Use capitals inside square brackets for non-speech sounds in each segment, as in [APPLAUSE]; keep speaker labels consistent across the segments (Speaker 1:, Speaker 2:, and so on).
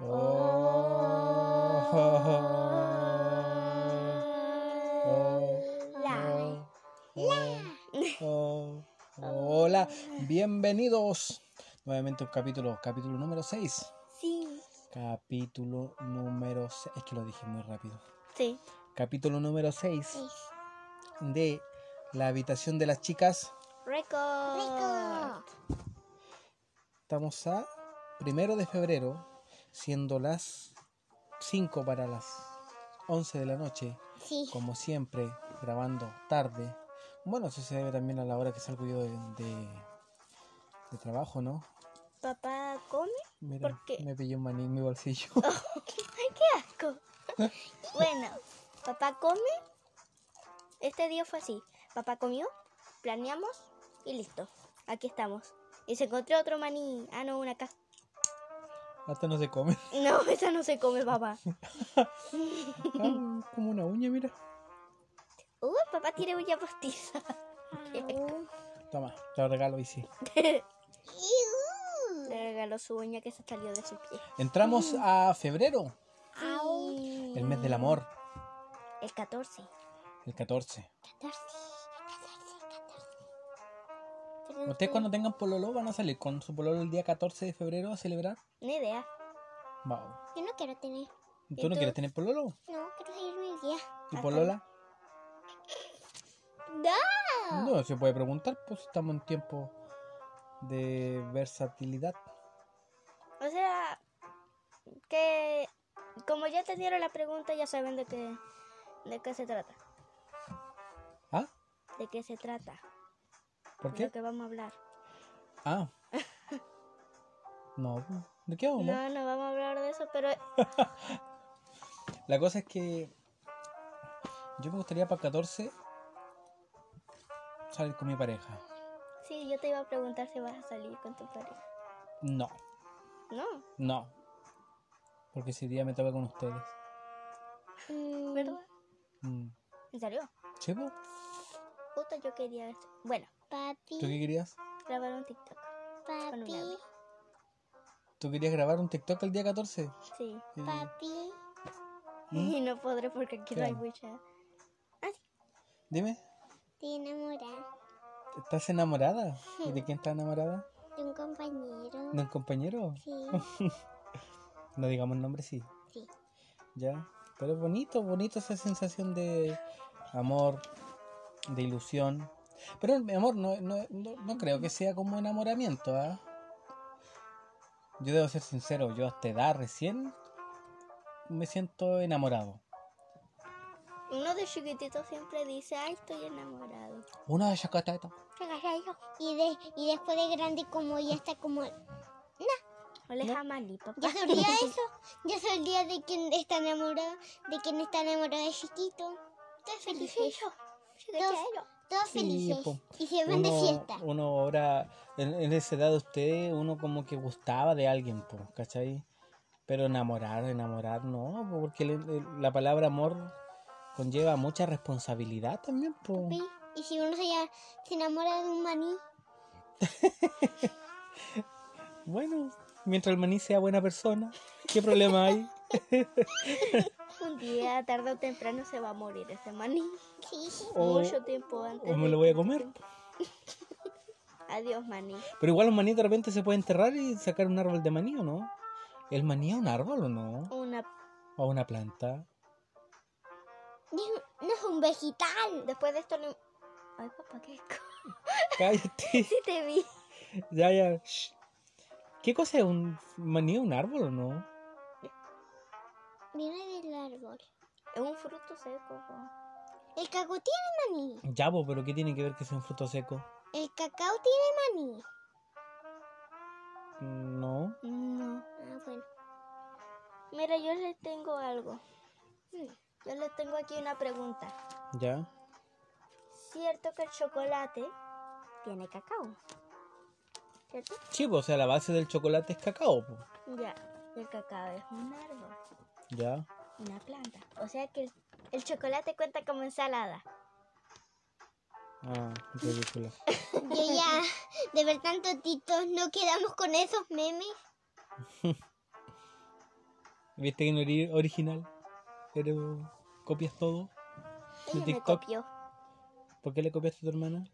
Speaker 1: Oh. Oh.
Speaker 2: Hola.
Speaker 1: Hola, bienvenidos nuevamente a un capítulo, capítulo número 6.
Speaker 2: Sí.
Speaker 1: Capítulo número 6. Es que lo dije muy rápido.
Speaker 2: Sí.
Speaker 1: Capítulo número 6 de La habitación de las chicas.
Speaker 2: Record.
Speaker 3: Record.
Speaker 1: Estamos a primero de febrero, siendo las 5 para las 11 de la noche.
Speaker 3: Sí.
Speaker 1: como siempre, grabando tarde. Bueno, eso se debe también a la hora que salgo yo de, de, de trabajo, ¿no?
Speaker 2: Papá come. [LAUGHS]
Speaker 1: Mira,
Speaker 2: ¿Por qué?
Speaker 1: me pillé un maní en mi bolsillo. [LAUGHS]
Speaker 2: Qué asco. bueno, papá come. Este día fue así. Papá comió, planeamos y listo. Aquí estamos. Y se encontró otro maní. Ah, no, una caja.
Speaker 1: Hasta no se come.
Speaker 2: No, [LAUGHS] esa no se come, papá.
Speaker 1: Ah, como una uña, mira.
Speaker 2: Uy, Uh, papá tiene uña postiza. [LAUGHS] Qué asco.
Speaker 1: Toma, te lo regalo y sí.
Speaker 2: Le regaló su uña que se salió de su pie.
Speaker 1: Entramos
Speaker 2: Mm.
Speaker 1: a febrero,
Speaker 2: Sí.
Speaker 1: el mes del amor,
Speaker 2: El 14.
Speaker 1: el 14. Ustedes cuando tengan pololo van a salir con su pololo el día 14 de febrero a celebrar.
Speaker 2: Ni idea.
Speaker 1: Wow.
Speaker 3: Yo no quiero tener.
Speaker 1: ¿Tú no
Speaker 2: tú?
Speaker 1: quieres tener pololo?
Speaker 3: No, quiero seguirme el día.
Speaker 1: ¿Y
Speaker 2: Ajá.
Speaker 1: polola?
Speaker 3: No.
Speaker 1: No se puede preguntar, pues estamos en tiempo de versatilidad.
Speaker 2: O sea, que como ya entendieron la pregunta, ya saben de qué, de qué se trata.
Speaker 1: ¿Ah?
Speaker 2: ¿De qué se trata?
Speaker 1: ¿Por
Speaker 2: De
Speaker 1: qué?
Speaker 2: lo que vamos a hablar.
Speaker 1: Ah. No, ¿de qué vamos?
Speaker 2: No, no vamos a hablar de eso, pero
Speaker 1: La cosa es que yo me gustaría para el 14 salir con mi pareja.
Speaker 2: sí, yo te iba a preguntar si vas a salir con tu pareja.
Speaker 1: No,
Speaker 2: No,
Speaker 1: no. Porque ese día me toca con ustedes.
Speaker 2: ¿verdad?
Speaker 1: Mm.
Speaker 2: ¿En serio?
Speaker 1: ¿Sí, po?
Speaker 2: Justo yo quería eso. Bueno,
Speaker 1: ¿Tú qué
Speaker 3: Papi,
Speaker 1: querías?
Speaker 2: grabar un TikTok.
Speaker 3: papi,
Speaker 2: audio.
Speaker 1: ¿Tú querías grabar un TikTok el día 14?
Speaker 2: Sí.
Speaker 1: Eh,
Speaker 3: papi.
Speaker 1: ¿Mm?
Speaker 2: [LAUGHS] Y no podré porque aquí no hay
Speaker 1: Claro.
Speaker 2: mucha.
Speaker 1: Dime,
Speaker 3: Te enamorada
Speaker 1: ¿estás enamorada? ¿Y de quién estás enamorada?
Speaker 3: de un compañero.
Speaker 1: ¿De un compañero?
Speaker 3: Sí.
Speaker 1: [LAUGHS] No digamos nombre, sí.
Speaker 3: Sí.
Speaker 1: Ya. Pero es bonito, bonito esa sensación de amor, de ilusión. Pero mi amor, no, no, no, no creo que sea como enamoramiento, ¿ah? Yo debo ser sincero, yo hasta edad recién me siento enamorado.
Speaker 2: Uno de chiquitito siempre dice, ay, estoy enamorado.
Speaker 1: Una de chacateta.
Speaker 3: Y, de, y después de grande, como ya está como.
Speaker 2: No le jamás ni papá.
Speaker 3: Ya se olvida
Speaker 1: [LAUGHS]
Speaker 3: eso. Ya se olvida de quién está enamorado. De quién está enamorado de chiquito. Todos felices.
Speaker 2: Chiquitero.
Speaker 3: Todos
Speaker 1: Sí,
Speaker 3: felices.
Speaker 1: po.
Speaker 3: y se van de
Speaker 1: Uno,
Speaker 3: fiesta.
Speaker 1: uno ahora, en, en esa edad de ustedes, uno como que gustaba de alguien, po, ¿cachai? Pero enamorar, enamorar, no, po, porque el- el- la palabra amor conlleva mucha responsabilidad también, po.
Speaker 3: Papi, Y si uno se, ya- se enamora de un maní.
Speaker 1: Bueno, mientras el maní sea buena persona, ¿qué problema hay?
Speaker 3: [LAUGHS]
Speaker 2: Un día, tarde o temprano, se va a morir ese maní.
Speaker 3: Sí, sí.
Speaker 1: O-
Speaker 2: Mucho tiempo antes.
Speaker 1: o me
Speaker 2: de
Speaker 1: lo voy a
Speaker 2: que-
Speaker 1: comer.
Speaker 2: Adiós, maní.
Speaker 1: Pero igual un maní de repente se puede enterrar y sacar un árbol de maní, ¿o no? ¿El maní es un árbol o no?
Speaker 2: Una...
Speaker 1: ¿O una planta?
Speaker 3: Dijo, No es un vegetal.
Speaker 2: Después de esto no... Ay, papá, qué asco. [LAUGHS]
Speaker 1: Cállate. [LAUGHS]
Speaker 2: Sí te vi.
Speaker 1: Ya, ya. shh. ¿Qué cosa es un maní? ¿Un árbol o no?
Speaker 3: Viene del árbol.
Speaker 2: Es un fruto seco. po.
Speaker 3: El cacao tiene maní.
Speaker 1: Ya, po, pero ¿qué tiene que ver que sea un fruto seco?
Speaker 3: El cacao tiene maní.
Speaker 1: No.
Speaker 2: No.
Speaker 3: Ah,
Speaker 2: [LAUGHS]
Speaker 3: bueno.
Speaker 2: Mira, yo les tengo algo. Mm, Yo les tengo aquí una pregunta.
Speaker 1: Ya.
Speaker 2: ¿Cierto que el chocolate tiene cacao? ¿Cierto?
Speaker 1: Sí, po, o sea, la base del chocolate es cacao, po.
Speaker 2: Ya. Y el cacao es un árbol.
Speaker 1: Ya.
Speaker 2: Una planta. O sea que el, el chocolate cuenta como ensalada.
Speaker 1: Ah, ridícula.
Speaker 3: Yo ya, de ver tanto titos, no quedamos con esos memes.
Speaker 1: Viste que no eres original, pero copias todo.
Speaker 2: Ella me
Speaker 1: TikTok?
Speaker 2: copió.
Speaker 1: ¿Por qué le copiaste a tu hermana?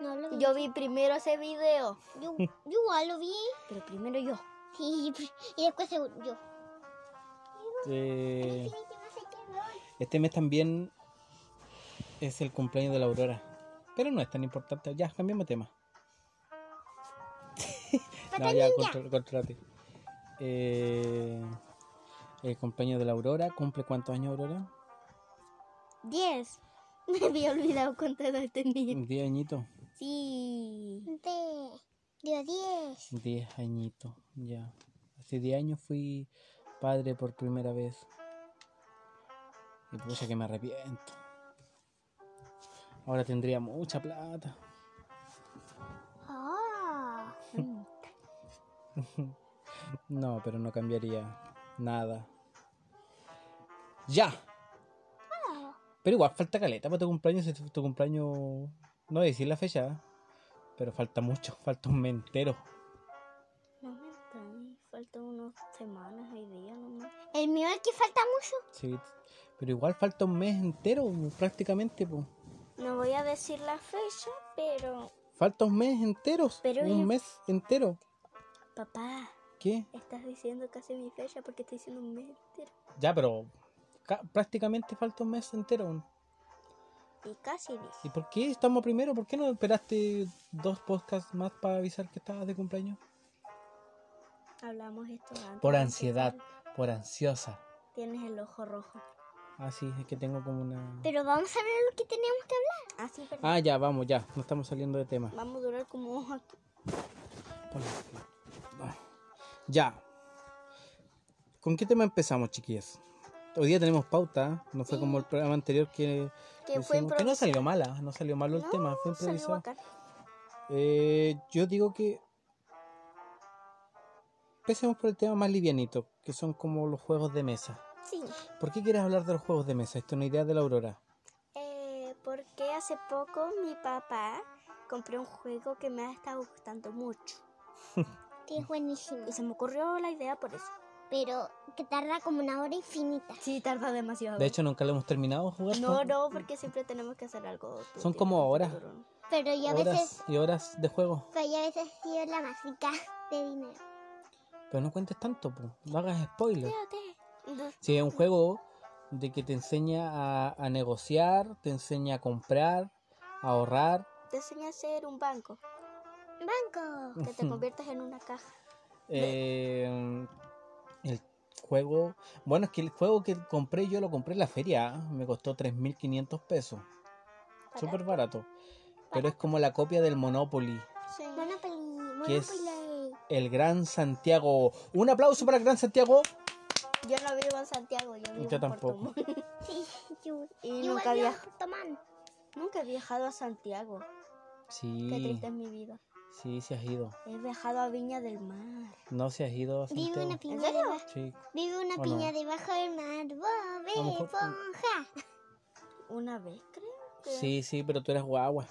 Speaker 3: No hablo
Speaker 2: Yo vi primero ese video,
Speaker 3: Yo, yo igual lo vi.
Speaker 2: pero primero yo. [LAUGHS]
Speaker 3: Y, y después según yo.
Speaker 1: Eh, este mes también es el cumpleaños de la Aurora. Pero no es tan importante. Ya, cambiamos de tema. [LAUGHS] no, ya, contro- contrólate. Eh, el cumpleaños de la Aurora. ¿Cumple cuántos años, Aurora?
Speaker 2: 10. Me había olvidado contar a este niño.
Speaker 1: Diez añitos.
Speaker 2: Sí.
Speaker 3: De, de 10.
Speaker 1: Diez añitos, ya. Hace diez años fui padre por primera vez. Y puse que me arrepiento. Ahora tendría mucha plata.
Speaker 3: Ah.
Speaker 1: No, pero no cambiaría nada. ¡Ya! Pero igual falta caleta para tu cumpleaños. Si tu, tu cumpleaños. No voy a decir la fecha, ¿eh? pero falta mucho, [LAUGHS] falta un mes entero.
Speaker 2: No me entendí, faltan unas semanas y días nomás.
Speaker 3: El mío es el que falta mucho.
Speaker 1: Sí, pero igual falta un mes entero prácticamente. po.
Speaker 2: No voy a decir la fecha, pero
Speaker 1: Falta un mes enteros.
Speaker 2: Pero
Speaker 1: un
Speaker 2: es-
Speaker 1: mes entero.
Speaker 2: papá,
Speaker 1: ¿Qué?
Speaker 2: estás diciendo casi mi fecha porque estoy diciendo un mes entero.
Speaker 1: Ya, pero ca- prácticamente falta un mes entero.
Speaker 2: Y casi dije.
Speaker 1: ¿Y por qué estamos primero? ¿Por qué no esperaste dos podcasts más para avisar que estabas de cumpleaños?
Speaker 2: Hablamos esto antes.
Speaker 1: Por
Speaker 2: de
Speaker 1: ansiedad,
Speaker 2: empezar.
Speaker 1: por ansiosa.
Speaker 2: Tienes el ojo rojo.
Speaker 1: Ah, sí, es que tengo como una...
Speaker 3: Pero vamos a ver lo que tenemos que hablar.
Speaker 2: Así, pero
Speaker 1: Ah, ya, vamos, ya. No estamos saliendo de tema.
Speaker 2: vamos a durar como [LAUGHS] hoja.
Speaker 1: Ponlo. Ah, Ya. ¿Con qué tema empezamos, chiquillas? Hoy día tenemos pauta, ¿eh? no fue como el programa anterior que...
Speaker 2: Que fue
Speaker 1: hicimos- que no salió mala, no salió malo el
Speaker 2: No,
Speaker 1: tema, fue
Speaker 2: salió
Speaker 1: improvisado.
Speaker 2: bacán.
Speaker 1: Eh, yo digo que empecemos por el tema más livianito, que son como los juegos de mesa.
Speaker 2: Sí.
Speaker 1: ¿Por qué quieres hablar de los juegos de mesa? Esto es una idea de la Aurora.
Speaker 2: Eh, porque hace poco mi papá compró un juego que me ha estado gustando mucho.
Speaker 3: Que es buenísimo.
Speaker 2: Y se me ocurrió la idea por eso.
Speaker 3: Pero que tarda como una hora infinita.
Speaker 2: Sí, tarda demasiado.
Speaker 1: De hecho, nunca lo hemos terminado de jugar.
Speaker 2: no,
Speaker 1: son
Speaker 2: no, porque siempre tenemos que hacer algo.
Speaker 1: Son como horas.
Speaker 3: Pero yo a veces,
Speaker 1: horas y horas de juego.
Speaker 3: pero yo a veces sido la masica de dinero.
Speaker 1: Pero no cuentes tanto, po. no hagas spoiler.
Speaker 2: Entonces,
Speaker 1: Si es un juego de que te enseña a, a negociar, te enseña a comprar, a ahorrar.
Speaker 2: te enseña a ser un banco,
Speaker 3: Banco.
Speaker 2: que te conviertas en una caja.
Speaker 1: Eh, el juego. Bueno, es que el juego que compré yo lo compré en la feria. ¿eh? Me costó 3.500 pesos. Súper barato. Pero es como la copia del Monopoly.
Speaker 2: Sí.
Speaker 3: Monopoly.
Speaker 1: ¿Qué es?
Speaker 3: Monopoly.
Speaker 1: El Gran Santiago. Un aplauso para el Gran Santiago.
Speaker 2: Yo no vivo en Santiago, yo vivo
Speaker 1: Yo
Speaker 2: en Puerto
Speaker 1: tampoco.
Speaker 2: Montt.
Speaker 3: Sí, yo.
Speaker 2: Y
Speaker 3: yo
Speaker 2: nunca
Speaker 3: volví a
Speaker 2: viajo.
Speaker 3: Puerto Montt.
Speaker 2: Nunca he viajado a Santiago. Qué
Speaker 1: Sí,
Speaker 2: triste es mi vida.
Speaker 1: sí, se has ido.
Speaker 2: He viajado a Viña del Mar.
Speaker 1: No se has ido a
Speaker 3: Vive una
Speaker 1: Santiago.
Speaker 3: piña
Speaker 2: serio?
Speaker 3: debajo.
Speaker 1: Sí.
Speaker 3: Vive una
Speaker 1: ¿O
Speaker 3: piña
Speaker 1: no?
Speaker 3: debajo del mar. Bob
Speaker 1: A lo mejor-
Speaker 3: Esponja.
Speaker 2: Una vez, creo. que-
Speaker 1: sí, sí, pero tú eras guagua.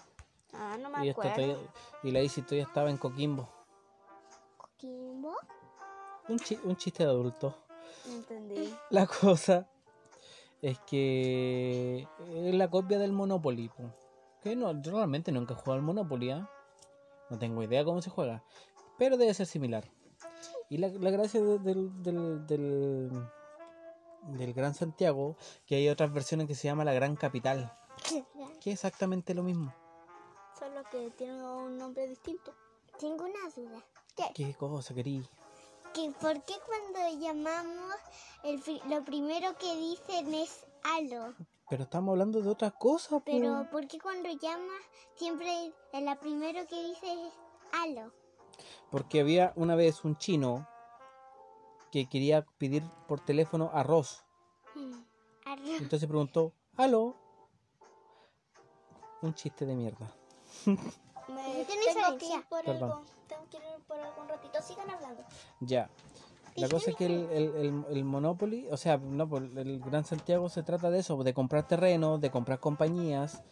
Speaker 2: Ah, no
Speaker 1: Y,
Speaker 2: me
Speaker 1: esto
Speaker 2: acuerdo.
Speaker 1: todavía- y la Isi todavía estaba en Coquimbo.
Speaker 3: Coquimbo. [LAUGHS]
Speaker 1: Un, chi- un chiste de adulto. [LAUGHS]
Speaker 2: No entendí.
Speaker 1: La cosa es que es la copia del Monopoly. po. Que no, yo realmente nunca he jugado al Monopoly. ¿ah? No tengo idea cómo se juega. Pero debe ser similar. Y la, la gracia de- del, del, del, del Gran Santiago, que hay otras versiones que se llama la Gran Capital. Que es exactamente lo mismo.
Speaker 2: Solo que tiene un nombre distinto.
Speaker 3: Tengo una duda.
Speaker 1: ¿Qué cosa querí?
Speaker 3: que ¿Por qué cuando llamamos el pri- lo primero que dicen es halo?
Speaker 1: Pero estamos hablando de otras cosas. po.
Speaker 3: Pero ¿por qué cuando llamas siempre la primero que dices es halo?
Speaker 1: Porque había una vez un chino que quería pedir por teléfono arroz.
Speaker 3: Hmm,
Speaker 1: Y [LAUGHS]
Speaker 3: arroz.
Speaker 1: Entonces preguntó, ¿aló? Un chiste de mierda.
Speaker 2: Me
Speaker 3: ¿Tienes
Speaker 2: Mm. tengo que
Speaker 3: alergia?
Speaker 2: ir por
Speaker 1: Perdón.
Speaker 2: algo. Tengo que ir por algún ratito. Sigan hablando.
Speaker 1: Ya. La
Speaker 3: Sí,
Speaker 1: cosa es que el, el- el- el Monopoly, o sea, no, por el Gran Santiago se trata de eso, de comprar terreno, de comprar compañías,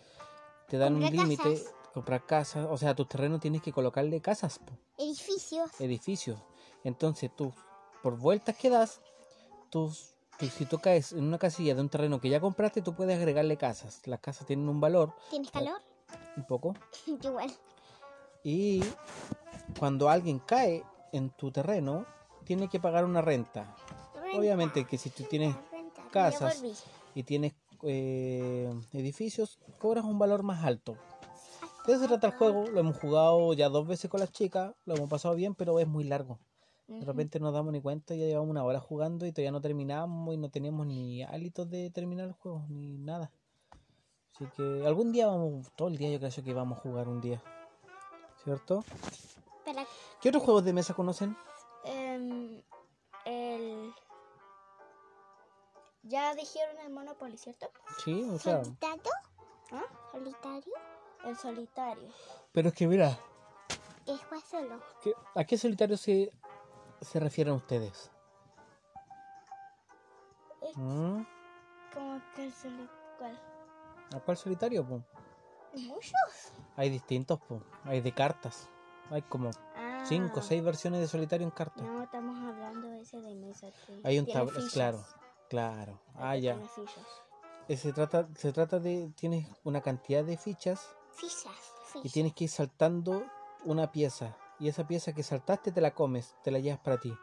Speaker 1: te dan un
Speaker 3: Comprar
Speaker 1: límite,
Speaker 3: casas.
Speaker 1: comprar casas, o sea, a tus terrenos tienes que colocarle casas, po,
Speaker 3: Edificios.
Speaker 1: edificios. Entonces tú, por vueltas que das, tus, tú- si tú caes en una casilla de un terreno que ya compraste, tú puedes agregarle casas. Las casas tienen un valor,
Speaker 3: ¿Tienes calor? [LAUGHS]
Speaker 1: un poco.
Speaker 3: Yo Igual.
Speaker 1: Y cuando alguien cae en tu terreno, tiene que pagar una renta. Obviamente que si tú tienes casas
Speaker 2: volví.
Speaker 1: y tienes eh, edificios, cobras un valor más alto. De eso se trata el juego, lo hemos jugado ya dos veces con las chicas, lo hemos pasado bien, pero es muy largo. De
Speaker 2: Mm.
Speaker 1: repente nos damos ni cuenta, ya llevamos una hora jugando y todavía no terminamos y no teníamos ni hálitos de terminar el juego, ni nada. Así que algún día vamos, todo el día yo creo que vamos a jugar un día. ¿Cierto?
Speaker 3: Para-
Speaker 1: ¿Qué otros juegos de mesa conocen?
Speaker 2: Em, el... Ya dijeron el Monopoly, ¿cierto?
Speaker 1: Sí, o sea.
Speaker 3: ¿Solitario?
Speaker 2: ¿Ah?
Speaker 3: ¿Solitario?
Speaker 2: El solitario.
Speaker 1: Pero es que mira,
Speaker 3: Que juega solo.
Speaker 1: ¿qué- ¿a qué solitario se, se refieren ustedes? ¿Mm?
Speaker 2: ¿Cómo que el solitario? ¿Cuál?
Speaker 1: ¿A cuál solitario? po?
Speaker 2: ¿Muchos?
Speaker 1: Hay distintos, po. hay de cartas. Hay como
Speaker 2: Ah.
Speaker 1: 5 o 6 versiones de solitario en cartas.
Speaker 2: No, estamos hablando de ese de mesa. que
Speaker 1: Hay un
Speaker 2: tiene
Speaker 1: tablero,
Speaker 2: fichas.
Speaker 1: claro, claro. Ah,
Speaker 2: Que
Speaker 1: ya.
Speaker 2: tiene fichas.
Speaker 1: Eh, Se trata, se trata de, tienes una cantidad de fichas
Speaker 3: Fichas.
Speaker 1: y
Speaker 3: Fichas.
Speaker 1: tienes que ir saltando una pieza. Y esa pieza que saltaste te la comes, te la llevas para ti.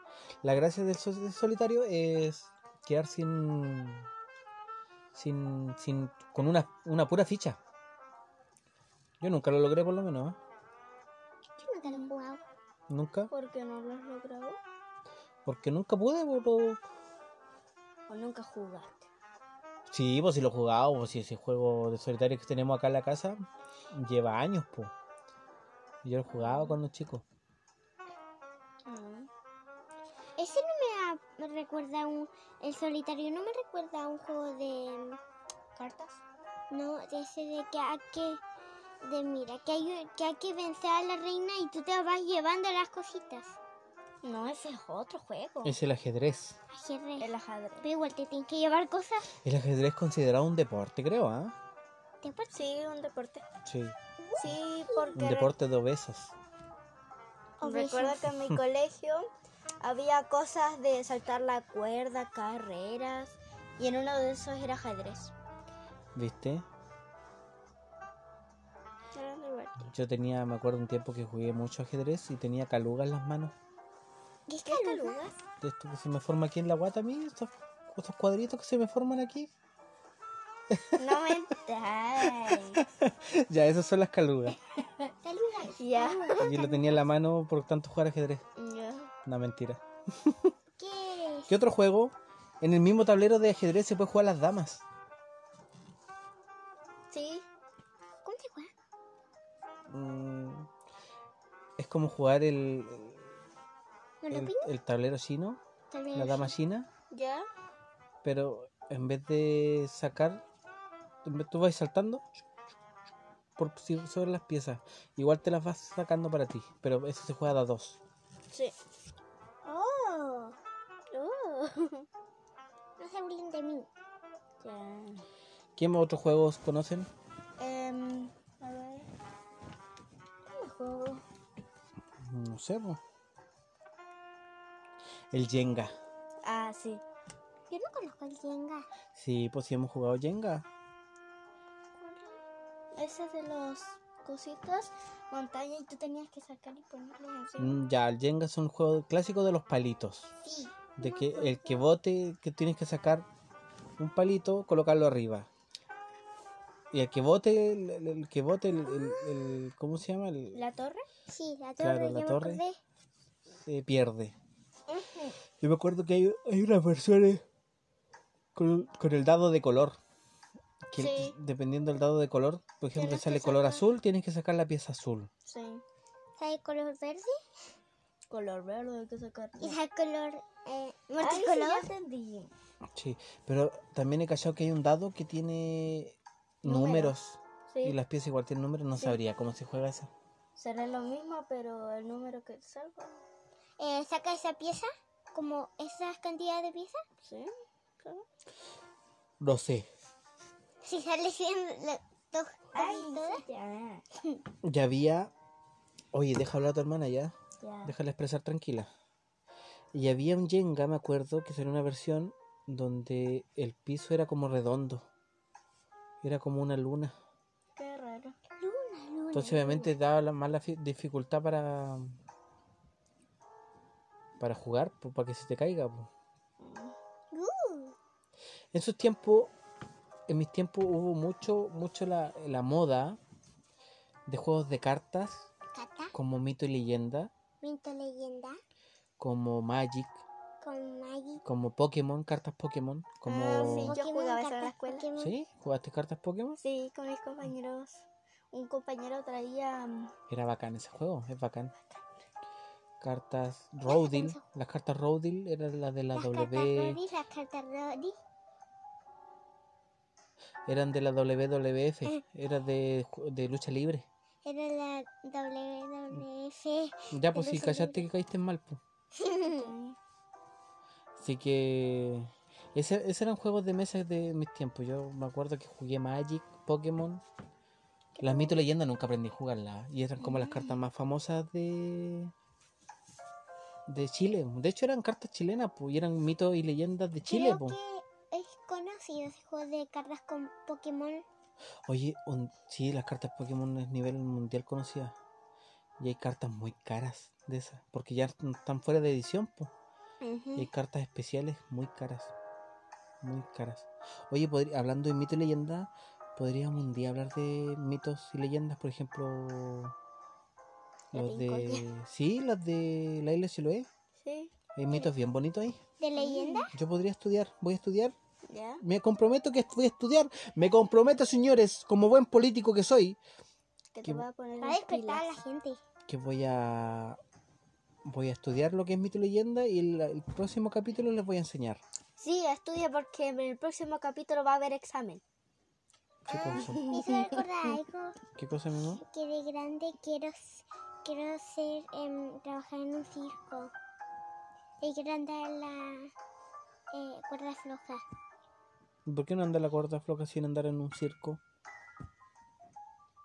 Speaker 1: La gracia del sol- del solitario es quedar sin, sin, sin, con una, una pura ficha. Yo nunca lo logré por lo menos, ¿eh?
Speaker 3: Yo nunca lo he jugado.
Speaker 1: Nunca,
Speaker 2: ¿Por qué no lo has logrado?
Speaker 1: porque nunca pude, pero...
Speaker 2: ¿O nunca jugaste?
Speaker 1: Sí, pues si lo jugaba, pues si ese juego de solitario que tenemos acá en la casa lleva años, pues. Yo lo jugaba con los chicos.
Speaker 2: Ah.
Speaker 3: Ese no me, da- me recuerda a un. El solitario no me recuerda a un juego de.
Speaker 2: ¿Cartas?
Speaker 3: No, de ese de que hay que. De mira, que hay, que hay que vencer a la reina y tú te vas llevando las cositas.
Speaker 2: No, ese es otro juego.
Speaker 1: Es el ajedrez.
Speaker 3: Ajedrez.
Speaker 2: El ajedrez.
Speaker 3: Pero igual te tienes que llevar cosas.
Speaker 1: El ajedrez es considerado un deporte, creo, ¿ah?
Speaker 3: ¿Te acuerdas?
Speaker 2: Pues Sí, un deporte.
Speaker 1: Sí,
Speaker 2: Sí,
Speaker 1: un
Speaker 2: porque re-
Speaker 1: deporte de obesos.
Speaker 2: recuerdo que
Speaker 1: [LAUGHS]
Speaker 2: en mi colegio había cosas de saltar la cuerda, carreras, y en uno de esos era ajedrez.
Speaker 1: ¿Viste?
Speaker 2: Era divertido.
Speaker 1: Yo tenía, me acuerdo un tiempo que jugué mucho ajedrez y tenía caluga en las manos.
Speaker 3: ¿Qué es
Speaker 2: ¿Qué calugas?
Speaker 1: De esto que se me forma aquí en la guata a mí, estos, estos cuadritos que se me forman aquí. [LAUGHS]
Speaker 2: No me
Speaker 3: [LAUGHS]
Speaker 2: entres.
Speaker 1: ya, esas son las calugas.
Speaker 3: Calugas.
Speaker 2: Ya.
Speaker 1: Y lo tenía en la mano por tanto jugar ajedrez.
Speaker 2: Ya.
Speaker 1: Una mentira.
Speaker 3: ¿Qué es?
Speaker 1: ¿Qué otro juego? En el mismo tablero de ajedrez se puede jugar las damas.
Speaker 2: Sí,
Speaker 3: ¿Cómo se juega?
Speaker 1: Mm, es como jugar el,
Speaker 3: ¿No
Speaker 1: el,
Speaker 3: lo
Speaker 1: el- el tablero chino,
Speaker 3: Tal vez.
Speaker 1: la dama china,
Speaker 2: ya.
Speaker 1: pero en vez de sacar, en vez- tú vas saltando por, si- sobre las piezas. Igual te las vas sacando para ti, pero eso se juega de a dos.
Speaker 2: Sí.
Speaker 3: Oh.
Speaker 2: Oh.
Speaker 3: No se burlen de mí.
Speaker 2: Ya.
Speaker 1: ¿Qué más otros juegos conocen?
Speaker 2: Em, a ver. ¿Qué más juego?
Speaker 1: Mm, No sé. po. El Jenga.
Speaker 2: Ah, sí.
Speaker 3: Yo no conozco el Jenga.
Speaker 1: Sí, pues sí hemos jugado Jenga.
Speaker 2: Ese de los cositas, montaña, y tú tenías que sacar y ponerlos encima.
Speaker 1: Mm, Ya, el Jenga es un juego clásico de los palitos.
Speaker 3: Sí.
Speaker 1: De que el que bote, que tienes que sacar un palito, colocarlo arriba. Y el que bote, el, el- el que bote, el, el- el- ¿cómo se llama? El-
Speaker 2: ¿La torre?
Speaker 3: Sí, la torre.
Speaker 1: Claro,
Speaker 3: ya
Speaker 1: la
Speaker 3: me
Speaker 1: torre.
Speaker 3: acordé.
Speaker 1: eh, pierde. Yo me acuerdo que hay, hay unas versiones con, con el dado de color. Que el-
Speaker 2: Sí.
Speaker 1: dependiendo del dado de color, por ejemplo,
Speaker 3: Tienes que
Speaker 1: sale color
Speaker 3: sacar-
Speaker 1: azul, tienes que sacar la pieza azul.
Speaker 2: Sí.
Speaker 3: Está de color verde
Speaker 2: Color verde hay que sacar.
Speaker 3: y está de color eh,
Speaker 2: Ay, sí, ya
Speaker 3: multicolor.
Speaker 2: entendí.
Speaker 1: Sí, pero también he cachado que hay un dado que tiene
Speaker 2: Números.
Speaker 1: números. Y
Speaker 2: Sí.
Speaker 1: las piezas igual tienen números, no sabría cómo se juega esa.
Speaker 2: Será lo mismo, pero el número que salga.
Speaker 3: Eh, saca esa pieza, como esas cantidades de piezas. [LAUGHS]
Speaker 2: Sí. claro.
Speaker 1: No sé.
Speaker 3: Si sale 100, la- dos,
Speaker 2: Ay,
Speaker 3: casi todas.
Speaker 2: sí, ya.
Speaker 1: Ya había. Oye, deja hablar a tu hermana ya.
Speaker 2: Ya.
Speaker 1: Déjala expresar tranquila. Y había un Jenga, me acuerdo, que salió una versión donde el piso era como redondo. Era como una luna.
Speaker 2: Qué raro.
Speaker 3: Luna, luna.
Speaker 1: Entonces obviamente daba la, más la fi- dificultad para mm, para jugar, po, para que se te caiga. po.
Speaker 3: Uh,
Speaker 1: En esos tiempos, en mis tiempos hubo mucho, mucho la, la moda de juegos de cartas
Speaker 3: Cata,
Speaker 1: como mito y leyenda,
Speaker 3: Minto Leyenda,
Speaker 1: como Magic,
Speaker 3: con Magic.
Speaker 1: como Pokémon, cartas Pokémon, como
Speaker 2: Ah, sí.
Speaker 1: sí.
Speaker 2: Yo jugaba eso en la escuela.
Speaker 1: ¿Jugaste cartas Pokémon?
Speaker 2: Sí, con mis compañeros. Un compañero traía. mm,
Speaker 1: Era bacán ese juego, es bacán. Cartas Rodil, las cartas Rodil eran las de la
Speaker 3: Las
Speaker 1: W.
Speaker 3: cartas Rory, las cartas Rory.
Speaker 1: eran de la
Speaker 3: [LAUGHS]
Speaker 1: WWF, era de, ju- de lucha libre.
Speaker 3: Era la WWF.
Speaker 1: [LAUGHS] Ya, pues
Speaker 3: De
Speaker 1: si
Speaker 3: lucha
Speaker 1: callaste que caíste mal, pues. Así que. Ese, esos eran juegos de mesa de mis tiempos. Yo me acuerdo que jugué Magic, Pokémon. Las mito y leyenda nunca aprendí a jugarlas. Y eran como las cartas más famosas de. de Chile. De hecho, eran cartas chilenas, pues. Y eran mitos y leyendas de Chile,
Speaker 3: Creo
Speaker 1: pues.
Speaker 3: que es conocido ese juego de cartas con Pokémon.
Speaker 1: Oye, un- sí, las cartas Pokémon es nivel mundial conocida. Y hay cartas muy caras de esas. Porque ya est- están fuera de edición, po. Y hay cartas especiales muy caras. Muy caras. Oye, podri- hablando de mito y leyenda, podríamos un día hablar de mitos y leyendas, por ejemplo.
Speaker 2: La
Speaker 1: Los de. [LAUGHS]
Speaker 2: Rinconia.
Speaker 1: Sí, las de la isla de Chiloé.
Speaker 2: Sí,
Speaker 1: Hay mitos bien bonitos ahí.
Speaker 3: ¿De leyenda?
Speaker 1: Yo podría estudiar, voy a estudiar
Speaker 2: Mm, ya.
Speaker 1: me comprometo que voy a estudiar. Me comprometo, señores, como buen político que soy,
Speaker 2: Que te
Speaker 1: ¿Qué-
Speaker 2: voy a poner.
Speaker 3: Va a
Speaker 2: las
Speaker 3: despertar a
Speaker 2: Mm,
Speaker 3: la
Speaker 2: pilas. [LAUGHS]
Speaker 3: gente.
Speaker 1: que voy a voy a estudiar lo que es mito y leyenda y el, el próximo capítulo les voy a enseñar.
Speaker 2: Sí, estudia porque en el próximo capítulo va a haber examen.
Speaker 1: ¿Qué cosa?
Speaker 3: Me hizo recordar algo
Speaker 1: ¿Qué cosa, mi amor?
Speaker 3: que de grande quiero, s- quiero ser, em, trabajar en un circo. De grande a la eh, cuerda floja.
Speaker 1: ¿Por qué no anda la cuerda floja sin andar en un circo?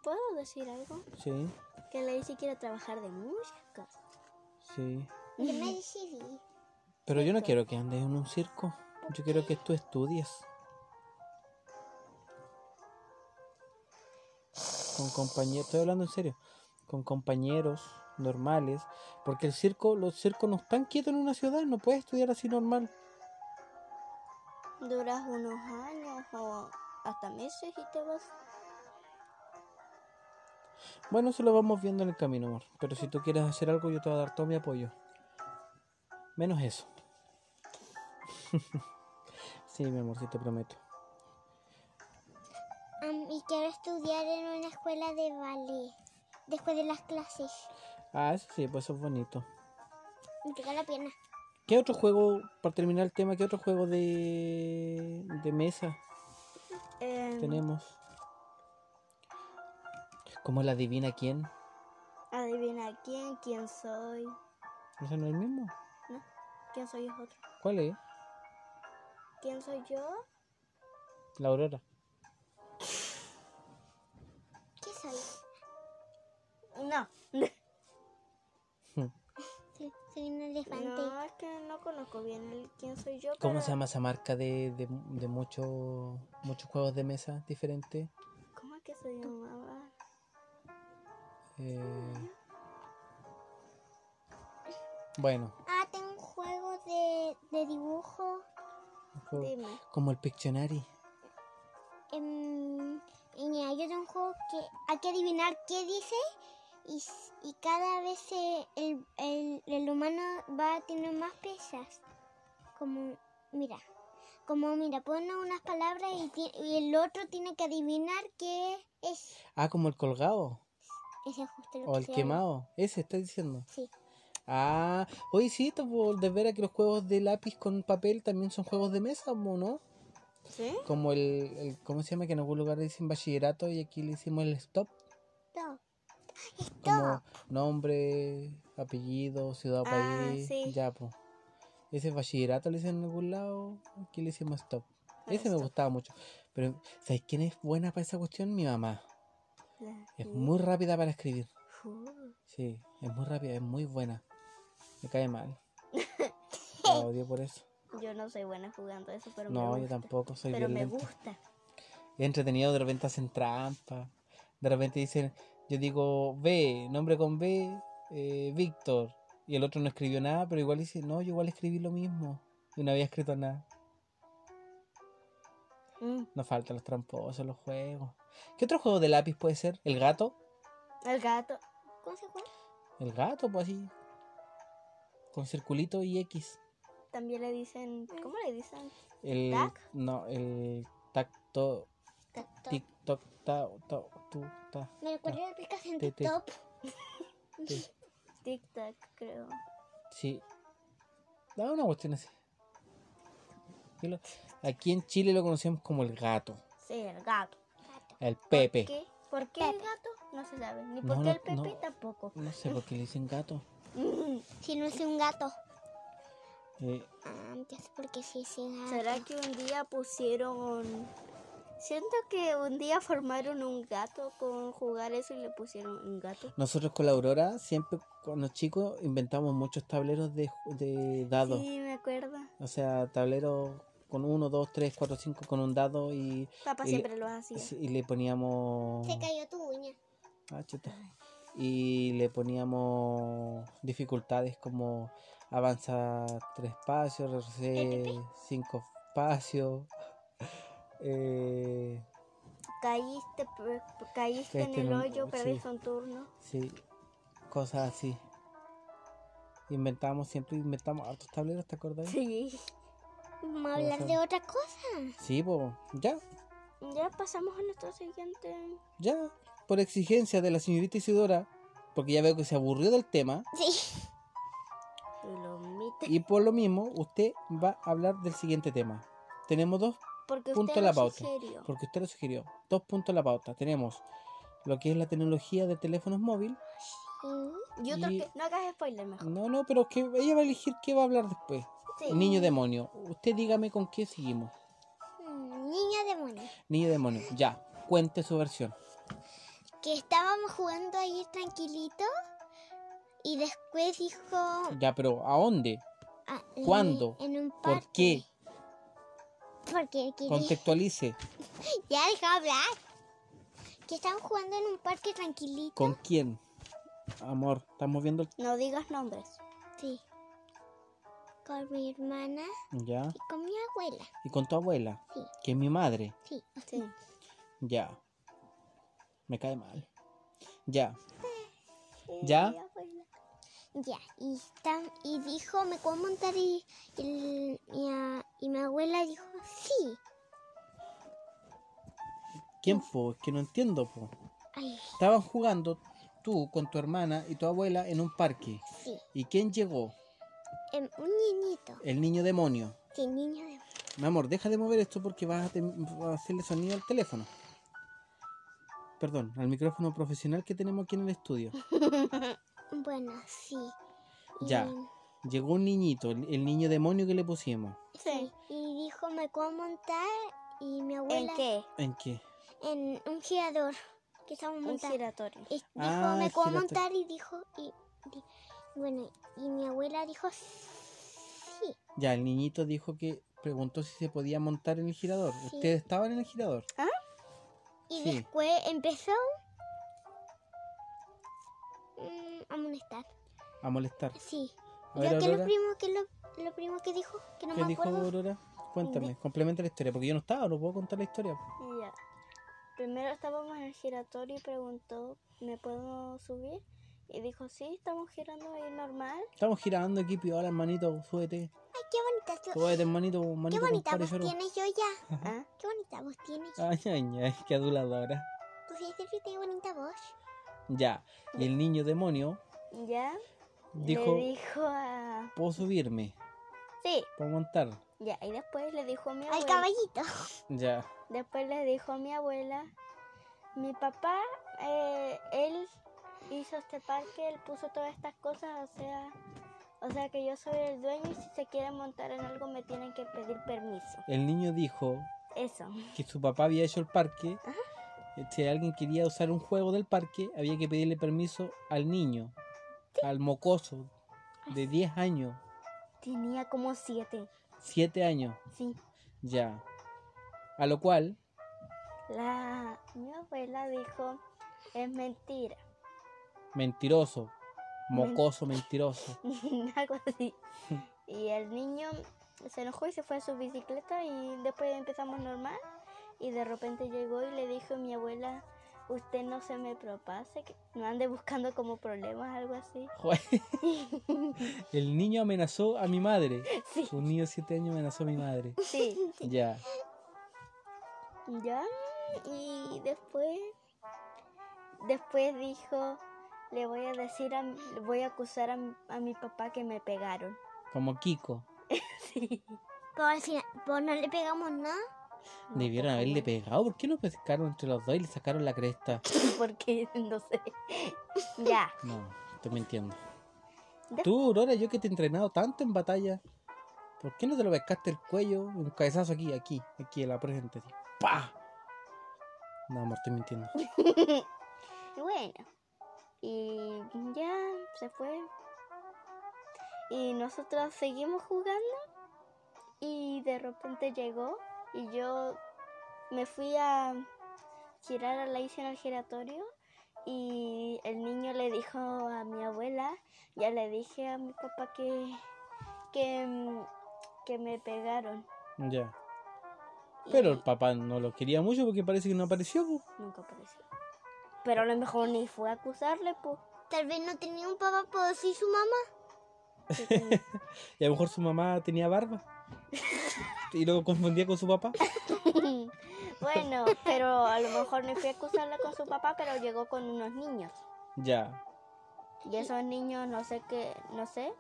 Speaker 2: ¿Puedo decir algo?
Speaker 1: Sí,
Speaker 2: Que la Isi quiere trabajar de muchas cosas.
Speaker 1: sí.
Speaker 3: Yo me decidí.
Speaker 1: Pero yo no quiero que andes en un circo. Yo quiero que tú estudies. Con compañeros, estoy hablando en serio. Con compañeros normales. Porque el circo, los circos no están quietos en una ciudad. No puedes estudiar así normal.
Speaker 2: Duras unos años o hasta meses y te vas.
Speaker 1: Bueno, eso lo vamos viendo en el camino, amor. Pero si tú quieres hacer algo, yo te voy a dar todo mi apoyo. Menos eso. [LAUGHS] sí, mi amor, sí te prometo.
Speaker 3: Am, y quiero estudiar en una escuela de ballet. Después de las clases.
Speaker 1: Ah, eso sí, pues eso es bonito.
Speaker 3: Me pica la pierna.
Speaker 1: ¿Qué otro juego, para terminar el tema, qué otro juego de, de mesa
Speaker 2: Em,
Speaker 1: tenemos? Como la adivina quién.
Speaker 2: adivina quién, quién soy.
Speaker 1: ¿Ese no es el mismo?
Speaker 2: ¿No? ¿Quién soy es otro?
Speaker 1: ¿Cuál es?
Speaker 2: ¿Quién soy yo?
Speaker 1: La Aurora.
Speaker 3: ¿Qué soy?
Speaker 2: No.
Speaker 3: Soy, soy un elefante.
Speaker 2: No, es que no conozco bien el quién soy yo.
Speaker 1: ¿Cómo
Speaker 2: pero-
Speaker 1: se llama esa marca de, de, de mucho- muchos juegos de mesa diferentes?
Speaker 2: ¿Cómo es que se llamaba?
Speaker 1: Eh, Bueno,
Speaker 3: Ah, tengo un juego de, de dibujo.
Speaker 1: un juego-
Speaker 2: Dime.
Speaker 1: como el Pictionary.
Speaker 3: em, y mira, yo tengo un juego que hay que adivinar qué dice. Y, s- y cada vez se- el, el, el humano va a tener más pesas. Como, mira. Como, mira, pone unas palabras y, ti- y el otro tiene que adivinar qué es.
Speaker 1: Ah, como el colgado
Speaker 3: Ese es justo lo
Speaker 1: o
Speaker 3: que
Speaker 1: el
Speaker 3: se
Speaker 1: quemado. Ese está diciendo.
Speaker 3: habla. Sí.
Speaker 1: Ah, hoy sí, te puedo desvelar que los juegos de lápiz con papel también son juegos de mesa, ¿o ¿no?
Speaker 2: ¿Sí?
Speaker 1: Como el, el- ¿cómo se llama? Que en algún lugar le dicen bachillerato y aquí le hicimos el stop.
Speaker 3: No.
Speaker 1: Como nombre, apellido, ciudad o
Speaker 2: Ah,
Speaker 1: país.
Speaker 2: sí.
Speaker 1: Ya, pues. Ese bachillerato le dicen en algún lado, aquí le hicimos stop.
Speaker 2: Ah,
Speaker 1: Ese me
Speaker 2: stop.
Speaker 1: gustaba mucho. Pero, ¿sabes quién es buena para esa cuestión? Mi mamá.
Speaker 2: La-
Speaker 1: Es muy rápida para escribir.
Speaker 2: Uh, [LAUGHS]
Speaker 1: Sí, es muy rápida, es muy buena. Me cae mal. La odio por eso.
Speaker 2: Yo no soy buena jugando eso, pero me
Speaker 1: No, yo
Speaker 2: gusta.
Speaker 1: tampoco soy
Speaker 2: Pero me
Speaker 1: violento.
Speaker 2: gusta.
Speaker 1: Es entretenido, de repente hacen trampa. De repente dicen, yo digo B, nombre con B, eh, Víctor. Y el otro no escribió nada, pero igual dice, no, yo igual escribí lo mismo. Y no había escrito nada.
Speaker 2: Mm,
Speaker 1: Nos faltan los tramposos, los juegos. ¿Qué otro juego de lápiz puede ser? ¿El gato?
Speaker 2: El gato.
Speaker 3: ¿Cómo se juega?
Speaker 1: El gato, pues así. Con circulito y X.
Speaker 2: También le dicen. ¿Cómo le dicen?
Speaker 1: El,
Speaker 2: ¿Tac?
Speaker 1: No, el tacto,
Speaker 3: Tacto.
Speaker 1: tic, toc, ta, to, tu, ta,
Speaker 3: Me recuerdo el picas en
Speaker 1: Te- te-
Speaker 3: TikTok.
Speaker 1: te.
Speaker 2: Tic-tac, creo.
Speaker 1: Sí. Da una cuestión así. Yo lo- Aquí en Chile lo conocíamos como el gato,
Speaker 2: Sí, el gato.
Speaker 1: el Pepe.
Speaker 2: ¿Qué? ¿Por qué el gato? No se sabe. Ni
Speaker 1: No,
Speaker 2: por
Speaker 1: no,
Speaker 2: qué el Pepe
Speaker 1: no.
Speaker 2: tampoco.
Speaker 1: No sé por qué le dicen gato.
Speaker 2: Mm,
Speaker 3: Si no es un gato.
Speaker 1: Eh,
Speaker 3: Ah, ya sé por qué sí es un gato.
Speaker 2: ¿Será que un día pusieron. Siento que un día formaron un gato con jugar eso y le pusieron un gato.
Speaker 1: nosotros con la Aurora siempre cuando chicos inventamos muchos tableros de, ju- de dados.
Speaker 2: Sí, me acuerdo.
Speaker 1: O sea, tableros con uno, dos, tres, cuatro, cinco con un dado y,
Speaker 2: Papá
Speaker 1: Y-
Speaker 2: siempre lo hacía.
Speaker 1: y le poníamos...
Speaker 3: Se cayó tu uña.
Speaker 1: Ah, chuta. Y le poníamos dificultades como avanza tres espacios, retrocede cinco espacios. [LAUGHS] Eh,
Speaker 2: Caíste, pe-
Speaker 1: Caíste
Speaker 2: caíste, en
Speaker 1: en
Speaker 2: el
Speaker 1: un-
Speaker 2: hoyo, perdiste
Speaker 1: sí.
Speaker 2: un turno.
Speaker 1: sí, cosas así. Inventamos, siempre inventamos hartos tableros, ¿te acordás?
Speaker 2: Sí.
Speaker 3: Vamos a hablar
Speaker 1: Ojo.
Speaker 3: de otra cosa.
Speaker 1: Sí, po, ya,
Speaker 2: Ya pasamos a nuestro siguiente.
Speaker 1: ya. Por exigencia de la señorita Isidora, porque ya veo que se aburrió del tema,
Speaker 3: Sí.
Speaker 2: Lomita.
Speaker 1: y por lo mismo usted va a hablar del siguiente tema. Tenemos dos
Speaker 2: Porque
Speaker 1: Punto
Speaker 2: usted
Speaker 1: la
Speaker 2: lo
Speaker 1: pauta.
Speaker 2: sugirió.
Speaker 1: porque usted lo sugirió. Dos puntos a la pauta. Tenemos lo que es la tecnología de teléfonos móviles.
Speaker 3: Uh,
Speaker 2: Y otro
Speaker 1: Y-
Speaker 2: que. No hagas spoiler mejor.
Speaker 1: No, no, pero es que ella va a elegir qué va a hablar después.
Speaker 2: Sí.
Speaker 1: Niño demonio. Usted dígame con qué seguimos.
Speaker 3: Mm, Niño demonio.
Speaker 1: Niño demonio. Ya, cuente su versión.
Speaker 3: Que estábamos jugando ahí tranquilito. Y después dijo.
Speaker 1: Ya, pero ¿a dónde?
Speaker 3: ah, en-
Speaker 1: ¿Cuándo?
Speaker 3: En un
Speaker 1: ¿Por
Speaker 3: parque.
Speaker 1: qué?
Speaker 3: Porque quería-
Speaker 1: Contextualice.
Speaker 3: [LAUGHS] Ya deja hablar. Que estaban jugando en un parque tranquilito.
Speaker 1: ¿Con quién? Amor, estamos viendo el...
Speaker 2: No digas nombres.
Speaker 3: Sí. Con mi hermana
Speaker 1: Ya.
Speaker 3: y con mi abuela.
Speaker 1: Y con tu abuela,
Speaker 3: Sí.
Speaker 1: que es mi madre.
Speaker 3: Sí.
Speaker 2: Sí.
Speaker 1: Ya. Me cae mal. Ya. ¿Ya?
Speaker 2: Mi abuela.
Speaker 3: Ya, y, tam- y dijo, ¿me puedo montar? Y, y, y a- y mi abuela dijo, sí.
Speaker 1: ¿Quién fue? Que no entiendo, po.
Speaker 3: Ay,
Speaker 1: Estaban jugando tú con tu hermana y tu abuela en un parque.
Speaker 3: sí.
Speaker 1: ¿Y quién llegó?
Speaker 3: Em, un niñito.
Speaker 1: El niño demonio.
Speaker 3: Sí, niño de...
Speaker 1: Mi amor, deja de mover esto porque vas a, tem- vas a hacerle sonido al teléfono. Perdón, al micrófono profesional que tenemos aquí en el estudio.
Speaker 3: Bueno, sí.
Speaker 1: Ya. Llegó un niñito, el, el niño demonio que le pusimos.
Speaker 2: Sí.
Speaker 3: Y dijo, ¿me puedo montar? Y mi abuela...
Speaker 2: ¿En qué?
Speaker 1: ¿En qué?
Speaker 3: En un girador que estábamos
Speaker 2: Un
Speaker 3: montando.
Speaker 2: giratorio.
Speaker 3: Y dijo,
Speaker 1: Ah,
Speaker 3: ¿me puedo
Speaker 1: giratorio.
Speaker 3: montar? Y dijo, y, di- bueno, y mi abuela dijo, sí.
Speaker 1: Ya, el niñito dijo que preguntó si se podía montar en el girador.
Speaker 3: Sí.
Speaker 1: ¿Ustedes estaban en el girador?
Speaker 3: Y
Speaker 1: Sí.
Speaker 3: después empezó mm, a molestar.
Speaker 1: A molestar.
Speaker 3: Sí.
Speaker 1: A ver,
Speaker 3: Yo que lo
Speaker 1: Aurora.
Speaker 3: primo que lo, lo primo que dijo, que no
Speaker 1: ¿Qué
Speaker 3: me
Speaker 1: dijo
Speaker 3: acuerdo.
Speaker 1: Aurora? Cuéntame, complementa la historia, porque yo no estaba, no puedo contar la historia.
Speaker 2: Ya. Primero estábamos en el giratorio y preguntó, ¿me puedo subir? Y dijo, sí, estamos girando ahí normal.
Speaker 1: Estamos girando aquí, piola, hermanito, súbete.
Speaker 3: Ay, qué bonita tu-
Speaker 1: Súbete, hermanito,
Speaker 3: Qué
Speaker 1: hermanito,
Speaker 3: bonita
Speaker 1: compadre,
Speaker 3: voz
Speaker 1: lloro.
Speaker 3: tienes yo ya.
Speaker 2: ¿Ah?
Speaker 3: Qué bonita voz tienes.
Speaker 1: Ay, ay, ay, qué aduladora.
Speaker 3: Tú sí siempre tienes bonita voz.
Speaker 1: Ya, y el niño demonio
Speaker 2: Ya.
Speaker 1: dijo,
Speaker 2: Le dijo a...
Speaker 1: puedo subirme,
Speaker 2: Sí.
Speaker 1: puedo montar.
Speaker 2: Ya. Y después le dijo a mi
Speaker 3: Al
Speaker 2: abuela.
Speaker 3: caballito.
Speaker 1: Ya,
Speaker 2: Después le dijo a mi abuela, mi papá, eh, él hizo este parque, él puso todas estas cosas, o sea, o sea que yo soy el dueño y si se quieren montar en algo me tienen que pedir permiso.
Speaker 1: el niño dijo
Speaker 2: Eso.
Speaker 1: que su papá había hecho el parque. Si alguien quería usar un juego del parque, había que pedirle permiso al niño, al mocoso de 10 años.
Speaker 2: Tenía como siete.
Speaker 1: Siete años,
Speaker 2: Sí.
Speaker 1: ya. A lo cual,
Speaker 2: La mi abuela dijo, es mentira. [LAUGHS]
Speaker 1: mentiroso, mocoso, mentiroso.
Speaker 2: Algo así. Y el niño se enojó y se fue a su bicicleta y después empezamos normal. Y de repente llegó y le dijo a mi abuela, usted no se me propase, que no ande buscando como problemas, algo así.
Speaker 1: Jue- [LAUGHS] El niño amenazó a mi madre.
Speaker 2: Sí,
Speaker 1: Un niño de siete años amenazó a mi madre. [LAUGHS]
Speaker 2: sí.
Speaker 1: Ya.
Speaker 2: Ya, y después, después dijo, le voy a decir, a, mi- le voy a acusar a, mi- a mi papá que me pegaron. [LAUGHS]
Speaker 1: Como Kiko.
Speaker 2: Sí.
Speaker 3: Pero al final, pues no le pegamos nada.
Speaker 1: Debieron haberle pegado. ¿Por qué no pescaron entre los dos y le sacaron la cresta?
Speaker 2: [LAUGHS] Porque, no [LAUGHS] sé. Ya.
Speaker 1: No, estoy mintiendo.
Speaker 2: De-
Speaker 1: Tú, Aurora, yo que te he entrenado tanto en batalla, ¿por qué no te lo pescaste el cuello? Un cabezazo aquí, aquí, aquí en la frente. así, ¡Pah! No, amor, estoy mintiendo.
Speaker 2: Y bueno, y ya se fue. Y nosotros seguimos jugando y de repente llegó y yo me fui a girar a la isla en el giratorio y el niño le dijo a mi abuela, ya le dije a mi papá que, que, mm, que me pegaron.
Speaker 1: Ya.
Speaker 2: Y
Speaker 1: Pero el papá no lo quería mucho porque parece que no apareció. po.
Speaker 2: nunca apareció. Pero a lo mejor ni fue a acusarle,
Speaker 3: [LAUGHS]
Speaker 2: pues.
Speaker 3: Tal vez no tenía un papá, pero sí su mamá.
Speaker 1: Y a lo mejor su mamá tenía barba. Y lo confundía con su papá.
Speaker 2: Bueno, pero a lo mejor no fui a acusarla con su papá, pero llegó con unos niños.
Speaker 1: Ya.
Speaker 2: Y esos niños, no sé qué, no sé,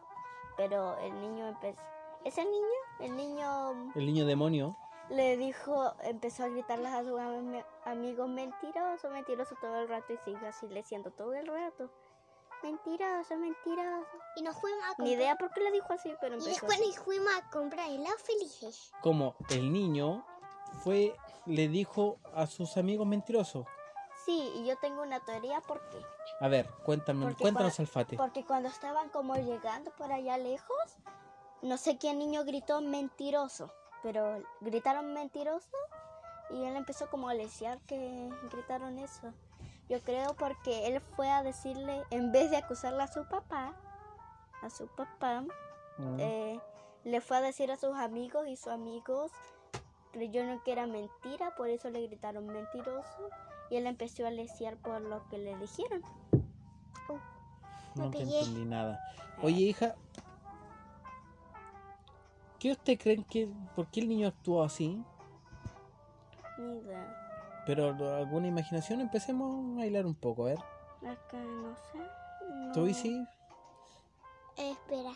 Speaker 2: pero el niño empezó... Ese niño, el niño
Speaker 1: El niño demonio.
Speaker 2: le dijo, empezó a gritarles a sus am- amigos, mentiroso, mentiroso todo el rato y sigue así le siento todo el rato. Mentiroso, mentiroso.
Speaker 3: Y nos fuimos a comprar.
Speaker 2: Ni idea por qué le dijo así, pero
Speaker 3: Y
Speaker 2: empezó
Speaker 3: después
Speaker 2: así.
Speaker 3: nos fuimos a comprar helados felices.
Speaker 1: Como el niño fue, le dijo a sus amigos mentirosos.
Speaker 2: Sí, y yo tengo una teoría por qué.
Speaker 1: A ver, cuéntame,
Speaker 2: Porque
Speaker 1: cuéntanos,
Speaker 2: cua-
Speaker 1: Alfate.
Speaker 2: Porque cuando estaban como llegando por allá lejos, no sé qué niño gritó mentiroso, pero gritaron mentiroso y él empezó como a lesear que gritaron eso. Yo creo porque él fue a decirle, en vez de acusarle a su papá, a su papá,
Speaker 1: Mm.
Speaker 2: eh, le fue a decir a sus amigos y sus amigos creyeron que era mentira, por eso le gritaron mentiroso y él empezó a lesear por lo que le dijeron.
Speaker 3: Me
Speaker 1: No te
Speaker 3: pegué.
Speaker 1: entendí nada.
Speaker 2: Ah.
Speaker 1: Oye, hija, ¿qué usted creen que... ¿Por qué el niño actuó así?
Speaker 2: Ni idea.
Speaker 1: Pero alguna imaginación, empecemos a bailar un poco, a ver.
Speaker 2: Es que no sé. no-
Speaker 1: ¿Tú y sí?
Speaker 3: Eh, espera.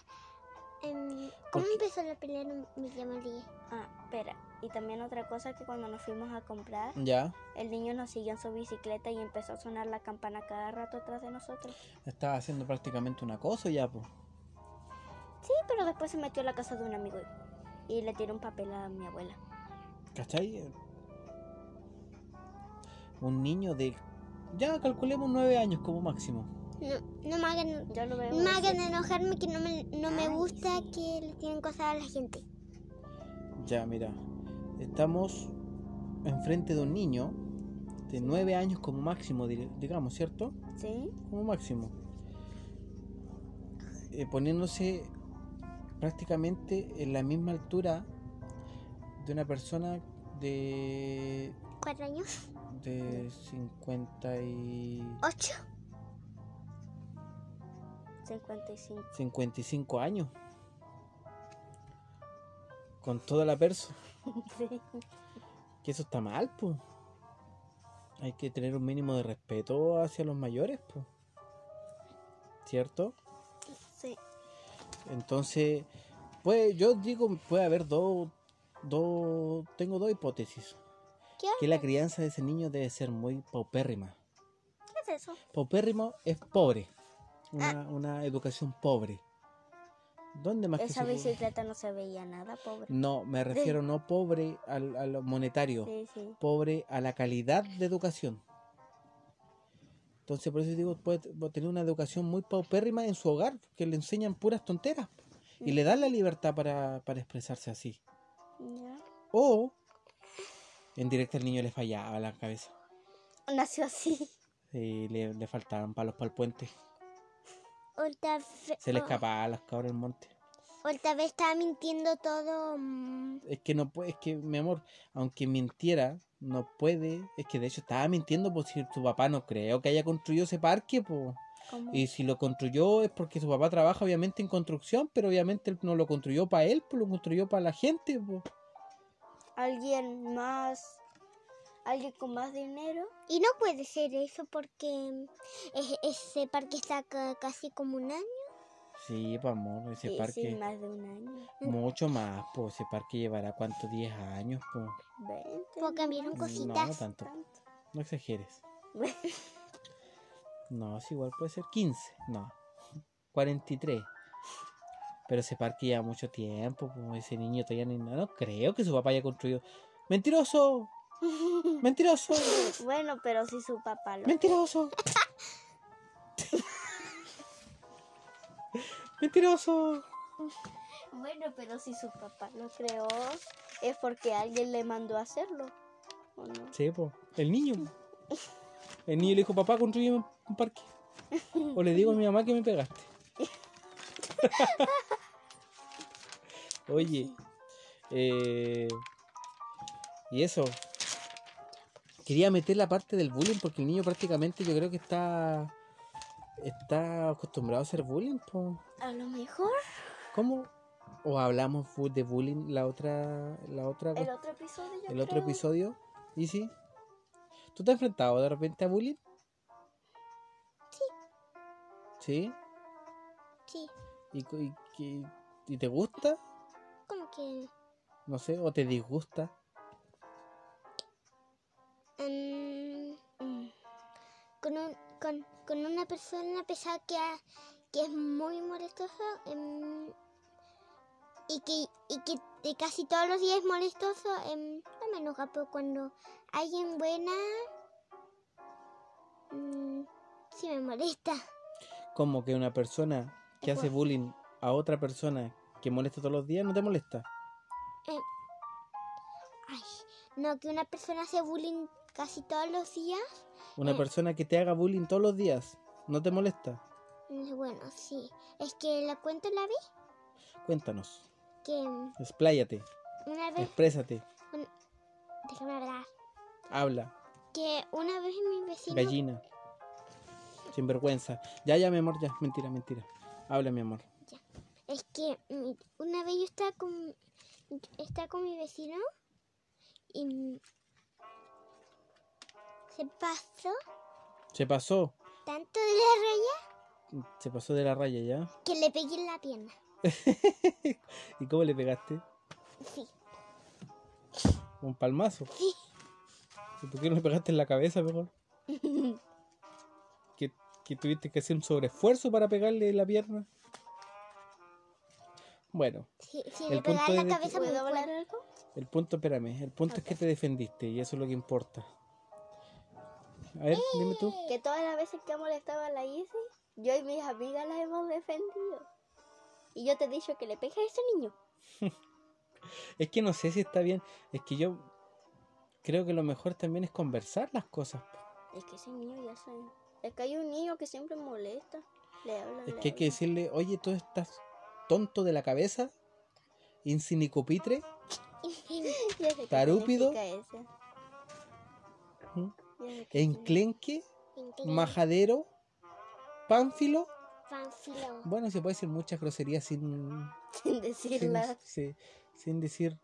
Speaker 3: Em,
Speaker 1: ¿Por
Speaker 3: ¿Cómo
Speaker 1: qué?
Speaker 3: empezó la pelea? No me llama Ligue.
Speaker 2: Ah, espera. Y también otra cosa que cuando nos fuimos a comprar,
Speaker 1: Ya.
Speaker 2: el niño nos siguió en su bicicleta y empezó a sonar la campana cada rato atrás de nosotros.
Speaker 1: Estaba haciendo prácticamente un acoso ya, pues.
Speaker 2: Sí, pero después se metió a la casa de un amigo y y le tiró un papel a mi abuela.
Speaker 1: ¿Cachai? Un niño de... Ya, calculemos nueve años como máximo.
Speaker 3: No, no me hagan,
Speaker 2: Yo lo veo.
Speaker 3: no me hagan enojarme que no me, no me
Speaker 2: Ay,
Speaker 3: gusta
Speaker 2: sí.
Speaker 3: que le tienen cosas a la gente.
Speaker 1: Ya, mira. Estamos enfrente de un niño de nueve años como máximo, dire- digamos, ¿cierto?
Speaker 2: Sí,
Speaker 1: como máximo. Eh, poniéndose prácticamente en la misma altura de una persona de,
Speaker 3: ¿Cuatro años?
Speaker 1: de 50 y
Speaker 3: ¿Ocho?
Speaker 2: 55.
Speaker 1: 55 años. Con toda la perso.
Speaker 2: Sí.
Speaker 1: Que eso está mal, pues. Hay que tener un mínimo de respeto hacia los mayores, pues. ¿Cierto?
Speaker 2: Sí.
Speaker 1: Entonces, pues yo digo, puede haber dos, dos, tengo dos hipótesis.
Speaker 3: ¿Qué?
Speaker 1: Que la crianza de ese niño debe ser muy paupérrima.
Speaker 2: ¿Qué es eso?
Speaker 1: Paupérrimo es pobre,
Speaker 2: Ah.
Speaker 1: una, una educación pobre. ¿Dónde más
Speaker 2: Esa
Speaker 1: que se-
Speaker 2: bicicleta no se veía nada, pobre.
Speaker 1: No, me refiero no pobre al, a lo monetario,
Speaker 2: Sí, sí.
Speaker 1: pobre a la calidad de educación. Entonces, por eso digo, puede tener una educación muy paupérrima en su hogar, que le enseñan puras tonteras. y le da la libertad para, para expresarse así.
Speaker 2: Ya.
Speaker 1: O en directo el niño le fallaba la cabeza.
Speaker 2: Nació así.
Speaker 1: Y le, le faltaban palos para el puente.
Speaker 3: O tal ve-
Speaker 1: Se le
Speaker 3: o-
Speaker 1: escapaba a las cabras del monte.
Speaker 3: o tal vez estaba mintiendo todo. mm,
Speaker 1: Es que no puede, es que mi amor, aunque mintiera, no puede. Es que de hecho estaba mintiendo por si tu papá no creo que haya construido ese parque, po.
Speaker 3: como-
Speaker 1: Y si lo construyó es porque su papá trabaja obviamente en construcción, pero obviamente él no lo construyó para él, pues lo construyó para la gente, po.
Speaker 2: Alguien más. Alguien con más dinero.
Speaker 3: Y no puede ser eso porque es- ese parque está ca- casi como un año.
Speaker 1: Sí, pues amor, ese
Speaker 2: Sí,
Speaker 1: parque.
Speaker 2: sí, más de un año.
Speaker 1: Mucho más, pues ese parque llevará cuánto, 10 años, pues.
Speaker 2: 20.
Speaker 3: Porque cambiaron
Speaker 1: No, no
Speaker 3: cositas.
Speaker 1: tanto.
Speaker 2: Tanto.
Speaker 1: No exageres. No, es igual puede ser 15. No. 43. Pero ese parque lleva mucho tiempo. Como ese niño todavía ni No creo que su papá haya construido. ¡Mentiroso! ¡Mentiroso!
Speaker 2: Bueno, pero si su papá lo.
Speaker 1: ¡Mentiroso! [LAUGHS] ¡Mentiroso!
Speaker 2: Bueno, pero si su papá lo creó, es porque alguien le mandó a hacerlo. ¿O no?
Speaker 1: Sí, po. El niño. El niño le dijo, papá, construye un parque. O le digo a mi mamá que me pegaste. [LAUGHS] Oye. eh, y eso. Quería meter la parte del bullying porque el niño prácticamente yo creo que está. Está acostumbrado a hacer bullying, po.
Speaker 2: A lo mejor
Speaker 1: ¿Cómo? O hablamos fu- de bullying la otra. La otra
Speaker 2: el otro episodio. yo
Speaker 1: el otro
Speaker 2: creo.
Speaker 1: episodio. ¿Y sí? ¿Tú te has enfrentado de repente a bullying? Sí.
Speaker 3: Sí,
Speaker 1: ¿Sí? ¿Y, cu- y, qué- y te gusta?
Speaker 3: como que.
Speaker 1: No sé, o te disgusta.
Speaker 3: mm, con, un- con, con una persona pesada que, ha- que es muy molestoso em, y, que, y que de casi todos los días es molestoso, em, no me enoja, pero cuando alguien buena mm, sí me molesta.
Speaker 1: Como que una persona que hace bullying a otra persona que molesta todos los días no te molesta.
Speaker 3: Ay, no, que una persona hace bullying casi todos los días,
Speaker 1: Una
Speaker 3: Mm.
Speaker 1: persona que te haga bullying todos los días no te molesta.
Speaker 3: mm, bueno, sí. Es que la cuento la vez
Speaker 1: Cuéntanos,
Speaker 3: que mm,
Speaker 1: expláyate,
Speaker 3: una vez,
Speaker 1: exprésate,
Speaker 3: déjame hablar.
Speaker 1: habla,
Speaker 3: que una vez mi vecino
Speaker 1: gallina, sin vergüenza. Ya, ya, mi amor, ya, mentira, mentira. Habla, mi amor.
Speaker 3: es que mi- una vez yo estaba con estaba con mi vecino y mm, se pasó
Speaker 1: Se pasó.
Speaker 3: tanto de la raya
Speaker 1: Se pasó de la raya ya.
Speaker 3: que le pegué en la pierna
Speaker 1: ¿Y cómo le pegaste?
Speaker 3: sí
Speaker 1: Un palmazo.
Speaker 3: sí
Speaker 1: ¿Y por qué no le pegaste en la cabeza mejor? ¿Que, que tuviste que hacer un sobreesfuerzo para pegarle en la pierna. Bueno,
Speaker 3: sí, sí,
Speaker 1: El
Speaker 3: le pegaba
Speaker 1: punto
Speaker 3: en
Speaker 1: es de
Speaker 3: la
Speaker 1: que-
Speaker 3: cabeza muy
Speaker 2: ¿Puedo hablar
Speaker 3: fuerte
Speaker 2: algo?
Speaker 1: el punto, espérame, el punto es que te defendiste y eso es lo que importa. A ver, dime tú.
Speaker 2: Que todas las veces que ha molestado a la Izzy, yo y mis amigas las hemos defendido. Y yo te he dicho que le pegues a ese niño.
Speaker 1: Es que no sé si está bien. Es que yo creo que lo mejor también es conversar las cosas.
Speaker 2: Es que ese niño ya sabe. Es que hay un niño que siempre molesta. Le habla.
Speaker 1: Es que hay que decirle, oye, tú estás tonto de la cabeza, insinicopitre. tarúpido. ¿Mm? Enclenque, majadero, pánfilo.
Speaker 3: Panfilo.
Speaker 1: Bueno, se puede decir muchas groserías sin,
Speaker 2: [LAUGHS] Sin
Speaker 1: sin,
Speaker 2: decirla.
Speaker 1: sí, sin decir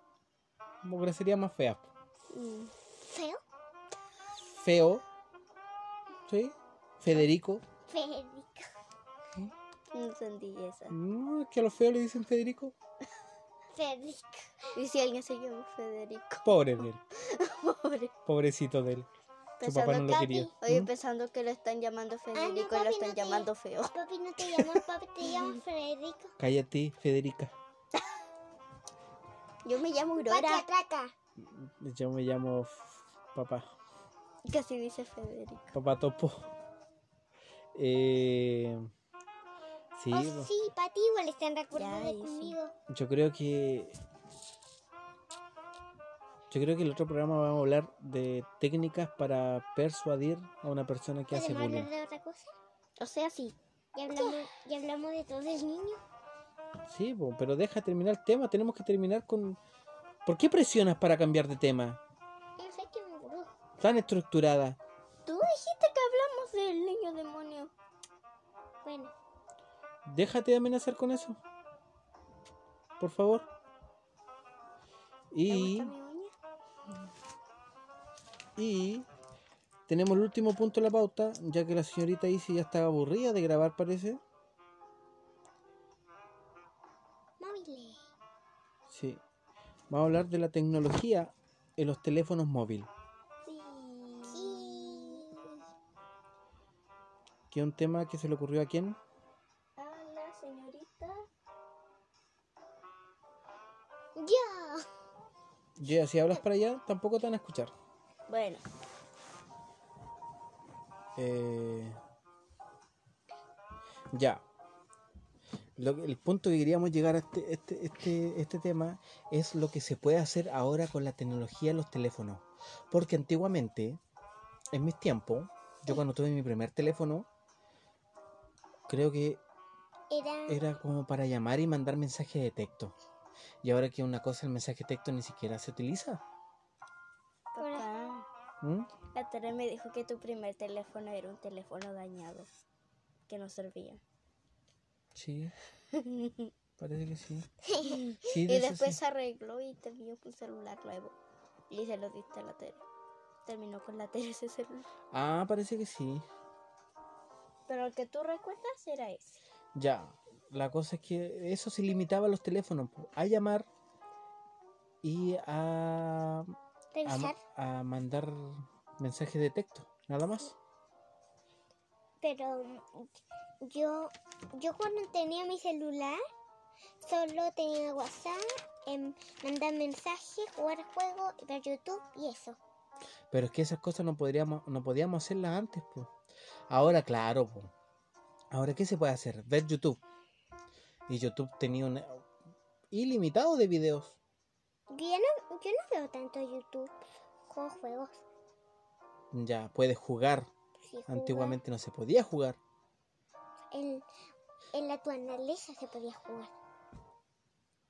Speaker 1: como groserías más feas.
Speaker 2: Mm.
Speaker 3: feo
Speaker 1: Feo, ¿sí? Federico.
Speaker 3: Federico
Speaker 2: No entendí esa.
Speaker 1: No, es que a los feos le dicen Federico.
Speaker 3: Federico
Speaker 2: Y si alguien se llama Federico, [LAUGHS]
Speaker 1: Pobre de él,
Speaker 2: pobre.
Speaker 1: pobrecito de él. Su papá no lo
Speaker 3: Pensando,
Speaker 1: quería.
Speaker 3: Katy.
Speaker 2: Oye,
Speaker 1: ¿Mm?
Speaker 2: pensando que lo están llamando Federico y
Speaker 3: papi,
Speaker 2: lo
Speaker 3: no
Speaker 2: están
Speaker 3: te-
Speaker 2: llamando feo. [LAUGHS]
Speaker 3: papi no te llamas papi te llamas Federico
Speaker 1: Cállate, Federica.
Speaker 2: Yo me llamo
Speaker 3: Paca,
Speaker 2: Aurora.
Speaker 3: traca.
Speaker 1: Yo me llamo F- papá.
Speaker 2: Casi dice Federico.
Speaker 1: Papá Topo. Eh, Sí,
Speaker 3: oh,
Speaker 1: po.
Speaker 3: sí, para ti igual están recordando
Speaker 2: Ya, y sí.
Speaker 3: conmigo.
Speaker 1: yo creo que. Yo creo que el otro programa vamos a hablar de técnicas para persuadir a una persona que hace
Speaker 3: ¿Podemos
Speaker 1: bullying.
Speaker 3: hablar de otra cosa?
Speaker 2: O sea, sí.
Speaker 3: Ya hablamos, ya hablamos de todo el niño.
Speaker 1: Sí, po, pero deja terminar el tema. Tenemos que terminar con. ¿Por qué presionas para cambiar de tema?
Speaker 3: No sé qué me ocurrió.
Speaker 1: Tan estructurada.
Speaker 2: Tú dijiste que hablamos del niño demonio.
Speaker 3: Bueno,
Speaker 1: Déjate de amenazar con eso. Por favor.
Speaker 2: ¿Te
Speaker 1: Y,
Speaker 2: gusta mi uña?
Speaker 1: y tenemos el último punto de la pauta, ya que la señorita Isi ya estaba aburrida de grabar, parece.
Speaker 3: móviles.
Speaker 1: Sí. Vamos a hablar de la tecnología en los teléfonos móviles,
Speaker 2: Sí.
Speaker 3: Sí.
Speaker 1: que es un tema que se le ocurrió a quién.
Speaker 2: A la señorita.
Speaker 3: Yo.
Speaker 1: Ya, si hablas para allá, tampoco te van a escuchar.
Speaker 2: Bueno,
Speaker 1: Eh, ya. Lo que- el punto que queríamos llegar a este, este, este, este tema es lo que se puede hacer ahora con la tecnología en los teléfonos. Porque antiguamente, en mis tiempos, yo cuando tuve mi primer teléfono, creo que
Speaker 3: Era.
Speaker 2: Eh,
Speaker 1: era como para llamar y mandar mensaje de texto. Y ahora que una cosa, el mensaje de texto ni siquiera se utiliza.
Speaker 2: papá.
Speaker 1: ¿Mm?
Speaker 2: La Tere me dijo que tu primer teléfono era un teléfono dañado. Que no servía.
Speaker 1: Sí. [LAUGHS] Parece que
Speaker 2: [LAUGHS]
Speaker 1: sí. Sí, de
Speaker 2: Y
Speaker 1: eso
Speaker 2: después
Speaker 1: sí.
Speaker 2: se arregló y te envió un celular nuevo. Y se lo diste a la Tere. Terminó con la Tere ese celular.
Speaker 1: Ah, parece que sí.
Speaker 2: Pero el que tú recuerdas era ese.
Speaker 1: Ya, la cosa es que eso se limitaba a los teléfonos, po, a llamar y a, a, ma-
Speaker 3: Revisar.
Speaker 1: a mandar mensajes de texto, nada más.
Speaker 3: Pero mm, yo, yo cuando tenía mi celular, solo tenía WhatsApp, em, mandar mensajes, jugar juegos, ver YouTube y eso.
Speaker 1: Pero es que esas cosas no podríamos, no podíamos hacerlas antes, pues. Ahora, claro, pues. Ahora, ¿qué se puede hacer? Ver YouTube. Y YouTube tenía un ilimitado de videos.
Speaker 3: Yo ya no, yo no veo tanto YouTube, juego juegos. pues,
Speaker 1: Ya, puedes jugar.
Speaker 3: sí, jugar.
Speaker 1: Antiguamente no se podía jugar.
Speaker 3: En, en la naturaleza se podía jugar.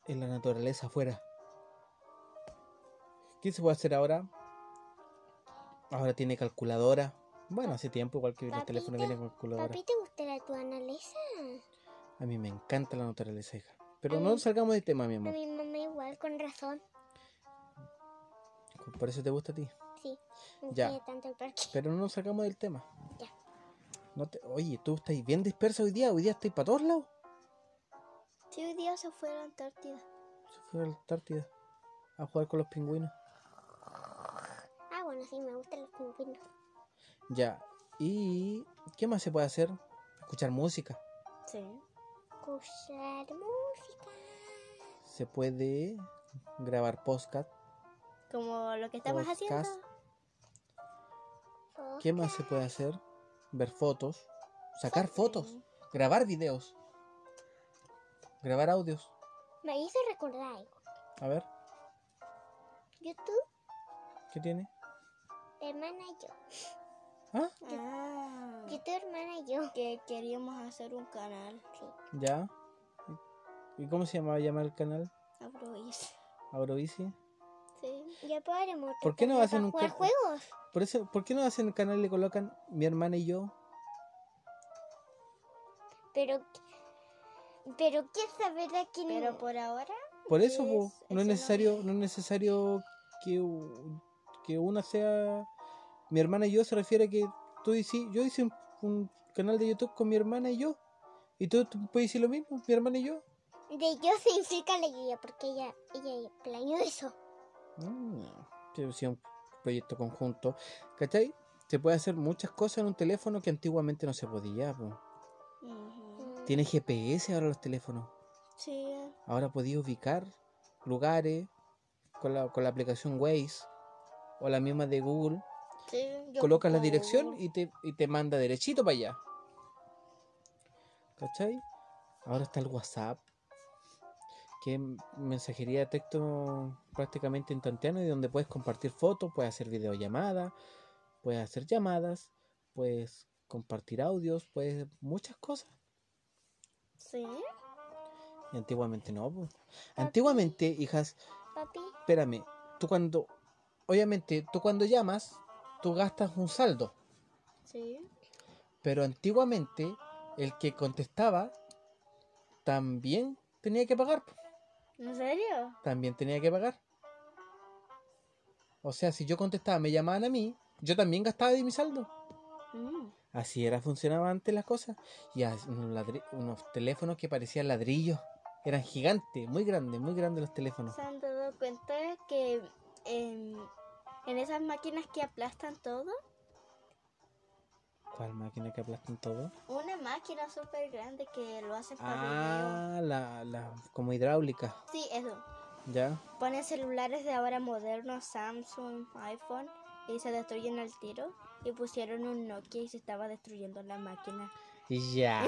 Speaker 1: en la naturaleza afuera. ¿Qué se puede hacer ahora? Ahora tiene calculadora. Bueno, hace tiempo igual que los
Speaker 3: Papita,
Speaker 1: teléfonos vienen con calculadora.
Speaker 3: Papi, ¿te gusta la naturaleza?
Speaker 1: A mí me encanta la naturaleza, hija. Pero
Speaker 3: A
Speaker 1: no
Speaker 3: mí-
Speaker 1: salgamos de tema, mi
Speaker 3: A
Speaker 1: amor.
Speaker 3: mi mamá igual, con razón.
Speaker 1: Por eso te gusta a ti.
Speaker 3: Sí, me
Speaker 1: Ya.
Speaker 3: gusta tanto el parque. [LAUGHS]
Speaker 1: Pero no nos salgamos del tema.
Speaker 3: Ya.
Speaker 1: No te... Oye, tú estás bien dispersa hoy día. Hoy día estás para todos lados.
Speaker 2: Sí, un día se fue a la Antártida.
Speaker 1: Se fue a la Antártida a jugar con los pingüinos.
Speaker 3: Ah, bueno, sí, me gustan los pingüinos.
Speaker 1: Ya. ¿Y qué más se puede hacer? Escuchar música.
Speaker 2: Sí.
Speaker 3: Escuchar música.
Speaker 1: Se puede grabar podcast.
Speaker 2: Como lo que estamos
Speaker 1: Podcast.
Speaker 2: haciendo.
Speaker 1: ¿Qué más se puede hacer? Ver fotos, sacar
Speaker 2: Fotos.
Speaker 1: fotos, grabar videos, grabar audios.
Speaker 3: Me hizo recordar algo.
Speaker 1: A ver,
Speaker 3: YouTube,
Speaker 1: ¿qué tiene?
Speaker 3: hermana y yo.
Speaker 1: Ah,
Speaker 2: Ah,
Speaker 3: YouTube, hermana y yo.
Speaker 2: que queríamos hacer un canal.
Speaker 3: Sí.
Speaker 1: ya. ¿Y cómo se llamaba llamar el canal?
Speaker 2: Abro ese.
Speaker 1: Aurobici.
Speaker 2: Sí.
Speaker 3: Ya podremos.
Speaker 1: ¿Por qué no
Speaker 3: tratar de
Speaker 1: hacen un
Speaker 3: jugar
Speaker 1: cor-
Speaker 3: juegos?
Speaker 1: Por eso, ¿por qué no hacen el canal y le colocan mi hermana y yo?
Speaker 3: Pero. Pero quién sabe de quién.
Speaker 2: Pero por ahora,
Speaker 1: Por eso
Speaker 2: Sí,
Speaker 1: po, no
Speaker 2: es- eso no.
Speaker 1: es necesario, no es necesario que, u- que una sea mi hermana y yo se refiere a que tú dices, yo hice un, un canal de YouTube con mi hermana y yo. Y tú, tú puedes decir lo mismo, mi hermana y yo.
Speaker 3: De yo [LAUGHS] significa alegría, porque ella, ella planeó eso.
Speaker 1: Mm, sí, sí, un proyecto conjunto. ¿Cachai? Se puede hacer muchas cosas en un teléfono que antiguamente no se podía. po.
Speaker 2: ujú,
Speaker 3: Mm,
Speaker 1: Tiene GPS ahora los teléfonos.
Speaker 2: sí,
Speaker 1: Ahora podías ubicar lugares con la, con la aplicación Waze o la misma de Google.
Speaker 2: sí, yo
Speaker 1: colocas la
Speaker 2: ocupo
Speaker 1: dirección
Speaker 2: Google.
Speaker 1: y te, y te manda derechito para allá. ¿Cachai? Ahora está el WhatsApp, que es mensajería de texto prácticamente instantáneos y donde puedes compartir fotos, puedes hacer videollamadas, puedes hacer llamadas, puedes compartir audios, puedes muchas cosas.
Speaker 2: Sí.
Speaker 1: Y antiguamente no. po. Antiguamente, hijas,
Speaker 3: Papi,
Speaker 1: espérame, tú cuando, obviamente, tú cuando llamas, tú gastas un saldo.
Speaker 2: Sí.
Speaker 1: Pero antiguamente el que contestaba también tenía que pagar. po.
Speaker 2: ¿En serio?
Speaker 1: También tenía que pagar. O sea, si yo contestaba, me llamaban a mí, yo también gastaba de mi saldo.
Speaker 2: Mm.
Speaker 1: Así era, funcionaban antes las cosas. Y as- unos, ladri- unos teléfonos que parecían ladrillos. Eran gigantes, muy grandes, muy grandes los teléfonos.
Speaker 2: ¿Se han dado cuenta que em, en esas máquinas que aplastan todo,
Speaker 1: ¿Cuál máquina que aplastan todo?
Speaker 2: una máquina súper grande que lo hacen para video?
Speaker 1: Ah, la, la, como hidráulica,
Speaker 2: Sí, eso.
Speaker 1: ¿ya?
Speaker 2: Ponen celulares de ahora modernos, Samsung, iPhone, y se destruyen al tiro. Y pusieron un Nokia y se estaba destruyendo la máquina.
Speaker 1: Ya,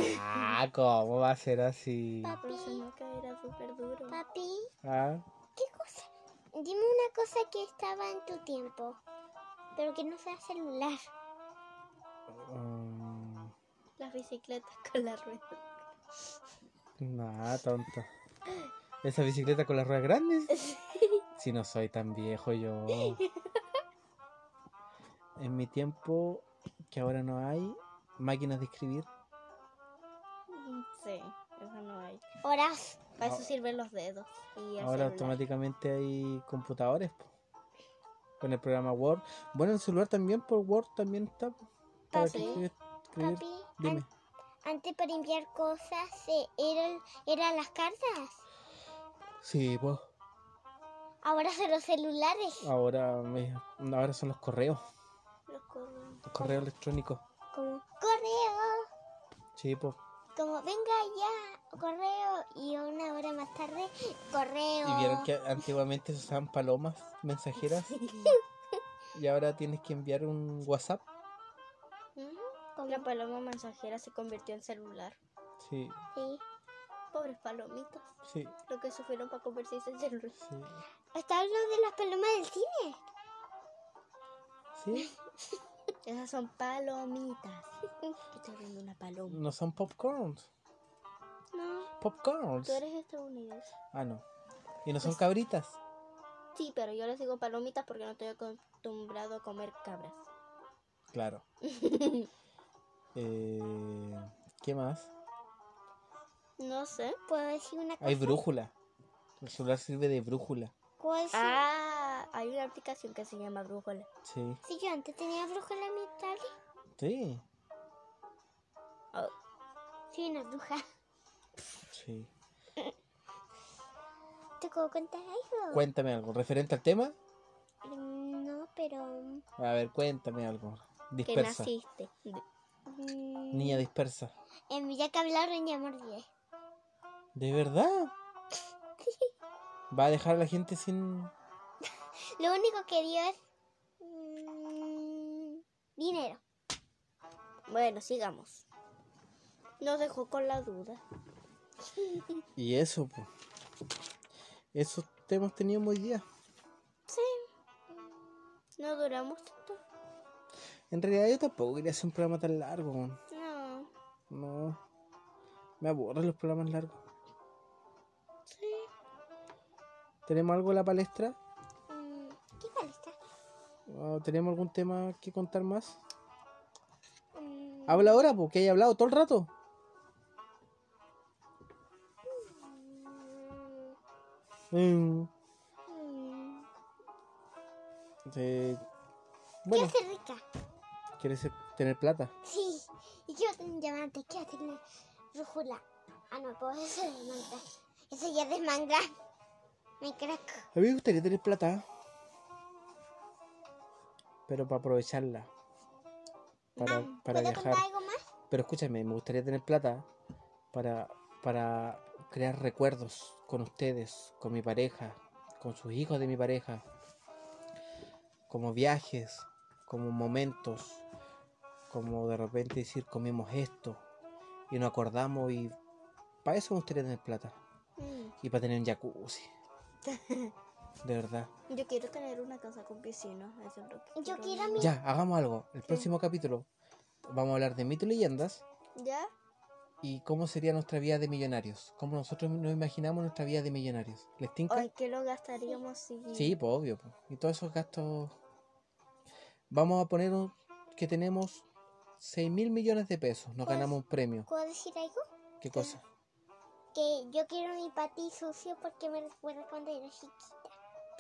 Speaker 1: ¿cómo va a ser así?
Speaker 2: Pero ese
Speaker 3: papi,
Speaker 2: Nokia era súper duro.
Speaker 3: papi,
Speaker 1: Ah,
Speaker 3: ¿qué cosa? Dime una cosa que estaba en tu tiempo, pero que no sea celular.
Speaker 1: mm,
Speaker 2: Las bicicletas con las ruedas.
Speaker 1: Mm, nah, tonto. ¿Esa bicicleta con las ruedas
Speaker 2: [LAUGHS]
Speaker 1: grandes? Si no soy tan viejo yo. En mi tiempo, que ahora no hay, máquinas de escribir.
Speaker 2: Sí, eso no hay.
Speaker 3: Horas.
Speaker 2: Para eso sirven los dedos. Y el
Speaker 1: Ahora
Speaker 2: celular.
Speaker 1: automáticamente hay computadores. po. Con el programa Word. Bueno, en celular también, por Word también está. po, Para que
Speaker 3: Papi,
Speaker 1: escribir- escribir.
Speaker 3: Papi, an-
Speaker 1: Dime.
Speaker 3: antes para enviar cosas eh, eran, eran las cartas.
Speaker 1: Sí, pues.
Speaker 3: Ahora son los celulares.
Speaker 1: Ah. Ahora, me- ahora son los correos.
Speaker 2: Los correos.
Speaker 1: Los correos electrónicos.
Speaker 3: Como correo,
Speaker 1: Sí, pues.
Speaker 3: como venga ya, correo. Y una hora más tarde, correo.
Speaker 1: Y vieron que antiguamente se usaban palomas mensajeras. Y ahora tienes que enviar un WhatsApp.
Speaker 2: Ujú.
Speaker 3: Como-
Speaker 2: [LAUGHS] La paloma mensajera se convirtió en celular.
Speaker 1: Sí,
Speaker 3: sí.
Speaker 2: Pobres palomitas.
Speaker 1: sí,
Speaker 2: Lo que sufrieron para convertirse en celular.
Speaker 1: sí.
Speaker 3: Está lo de las palomas del cine.
Speaker 1: Sí,
Speaker 2: Esas son palomitas. [LAUGHS] Estoy viendo una paloma.
Speaker 1: no son popcorns.
Speaker 2: No,
Speaker 1: Popcorns.
Speaker 2: tú eres estadounidense.
Speaker 1: Ah, no. Y no son cabritas.
Speaker 2: Sí, pero yo les digo palomitas porque no estoy acostumbrado a comer cabras. [LAUGHS]
Speaker 1: Claro. Eh, ¿Qué más?
Speaker 2: No sé.
Speaker 3: ¿Puedo decir una cosa?
Speaker 1: Hay brújula. El celular sirve de brújula.
Speaker 3: ¿Puedo decir?
Speaker 2: Ah, hay una aplicación que se llama Brújula.
Speaker 1: Sí,
Speaker 3: Si yo antes tenía bruja en la mitad.
Speaker 1: sí,
Speaker 2: Oh,
Speaker 3: Soy una bruja.
Speaker 1: sí.
Speaker 3: ¿Te puedo contar algo?
Speaker 1: Cuéntame algo. ¿Referente al tema?
Speaker 3: Mm, No, pero... mm,
Speaker 1: A ver, cuéntame algo.
Speaker 2: que
Speaker 1: Dispersa.
Speaker 2: naciste.
Speaker 1: Niña dispersa.
Speaker 3: mm, En Villa Cablaron ya mordí.
Speaker 1: ¿De verdad? ¿Va a dejar a la gente sin...?
Speaker 3: Lo único que dio es... mm, dinero.
Speaker 2: Bueno, sigamos. Nos dejó con la duda.
Speaker 1: Y eso, pues. Esos temas teníamos hoy día.
Speaker 2: No duramos tanto.
Speaker 1: En realidad yo tampoco quería hacer un programa tan largo. weón.
Speaker 2: No.
Speaker 1: No. Me aburren los programas largos. ¿Tenemos algo en la palestra?
Speaker 3: Mm, ¿Qué tal está?
Speaker 1: ¿O ¿Tenemos algún tema que contar más?
Speaker 3: Mm,
Speaker 1: Habla ahora, porque he hablado todo el rato.
Speaker 3: mm,
Speaker 1: Mm,
Speaker 3: mm.
Speaker 1: eh,
Speaker 3: Quiero
Speaker 1: Bueno,
Speaker 3: ser rica.
Speaker 1: ¿quieres ser- tener plata?
Speaker 3: Sí. Y quiero tener diamantes. Quiero tener brújula. Ah, no, pues eso es de manga. Eso ya es de manga. Me crack.
Speaker 1: A mí me gustaría tener plata. Pero para aprovecharla. Para, para
Speaker 3: Ah, ¿Puedo
Speaker 1: viajar.
Speaker 3: contar algo más?
Speaker 1: Pero escúchame, me gustaría tener plata para, para crear recuerdos con ustedes, con mi pareja, con sus hijos de mi pareja. Como viajes, como momentos, como de repente decir comimos esto y nos acordamos y
Speaker 4: Para eso me gustaría tener plata.
Speaker 2: Mm.
Speaker 4: Y para tener un jacuzzi. De verdad.
Speaker 2: Yo quiero tener una casa con piscina. Eso es lo que
Speaker 3: Yo quiero mi-
Speaker 4: Ya, hagamos algo. El próximo capítulo vamos a hablar de mitos y leyendas
Speaker 2: ¿Ya?
Speaker 4: y cómo sería nuestra vida de millonarios. Cómo nosotros nos imaginamos nuestra vida de millonarios. ¿Les tinca?
Speaker 2: Ay, que lo gastaríamos si...
Speaker 4: Sí, pues obvio. po. Y todos esos gastos. Vamos a poner un- que tenemos 6 mil millones de pesos. Nos
Speaker 3: Pues-
Speaker 4: ganamos un premio.
Speaker 3: ¿Puedo decir algo?
Speaker 4: ¿Qué cosa?
Speaker 3: Que yo quiero mi pati sucio porque me recuerda cuando era chiquita.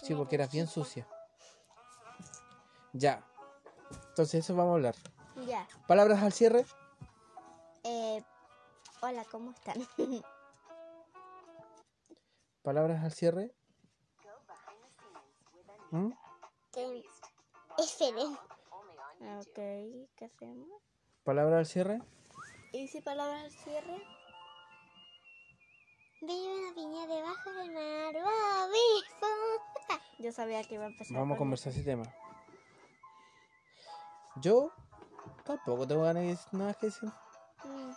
Speaker 4: Sí, porque eras bien sucia. Ya. Entonces, eso vamos a hablar.
Speaker 2: Ya.
Speaker 4: Palabras al cierre.
Speaker 2: Eh, hola, ¿cómo están?
Speaker 4: Palabras al cierre. ¿Mm?
Speaker 3: Que- Esperen.
Speaker 2: ok, ¿qué hacemos?
Speaker 4: Palabras al cierre.
Speaker 2: ¿Y si palabras al cierre?
Speaker 3: Veo una piña debajo del mar. ¡Va, obispo!
Speaker 2: Yo sabía que iba a empezar.
Speaker 4: Vamos a
Speaker 2: con-
Speaker 4: conversar ese tema. Yo tampoco tengo ganas de decir nada que decir.
Speaker 2: Mm,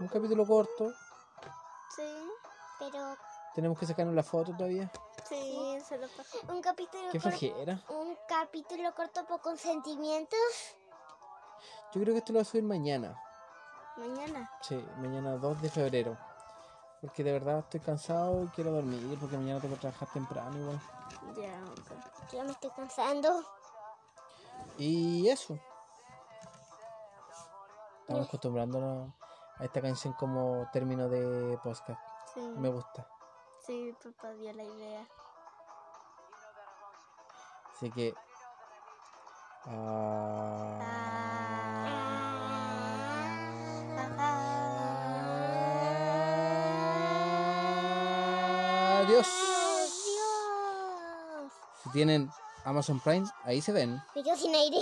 Speaker 4: Un capítulo corto.
Speaker 2: Sí,
Speaker 3: Pero
Speaker 4: Tenemos que sacarnos la foto todavía.
Speaker 2: sí, se lo pasó.
Speaker 3: un capítulo
Speaker 4: Qué
Speaker 3: corto.
Speaker 4: flojera.
Speaker 3: Un capítulo corto por consentimientos.
Speaker 4: Yo creo que esto lo voy a subir mañana.
Speaker 2: Mañana.
Speaker 4: Sí, mañana 2 de febrero. Porque de verdad estoy cansado y quiero dormir porque mañana tengo que trabajar temprano igual.
Speaker 2: Ya, ok.
Speaker 3: Ya me estoy cansando.
Speaker 4: Y eso. Estamos acostumbrándonos a esta canción como término de podcast.
Speaker 2: Sí,
Speaker 4: Me gusta.
Speaker 2: sí, papá dio la idea.
Speaker 4: Así que. ah, Adiós.
Speaker 3: ¡Dios!
Speaker 4: Si tienen Amazon Prime, ahí se ven.
Speaker 3: Me quedo sin aire.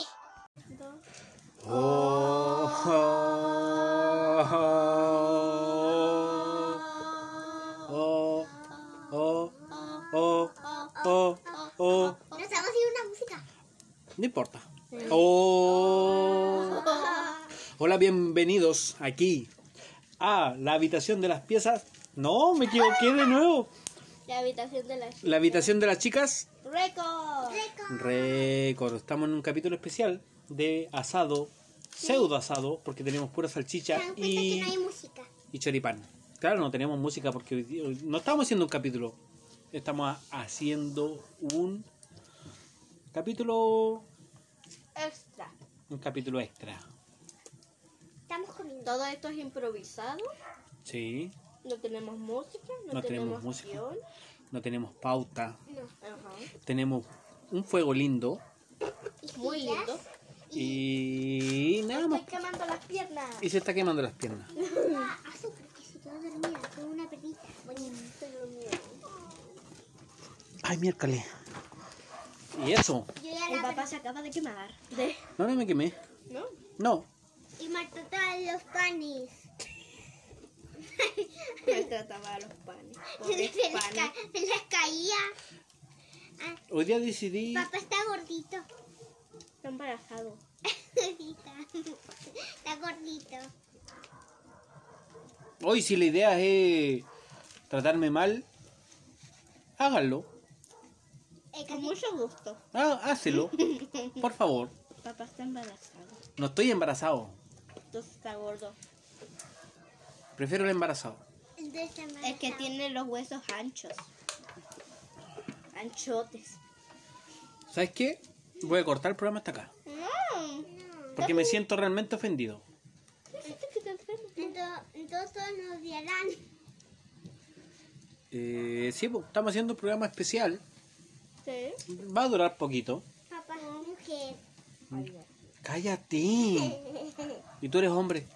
Speaker 3: No estamos haciendo una música.
Speaker 4: No importa. Oh. Hola, bienvenidos aquí a la habitación de las piezas. No, me equivoqué de nuevo.
Speaker 2: La habitación de la chica.
Speaker 4: La habitación de las chicas.
Speaker 2: ¡Récord!
Speaker 4: Récord. Estamos en un capítulo especial de asado, pseudo asado, porque tenemos pura salchicha
Speaker 3: Se dan cuenta
Speaker 4: y,
Speaker 3: que no hay música.
Speaker 4: y choripán. Claro, no tenemos música porque hoy día- hoy- no estamos haciendo un capítulo. Estamos ha- haciendo un capítulo,
Speaker 2: Extra.
Speaker 4: un capítulo extra.
Speaker 3: Estamos comiendo.
Speaker 2: Todo esto es improvisado.
Speaker 4: Sí,
Speaker 2: No tenemos música. No,
Speaker 4: No tenemos
Speaker 2: tenemos
Speaker 4: música.
Speaker 2: guión.
Speaker 4: no tenemos pauta.
Speaker 2: Ajá.
Speaker 4: Tenemos un fuego lindo
Speaker 2: Muy lindo.
Speaker 4: y nada más.
Speaker 2: Estoy quemando las piernas.
Speaker 4: Y se está quemando las piernas.
Speaker 3: Ah, Azúcar que se quedó dormida con una perrita. Bonito.
Speaker 4: Ay, miércoles. Y eso.
Speaker 3: Yo ya
Speaker 2: El
Speaker 3: la
Speaker 2: papá se acaba de quemar. De...
Speaker 4: No, no me quemé.
Speaker 2: [LAUGHS] ¿No?
Speaker 4: No.
Speaker 3: Y mató todos los panes.
Speaker 2: Maltrataba a los [LAUGHS] panes. Pobres
Speaker 3: [LAUGHS] Se les,
Speaker 2: panes.
Speaker 3: ca- se les caía.
Speaker 4: Hoy día decidí.
Speaker 3: Papá está gordito. [LAUGHS]
Speaker 2: Está embarazado.
Speaker 3: Gordita. está gordito.
Speaker 4: Hoy si la idea es tratarme mal, háganlo.
Speaker 2: Con
Speaker 3: El café-
Speaker 2: mucho gusto.
Speaker 4: Há- hácelo. Por favor.
Speaker 2: Papá está embarazado.
Speaker 4: No estoy embarazado.
Speaker 2: Entonces está gordo.
Speaker 4: Prefiero el embarazado.
Speaker 3: el de esta
Speaker 2: Es que
Speaker 3: marca.
Speaker 2: tiene los huesos anchos. Anchotes.
Speaker 4: ¿Sabes qué? Voy a cortar el programa hasta acá.
Speaker 3: Mm.
Speaker 4: Porque me siento realmente ofendido.
Speaker 3: Ento- Entonces nos odiarán.
Speaker 4: Eh, sí, po, estamos haciendo un programa especial.
Speaker 2: Sí.
Speaker 4: Va a durar poquito.
Speaker 3: Papá es mujer.
Speaker 4: Cállate.
Speaker 2: [LAUGHS]
Speaker 4: Y tú eres hombre.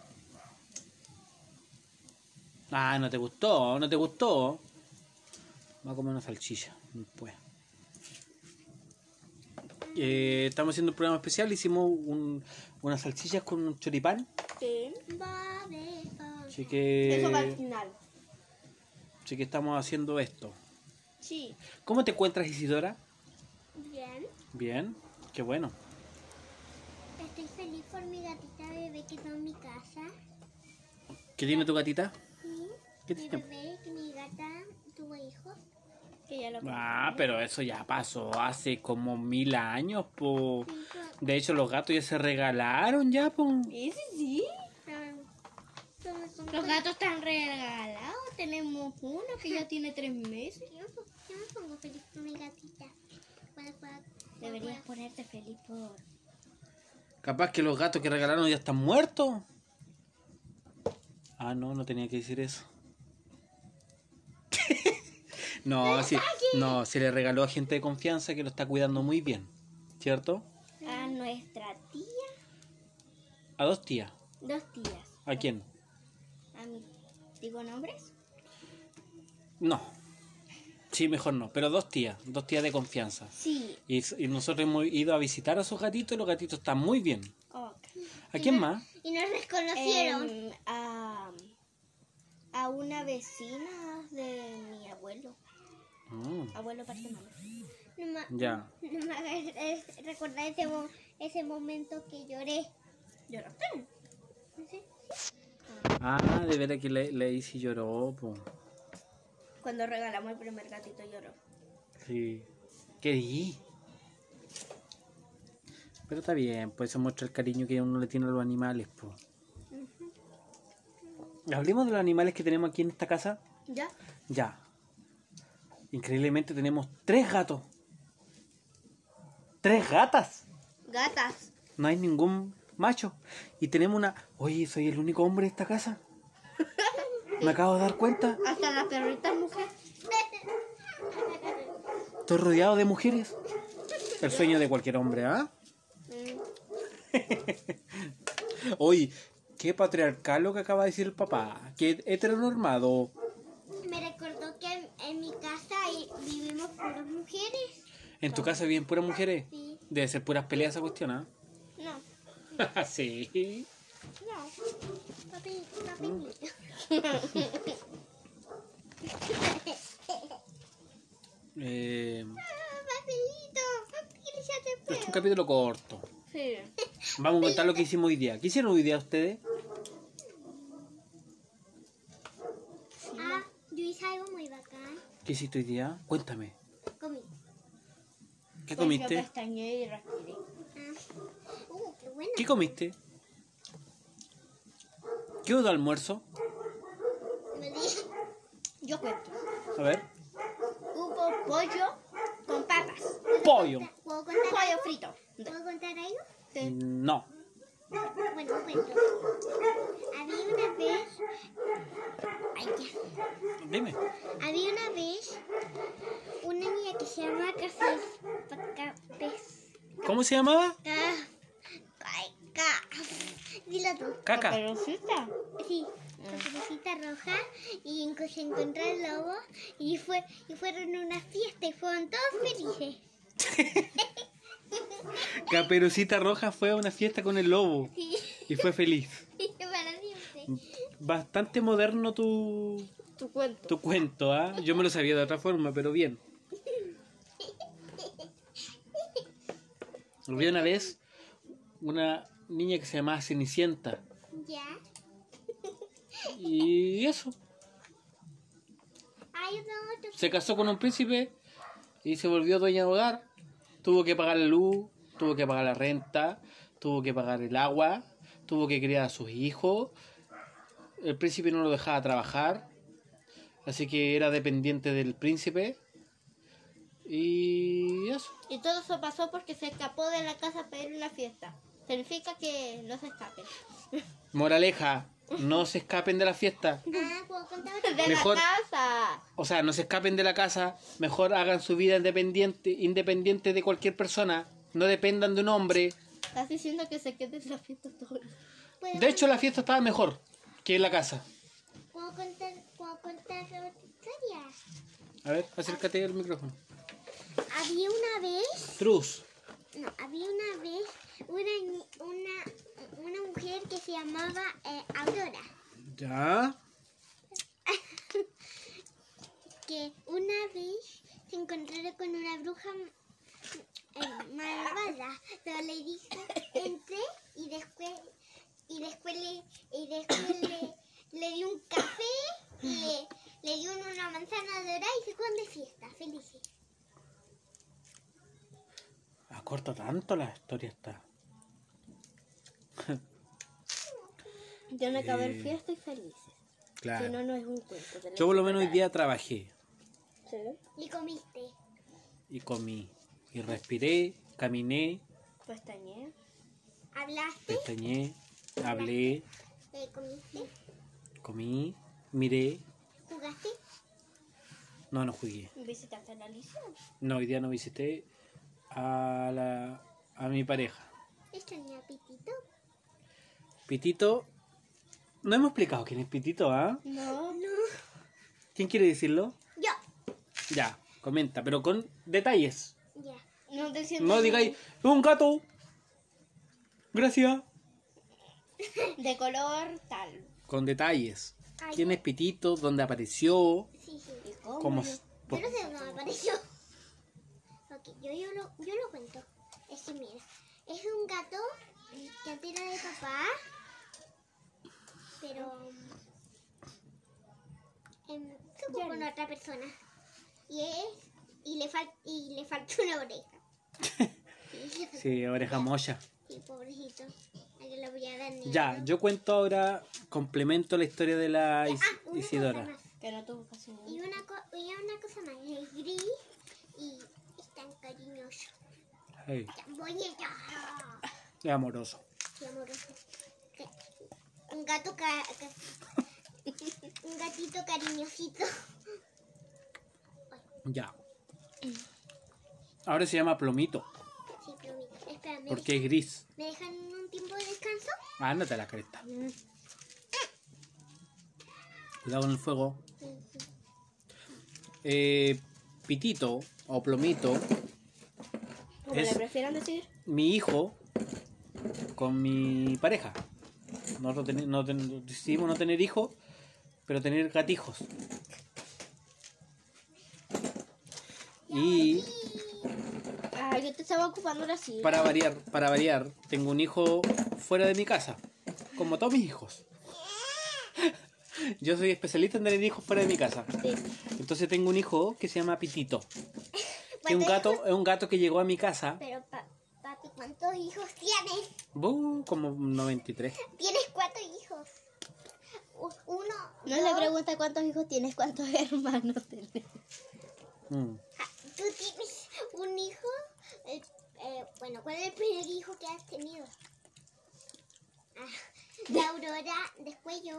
Speaker 4: Ah, no te gustó, no te gustó. Va a comer una salchicha. Pues. Eh, estamos haciendo un programa especial. Hicimos un- unas salchichas con un choripán.
Speaker 2: Sí.
Speaker 3: Bob Esponja.
Speaker 4: Así
Speaker 2: Eso va al
Speaker 4: que,
Speaker 2: final.
Speaker 4: así que estamos haciendo esto.
Speaker 2: Sí.
Speaker 4: ¿Cómo te encuentras, Isidora?
Speaker 3: Bien.
Speaker 4: Bien, qué bueno.
Speaker 3: Estoy feliz por mi gatita bebé que está en mi casa.
Speaker 4: ¿Qué tiene tu gatita? ¿Qué
Speaker 3: Mi
Speaker 4: tiene?
Speaker 3: bebé, que mi gata tuvo hijos.
Speaker 2: Que ya lo
Speaker 4: Ah, pero eso ya pasó hace como mil años, po. De hecho, los gatos ya se regalaron, ya, po.
Speaker 2: Sí, sí, sí.
Speaker 3: Somos un
Speaker 2: Los gatos están regalados. Tenemos uno que ya tiene tres meses.
Speaker 3: Yo me pongo- yo me pongo feliz con mi gatita. Cuando juega- cuando
Speaker 2: Deberías
Speaker 3: juega-
Speaker 2: ponerte feliz por...
Speaker 4: Capaz que los gatos que regalaron ya están muertos. Ah, no, no tenía que decir eso. [LAUGHS] no, sí, no, se le regaló a gente de confianza que lo está cuidando muy bien, ¿cierto?
Speaker 2: A nuestra tía.
Speaker 4: A dos tías.
Speaker 2: Dos tías.
Speaker 4: ¿A quién?
Speaker 2: A mí. ¿Digo nombres?
Speaker 4: No. Sí, mejor no, pero dos tías, dos tías de confianza.
Speaker 2: Sí.
Speaker 4: Y, s- y nosotros hemos ido a visitar a sus gatitos y los gatitos están muy bien.
Speaker 2: Ok.
Speaker 4: ¿A quién más?
Speaker 3: Y nos desconocieron.
Speaker 2: Em, a, a una vecina de mi abuelo.
Speaker 4: Mm,
Speaker 2: Abuelo parte de mamá.
Speaker 3: No me-
Speaker 4: ya.
Speaker 3: no me hagas eh, recordar ese, mo- ese momento que lloré.
Speaker 2: ¿Lloraste?
Speaker 4: Ah, de veras que le, le hice lloró, po.
Speaker 2: Cuando regalamos el primer gatito lloró.
Speaker 4: Sí. ¿Qué di? Pero está bien, pues eso muestra el cariño que uno le tiene a los animales, po. Hablemos de los animales que tenemos aquí en esta casa.
Speaker 2: ¿Ya?
Speaker 4: Ya. Increíblemente tenemos tres gatos. Tres gatas.
Speaker 2: Gatas.
Speaker 4: No hay ningún macho. Y tenemos una... Oye, soy el único hombre de esta casa. Me acabo de dar cuenta.
Speaker 2: Hasta las perritas mujer.
Speaker 4: Estoy rodeado de mujeres. El sueño de cualquier hombre, ¿ah?
Speaker 3: Mm,
Speaker 4: Oye, qué patriarcal lo que acaba de decir el papá. Qué heteronormado.
Speaker 3: Me recordó que en, en mi casa ahí vivimos puras mujeres.
Speaker 4: En tu casa viven puras mujeres.
Speaker 3: Sí.
Speaker 4: Debe ser puras peleas esa cuestión, ¿ah?
Speaker 3: No,
Speaker 4: [LAUGHS] sí.
Speaker 3: no. Papi, papi.
Speaker 4: Mm.
Speaker 3: [LAUGHS]
Speaker 4: Eh,
Speaker 3: Papelito, papi, Ah, ya te
Speaker 4: este es un
Speaker 3: puedo.
Speaker 4: capítulo corto.
Speaker 2: Sí.
Speaker 4: Vamos a contar lo que hicimos hoy día. ¿Qué hicieron hoy día ustedes?
Speaker 3: Ah, yo hice algo muy bacán.
Speaker 4: ¿Qué hiciste hoy día? Cuéntame.
Speaker 3: Comí.
Speaker 4: ¿Qué
Speaker 2: Pues Yo
Speaker 4: comiste?
Speaker 2: pestañeé y respiré.
Speaker 3: Ah. Uh, qué bueno.
Speaker 4: ¿Qué comiste? ¿Qué hubo de almuerzo?
Speaker 3: Me dije,
Speaker 2: Yo cuento.
Speaker 4: A ver.
Speaker 3: Uh,
Speaker 2: Hubo pollo con papas.
Speaker 4: Pollo.
Speaker 3: ¿Puedo contar
Speaker 2: Pollo
Speaker 3: algo?
Speaker 2: frito.
Speaker 3: ¿Puedo contar algo?
Speaker 4: No.
Speaker 3: Bueno, cuento. Había una vez. Ay, ya.
Speaker 4: Dime.
Speaker 3: Había una vez una niña que se llama Café. Café.
Speaker 4: ¿Cómo se llamaba?
Speaker 3: Ay, ca. Dilo tú.
Speaker 4: Caca.
Speaker 2: Caperucita.
Speaker 3: Sí, Caperucita Roja y enco- se encontró el lobo y fue y fueron a una fiesta y fueron todos felices. [LAUGHS]
Speaker 4: Caperucita Roja fue a una fiesta con el lobo
Speaker 3: Sí,
Speaker 4: y fue feliz.
Speaker 3: para siempre.
Speaker 4: Bastante moderno tu,
Speaker 2: Tu cuento.
Speaker 4: tu cuento, ¿ah? Yo me lo sabía de otra forma, pero bien. Había una vez una niña que se llamaba Cenicienta
Speaker 3: Ya.
Speaker 4: y eso.
Speaker 3: Hay otro.
Speaker 4: Se casó con un príncipe y se volvió dueña de hogar. Tuvo que pagar la luz, tuvo que pagar la renta, tuvo que pagar el agua, tuvo que criar a sus hijos. El príncipe no lo dejaba trabajar, así que era dependiente del príncipe. Y eso.
Speaker 2: Y todo eso pasó porque se escapó de la casa para ir a una fiesta. Significa que no se escapen.
Speaker 4: Moraleja, no se escapen de la fiesta.
Speaker 3: Ah, puedo contar otro.
Speaker 2: De
Speaker 4: Mejor-
Speaker 2: la casa.
Speaker 4: O sea, no se escapen de la casa, mejor hagan su vida independiente, independiente de cualquier persona. No dependan de un hombre.
Speaker 2: Estás diciendo que se quede en la fiesta todo el día.
Speaker 3: ¿Puedo,
Speaker 4: De hecho, la fiesta estaba mejor que en la casa.
Speaker 3: puedo contar, puedo contar otra historia.
Speaker 4: A ver, acércate al micrófono.
Speaker 3: Había una vez,
Speaker 4: Trus.
Speaker 3: no, había una vez una ni- una una mujer que se llamaba eh, Aurora.
Speaker 4: Ya.
Speaker 3: que una vez se encontraron con una bruja eh, malvada, pero le dijo entre y después y después le y después le, le di un café, le, le di una manzana dorada y se fueron de fiesta, felices.
Speaker 4: Acorta Ah, tanto la historia está.
Speaker 2: Yo no acabé
Speaker 4: Eh,
Speaker 2: el fiesta y felices.
Speaker 4: Claro.
Speaker 2: Si no, no es un cuento. te lo
Speaker 4: Ah. Yo por lo
Speaker 2: juro.
Speaker 4: menos hoy día trabajé
Speaker 2: Sí.
Speaker 3: Y comiste.
Speaker 4: y comí y respiré, caminé,
Speaker 2: Pestañeé.
Speaker 3: Hablaste,
Speaker 4: pestañé, hablé,
Speaker 3: eh, comiste,
Speaker 4: comí, miré.
Speaker 3: jugaste.
Speaker 4: No, no jugué.
Speaker 2: Visitaste la Alicia.
Speaker 4: No, hoy día no visité a, la, a mi pareja.
Speaker 3: Extrañé a Pitito.
Speaker 4: Pitito. No hemos explicado quién es Pitito, ¿ah?
Speaker 2: No.
Speaker 4: ¿Quién quiere decirlo?
Speaker 3: Yo.
Speaker 4: Ya, comenta, pero con detalles.
Speaker 3: Ya.
Speaker 2: No te siento.
Speaker 4: No digáis, "Es un gato. Gracias.
Speaker 2: De color tal.
Speaker 4: Con detalles.
Speaker 3: Ay. Oh,
Speaker 4: ¿Quién es Pitito? ¿Dónde apareció?
Speaker 3: Sí, sí.
Speaker 2: ¿Y
Speaker 4: ¿Cómo?
Speaker 2: cómo?
Speaker 4: s-
Speaker 3: Yo
Speaker 4: por-
Speaker 3: no sé dónde me apareció. Ok, yo, yo, lo, yo lo cuento. Es que mira, es un gato que antes era de papá, pero em, se fue con otra persona. Y es y le fal, y le falta una oreja. sí,
Speaker 4: [LAUGHS] Sí, oreja mocha.
Speaker 3: sí, pobrecito. A que lo voy a dar negro.
Speaker 4: Ya, yo cuento ahora, complemento la historia de la Is-
Speaker 3: Ah, una cosa
Speaker 4: Isidora.
Speaker 3: más.
Speaker 2: Que no tuvo casi nada.
Speaker 3: Y una, co- y una cosa más, es gris y es tan cariñoso.
Speaker 4: Ay,
Speaker 3: Ya, voy a llorar.
Speaker 4: es amoroso.
Speaker 3: Qué amoroso. Ca- Un gato ca- ca- un gatito cariñosito.
Speaker 4: Ya. Ahora se llama Plomito,
Speaker 3: Sí, Mm. plomito. Espera, ¿me,
Speaker 4: porque es gris.
Speaker 3: ¿me dejan un tiempo de descanso?
Speaker 4: Ándate a la cresta.
Speaker 3: Mm.
Speaker 4: Cuidado con el fuego. Eh, Pitito o Plomito,
Speaker 2: Como le
Speaker 4: Es-
Speaker 2: prefieran decir.
Speaker 4: mi hijo con mi pareja. Nosotros teni- no ten- decidimos no tener hijos, pero tener gatijos. Y
Speaker 2: Ah, yo te estaba ocupando la silla.
Speaker 4: para variar, para variar, tengo un hijo fuera de mi casa, como todos mis hijos. [LAUGHS] Yo soy especialista en tener hijos fuera de mi casa.
Speaker 2: Sí.
Speaker 4: Entonces tengo un hijo que se llama Pitito. Que es un
Speaker 3: ¿Cuántos
Speaker 4: gato, es un gato que llegó a mi casa.
Speaker 3: Pero, pa- papi, ¿cuántos hijos tienes?
Speaker 4: ¡bu! como 93.
Speaker 3: Tienes cuatro hijos. U- Uno,
Speaker 2: No le pregunta cuántos hijos tienes, cuántos hermanos tienes.
Speaker 4: Mm.
Speaker 3: ah, tú tienes un hijo. El- eh, bueno, ¿cuál es el primer hijo que has tenido? Ah, la Aurora, después yo,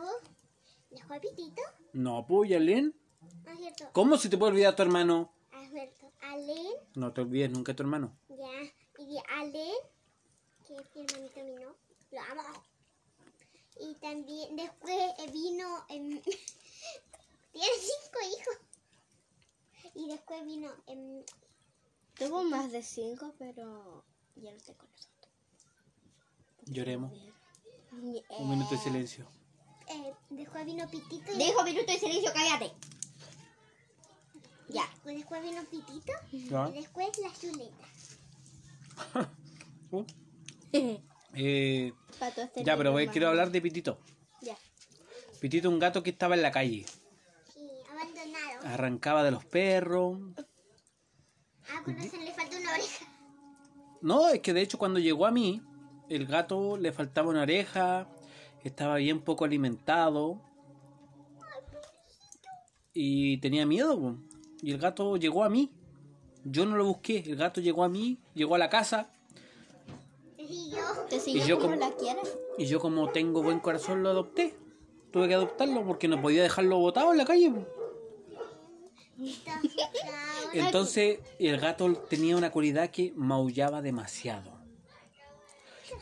Speaker 3: después Pitito,
Speaker 4: No, pues, Yalén.
Speaker 3: ¿no es cierto?
Speaker 4: ¿Cómo se te puede olvidar tu hermano?
Speaker 3: Alberto, Alen,
Speaker 4: No te olvides nunca de tu hermano.
Speaker 3: ya, y de Alen, que es mi hermanito mío, lo amo. Y también después eh, vino, em, [LAUGHS] tiene cinco hijos. Y después vino, em,
Speaker 2: Tuvo más de cinco, pero ya no te conozco.
Speaker 4: Lloremos. Un minuto de silencio.
Speaker 3: eh, después vino Pitito y
Speaker 2: Dijo minuto de silencio, cállate. Ya.
Speaker 3: después, después vino Pitito
Speaker 4: Ya.
Speaker 3: y después la chuleta.
Speaker 4: Uh. Eh,
Speaker 2: Pato, este
Speaker 4: ya, pero
Speaker 2: niño
Speaker 4: voy-
Speaker 2: más-
Speaker 4: quiero hablar de Pitito.
Speaker 2: Ya.
Speaker 4: Pitito, un gato que estaba en la calle.
Speaker 3: Sí, abandonado.
Speaker 4: Ah. Arrancaba de los perros.
Speaker 3: Ah, por eso le falta una oreja.
Speaker 4: No, es que de hecho cuando llegó a mí, el gato le faltaba una oreja, estaba bien poco alimentado y tenía miedo. po. Y el gato llegó a mí. Yo no lo busqué, el gato llegó a mí, llegó a la casa
Speaker 3: Y
Speaker 2: [LAUGHS]
Speaker 3: yo,
Speaker 2: Te sigue
Speaker 4: Y yo
Speaker 2: como
Speaker 4: como-
Speaker 2: la quieras.
Speaker 4: y yo como tengo buen corazón lo adopté. Tuve que adoptarlo porque no podía dejarlo botado en la calle. po.
Speaker 3: está aflojado.
Speaker 4: Entonces el gato tenía una cualidad que maullaba demasiado.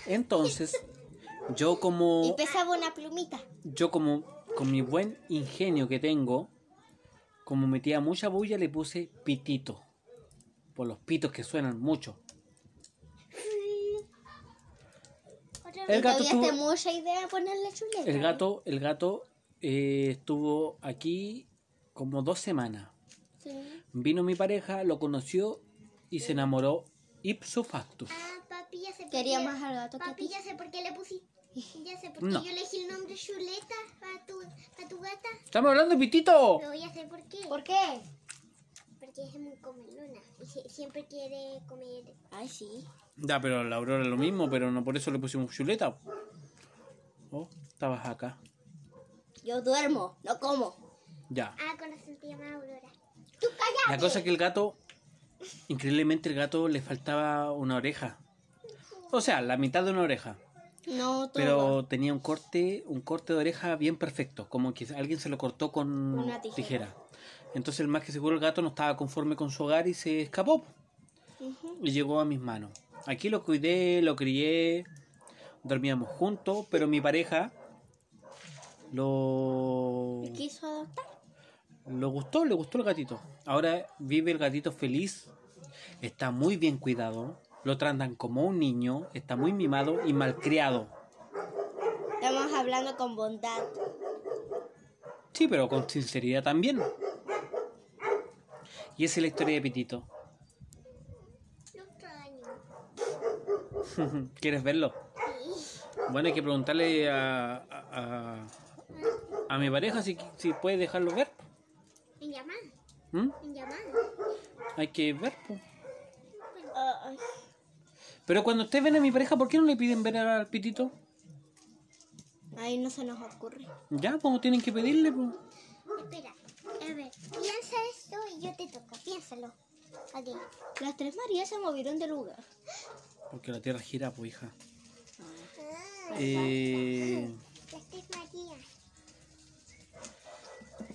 Speaker 4: Entonces yo como...
Speaker 2: Y pesaba una plumita.
Speaker 4: yo como con mi buen ingenio que tengo, como metía mucha bulla, le puse pitito. Por los pitos que suenan mucho.
Speaker 3: Otra
Speaker 4: El gato
Speaker 2: Todavía
Speaker 4: tuvo-
Speaker 2: te mucha idea ponerle chuleta.
Speaker 4: El gato, el gato eh, estuvo aquí como dos semanas.
Speaker 2: Sí.
Speaker 4: Vino mi pareja, lo conoció y se enamoró ipso facto.
Speaker 3: Ah, papi, ya sé por
Speaker 2: Quería
Speaker 3: qué-
Speaker 2: más al gato que a
Speaker 3: Papi,
Speaker 2: ti.
Speaker 3: ya sé por qué le pusiste Ya sé, porque
Speaker 4: No.
Speaker 3: yo elegí el nombre Chuleta para tu, para tu gata.
Speaker 4: Estamos hablando de Pitito.
Speaker 3: Pero ya sé por qué.
Speaker 2: ¿Por qué?
Speaker 3: Porque es muy comelona. Y sie- siempre quiere comer.
Speaker 2: Ay, sí.
Speaker 4: Da, pero la Aurora lo mismo, pero no por eso le pusimos chuleta. Oh, estabas acá.
Speaker 2: Yo duermo, no como.
Speaker 4: Ya.
Speaker 3: Ah, con razón te llamaba Aurora.
Speaker 4: La cosa es que el gato, increíblemente el gato le faltaba una oreja. O sea, la mitad de una oreja.
Speaker 2: No, todo.
Speaker 4: Pero tenía un corte, un corte de oreja bien perfecto, como que alguien se lo cortó con
Speaker 2: Una tijera.
Speaker 4: Entonces el más que seguro el gato no estaba conforme con su hogar y se escapó. Y llegó a mis manos. Aquí lo cuidé, lo crié, dormíamos juntos, pero mi pareja lo
Speaker 2: Quiso adoptar.
Speaker 4: lo gustó, le gustó el gatito. Ahora vive el gatito feliz, está muy bien cuidado, lo tratan como un niño, está muy mimado y malcriado.
Speaker 2: Estamos hablando con bondad.
Speaker 4: Sí, pero con sinceridad también. Y esa es la historia de Pitito. [LAUGHS]
Speaker 3: Lo extraño.
Speaker 4: ¿Quieres verlo? Bueno, hay que preguntarle a, a, a- a mi pareja si, si puede dejarlo ver.
Speaker 3: Me llama,
Speaker 4: ¿Mm?
Speaker 3: me llama.
Speaker 4: Hay que ver. po.
Speaker 2: Ay,
Speaker 4: Pero cuando ustedes ven a mi pareja, ¿por qué no le piden ver al Pitito?
Speaker 2: ay, no se nos ocurre.
Speaker 4: Ya, pues tienen que pedirle. po.
Speaker 3: Espera, a ver, piensa esto y yo te toco. Piénsalo. Ok.
Speaker 2: Las tres Marías se movieron de lugar.
Speaker 4: Porque la Tierra gira, pues hija.
Speaker 3: Ah,
Speaker 4: Eh,
Speaker 3: la tres María.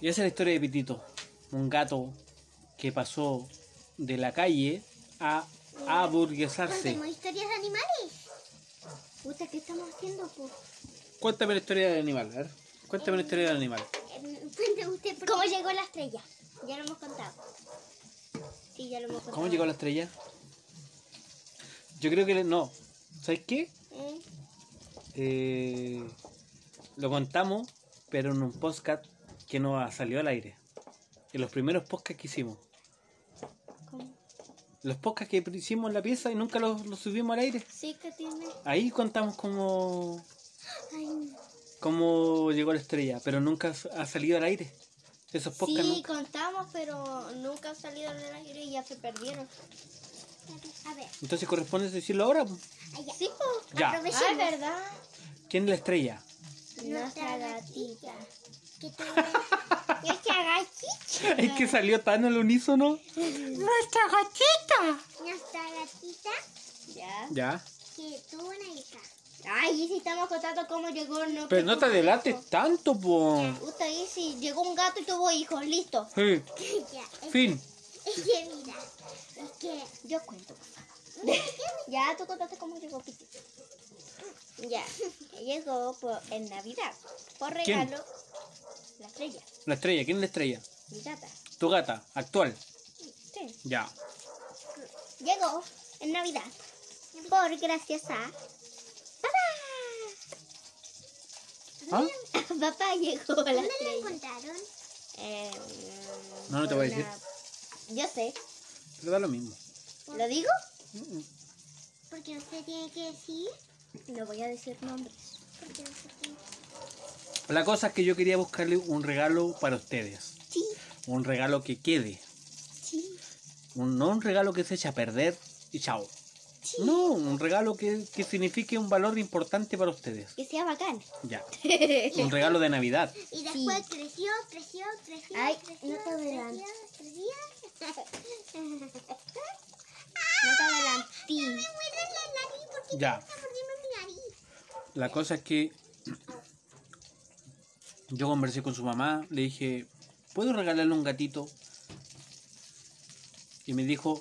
Speaker 4: y esa es la historia de Pitito. Un gato que pasó de la calle a aburguesarse.
Speaker 3: Contemos historias de animales. Puta, ¿qué estamos haciendo, po?
Speaker 4: Cuéntame la historia del animal, a ver. Cuéntame la historia del animal.
Speaker 3: Eh, cuente usted por
Speaker 2: ¿Cómo llegó la estrella? Ya lo hemos contado. Sí, ya lo hemos contado.
Speaker 4: ¿Cómo llegó la estrella? Yo creo que le- no. ¿Sabes qué?
Speaker 2: ¿Eh?
Speaker 4: Eh, lo contamos, pero en un podcast que no salió al aire. En los primeros podcasts que hicimos.
Speaker 2: ¿Cómo?
Speaker 4: Los podcasts que hicimos en la pieza y nunca los, los subimos al aire.
Speaker 2: Sí, que tiene.
Speaker 4: Ahí contamos cómo,
Speaker 3: Ay,
Speaker 4: cómo llegó la estrella, pero nunca s- ha salido al aire. Esos podcasts
Speaker 2: Sí,
Speaker 4: nunca.
Speaker 2: contamos, pero nunca han salido del aire y ya se perdieron.
Speaker 3: a ver,
Speaker 4: Entonces corresponde decirlo ahora. po.
Speaker 3: allá.
Speaker 2: Sí, pues.
Speaker 4: Ya.
Speaker 2: Ah, es verdad.
Speaker 4: ¿Quién es la estrella?
Speaker 2: Nuestra gatita.
Speaker 3: Que te...
Speaker 2: [LAUGHS]
Speaker 3: Nuestra gatita.
Speaker 4: [LAUGHS] Es que salió tan al unísono.
Speaker 3: Nuestra gatita
Speaker 2: Ya.
Speaker 4: Ya.
Speaker 3: que tuvo una hija.
Speaker 2: Ay, y si estamos contando cómo llegó. No
Speaker 4: Pero no te adelantes tanto, po.
Speaker 2: Usted dice, llegó un gato y tuvo hijos, listo.
Speaker 4: Sí,
Speaker 3: [LAUGHS] ya, es,
Speaker 4: fin.
Speaker 3: es que mira, es que...
Speaker 2: Yo cuento. ya, tú contaste cómo llegó Piti. Ya, [LAUGHS] llegó por- en Navidad. Por
Speaker 4: ¿Quién?
Speaker 2: regalo, la estrella,
Speaker 4: La estrella, ¿quién es la estrella?
Speaker 2: mi gata.
Speaker 4: Tu gata, actual.
Speaker 2: Sí.
Speaker 4: Ya.
Speaker 2: Llegó en Navidad. Por gracias a [LAUGHS] papá.
Speaker 4: ¿Ah?
Speaker 2: papá llegó a la
Speaker 3: ¿Dónde la
Speaker 2: estrella.
Speaker 3: encontraron?
Speaker 2: Eh,
Speaker 4: No, no te voy a decir.
Speaker 2: una- Em, Yo sé.
Speaker 4: Pero da lo mismo.
Speaker 2: ¿Lo digo?
Speaker 3: Porque usted tiene que decir...
Speaker 2: No voy a decir nombres.
Speaker 3: Porque no sé qué.
Speaker 4: La cosa es que yo quería buscarle un regalo para ustedes.
Speaker 3: Sí,
Speaker 4: Un regalo que quede.
Speaker 3: sí.
Speaker 4: Un- no un regalo que se eche a perder y chao. No, un regalo que, que signifique un valor importante para ustedes.
Speaker 2: Que sea bacán.
Speaker 4: Ya. Un regalo de Navidad.
Speaker 3: Y después creció, creció, creció,
Speaker 2: Ay,
Speaker 3: creció,
Speaker 2: no te adelantes.
Speaker 3: creció, [LAUGHS] creció.
Speaker 2: No te adelantes.
Speaker 3: Muerdas la nariz porque
Speaker 4: Ya.
Speaker 3: está mordiendo mi nariz.
Speaker 4: La cosa es que yo conversé con su mamá, le dije, ¿puedo regalarle un gatito? Y me dijo,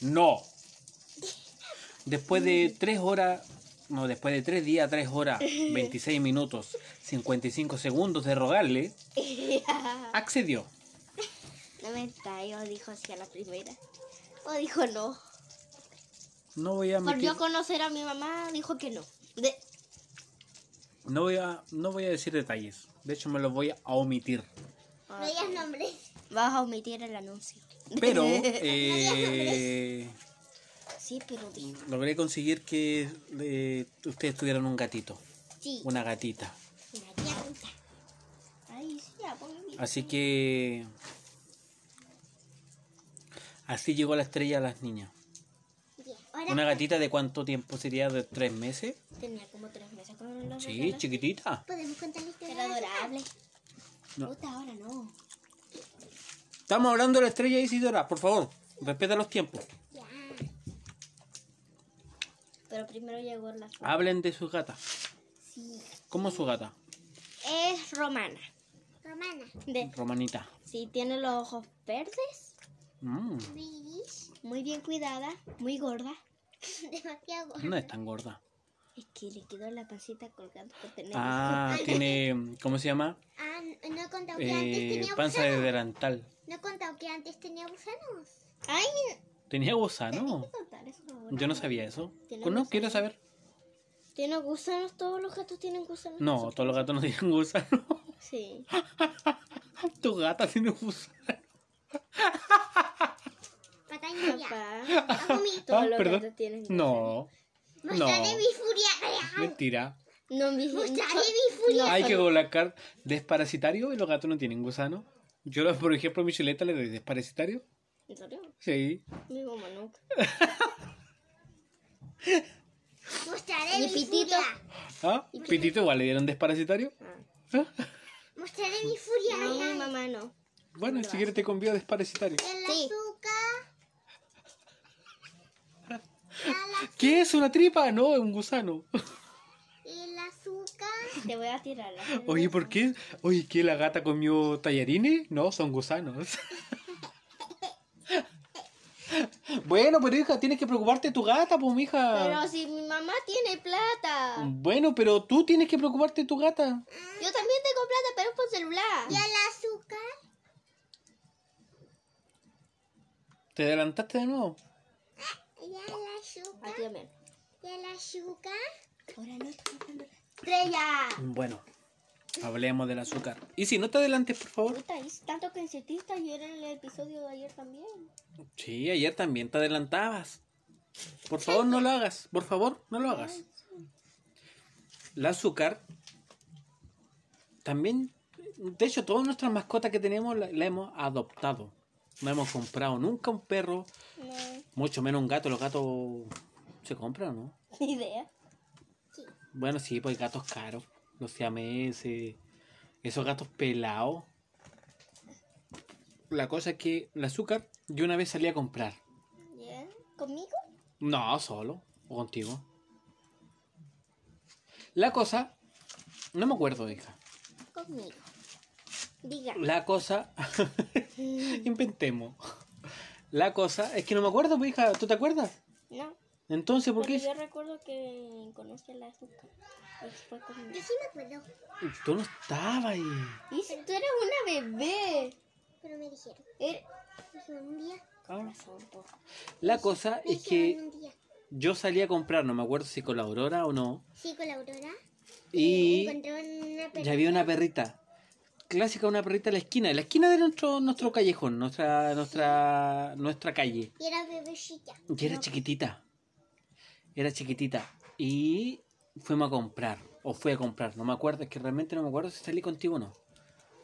Speaker 4: no. Después de tres horas, no, después de tres días, tres horas, 26 minutos, 55 segundos de rogarle, accedió.
Speaker 2: No me yo dijo sí a la primera. O dijo no.
Speaker 4: No voy a
Speaker 2: Por
Speaker 4: admitir-
Speaker 2: yo conocer a mi mamá, dijo que no. De-
Speaker 4: no voy a, no voy a decir detalles. De hecho, me los voy a omitir.
Speaker 3: No digas nombres.
Speaker 2: Vas a omitir el anuncio.
Speaker 4: Pero eh,
Speaker 2: [LAUGHS] Sí, pero dijo.
Speaker 4: logré conseguir que eh, ustedes tuvieran un gatito.
Speaker 3: Sí.
Speaker 4: una gatita.
Speaker 3: Una tía puta.
Speaker 2: Ay, sí, ya, ponme bien.
Speaker 4: Así que. Así llegó la estrella a las niñas.
Speaker 3: Bien. Ahora
Speaker 4: ¿Una gatita de cuánto tiempo sería? ¿De tres meses?
Speaker 2: Tenía como tres meses cuando los
Speaker 4: Sí, chiquitita.
Speaker 3: podemos contar la historia.
Speaker 2: Era
Speaker 3: de la gatita.
Speaker 2: adorable.
Speaker 4: No.
Speaker 2: Puta, ahora no.
Speaker 4: Estamos hablando de la estrella Isidora, por favor, respeta los tiempos.
Speaker 3: Ya.
Speaker 2: Pero primero llegó la...
Speaker 4: Hablen de sus gatas.
Speaker 3: Sí.
Speaker 4: ¿Cómo es su gata?
Speaker 2: Es romana.
Speaker 3: Romana.
Speaker 2: De...
Speaker 4: Romanita.
Speaker 2: Sí, tiene los ojos verdes.
Speaker 4: Mm,
Speaker 3: British.
Speaker 2: Muy bien cuidada. Muy gorda.
Speaker 3: Demasiado gorda.
Speaker 4: no es tan gorda.
Speaker 2: Es que le quedó la pancita colgando por tener...
Speaker 4: Ah, tiene. ¿Cómo se llama?
Speaker 3: Ah, no no he contado que antes
Speaker 4: Eh,
Speaker 3: tenía
Speaker 4: panza de
Speaker 3: gusanos.
Speaker 4: delantal.
Speaker 3: No he contado que antes tenía gusanos.
Speaker 2: Ay,
Speaker 4: ¿Tenía gusano?
Speaker 2: contar eso ahora.
Speaker 4: Yo no sabía eso.
Speaker 2: Tiene
Speaker 4: Pues no,
Speaker 2: gusano.
Speaker 4: quiero saber.
Speaker 2: ¿Tiene gusanos? ¿Todos los gatos tienen gusanos?
Speaker 4: No, todos los gatos [LAUGHS] no tienen gusano.
Speaker 2: Sí.
Speaker 4: Tu gata tiene gusano.
Speaker 3: Pataña ya.
Speaker 2: Papá. Todos [LAUGHS]
Speaker 4: Ah,
Speaker 2: los
Speaker 4: perdón.
Speaker 2: gatos tienen gusano.
Speaker 4: No,
Speaker 3: Mostraré
Speaker 4: No.
Speaker 3: mi furia real.
Speaker 4: mentira.
Speaker 2: No, mi
Speaker 3: Mostraré mi furia.
Speaker 4: Hay que colocar desparasitario y los gatos no tienen gusano. Yo, lo- por ejemplo, a mi chuleta le doy desparasitario.
Speaker 2: ¿En serio?
Speaker 4: Sí.
Speaker 2: Mi mamá nunca.
Speaker 3: Mostraré
Speaker 2: ¿Y
Speaker 3: mi
Speaker 2: Pitito?
Speaker 3: furia.
Speaker 4: ¿Ah? Pitito igual le dieron desparasitario. [LAUGHS]
Speaker 2: Ah.
Speaker 3: Mostraré mi furia
Speaker 2: No, mi
Speaker 3: real.
Speaker 2: mamá no.
Speaker 4: Bueno, si quieres te convido a desparasitario.
Speaker 3: El
Speaker 2: Sí.
Speaker 3: azúcar. La-
Speaker 4: ¿Qué es una tripa? No, es un gusano. [LAUGHS]
Speaker 3: El azúcar.
Speaker 2: Te voy a tirar la. [LAUGHS]
Speaker 4: Oye, ¿por qué? Oye, ¿qué la gata comió tallarines? No, son gusanos. [LAUGHS] bueno, pero hija, tienes que preocuparte de tu gata, pues, mija.
Speaker 2: Pero si mi mamá tiene plata.
Speaker 4: Bueno, pero tú tienes que preocuparte de tu gata.
Speaker 2: Yo también tengo plata, pero es por celular.
Speaker 3: Y el azúcar.
Speaker 4: Te adelantaste de nuevo.
Speaker 3: Y el azúcar.
Speaker 2: A ti también.
Speaker 3: Y el azúcar.
Speaker 2: Ahora no estamos hablando.
Speaker 3: Estrella.
Speaker 4: Bueno, hablemos del azúcar. Y si no te adelantes, por favor.
Speaker 2: Puta, y tanto que insististe ayer en el episodio de ayer también.
Speaker 4: Sí, ayer también te adelantabas. Por favor, no lo hagas. Por favor, no lo hagas. El azúcar también, de hecho, todas nuestras mascotas que tenemos la, la hemos adoptado. No hemos comprado nunca un perro,
Speaker 2: No.
Speaker 4: mucho menos un gato. Los gatos se compran, ¿no?
Speaker 2: Ni idea.
Speaker 4: Bueno, sí, pues gatos caros. Los siameses, esos gatos pelados. La cosa es que el azúcar, yo una vez salí a comprar.
Speaker 2: ¿Ya? ¿Conmigo?
Speaker 4: No, solo. O contigo. La cosa. No me acuerdo, hija.
Speaker 2: Conmigo. Diga.
Speaker 4: La cosa. [LAUGHS] Inventemos. La cosa. Es que no me acuerdo, pues, hija. ¿Tú te acuerdas?
Speaker 2: No.
Speaker 4: Entonces, ¿por
Speaker 2: Porque
Speaker 4: qué?
Speaker 2: yo recuerdo que conocí el azúcar. Después conmigo.
Speaker 3: Yo sí me acuerdo.
Speaker 4: Tú no estabas ahí.
Speaker 2: Y si tú eres una bebé.
Speaker 3: Pero me dijeron.
Speaker 2: Eres...
Speaker 3: Dijeron un día.
Speaker 4: Ah.
Speaker 2: Razón, por favor.
Speaker 4: La cosa
Speaker 3: Me
Speaker 4: es que
Speaker 3: dijeron un día.
Speaker 4: yo salí a comprar, no me acuerdo si con la Aurora o no.
Speaker 3: Sí, con la Aurora.
Speaker 4: Y
Speaker 3: Encontraron una
Speaker 4: ya
Speaker 3: perrita.
Speaker 4: había una perrita. Clásica, una perrita en la esquina. En la esquina de nuestro, nuestro callejón, nuestra, nuestra, nuestra calle.
Speaker 3: Y era bebecita.
Speaker 4: Y era chiquitita. Era chiquitita. Y fuimos a comprar. O fui a comprar. No me acuerdo. Es que realmente no me acuerdo si salí contigo o no.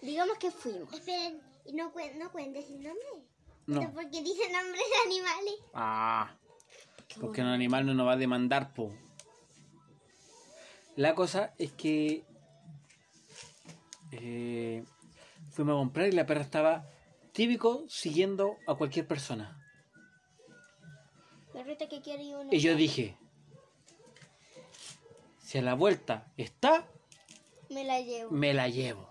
Speaker 2: Digamos que fuimos.
Speaker 3: Esperen. y No, cuen- no cuentes el nombre. Pero
Speaker 4: No.
Speaker 3: Porque dice nombres de animales.
Speaker 4: Ah. Porque un animal no nos va a demandar, po. La cosa es que... eh, fuimos a comprar y la perra estaba típico siguiendo a cualquier persona.
Speaker 2: Perrita que quiere y uno.
Speaker 4: Y yo dije... Si a la vuelta está,
Speaker 2: Me la llevo.
Speaker 4: me la llevo.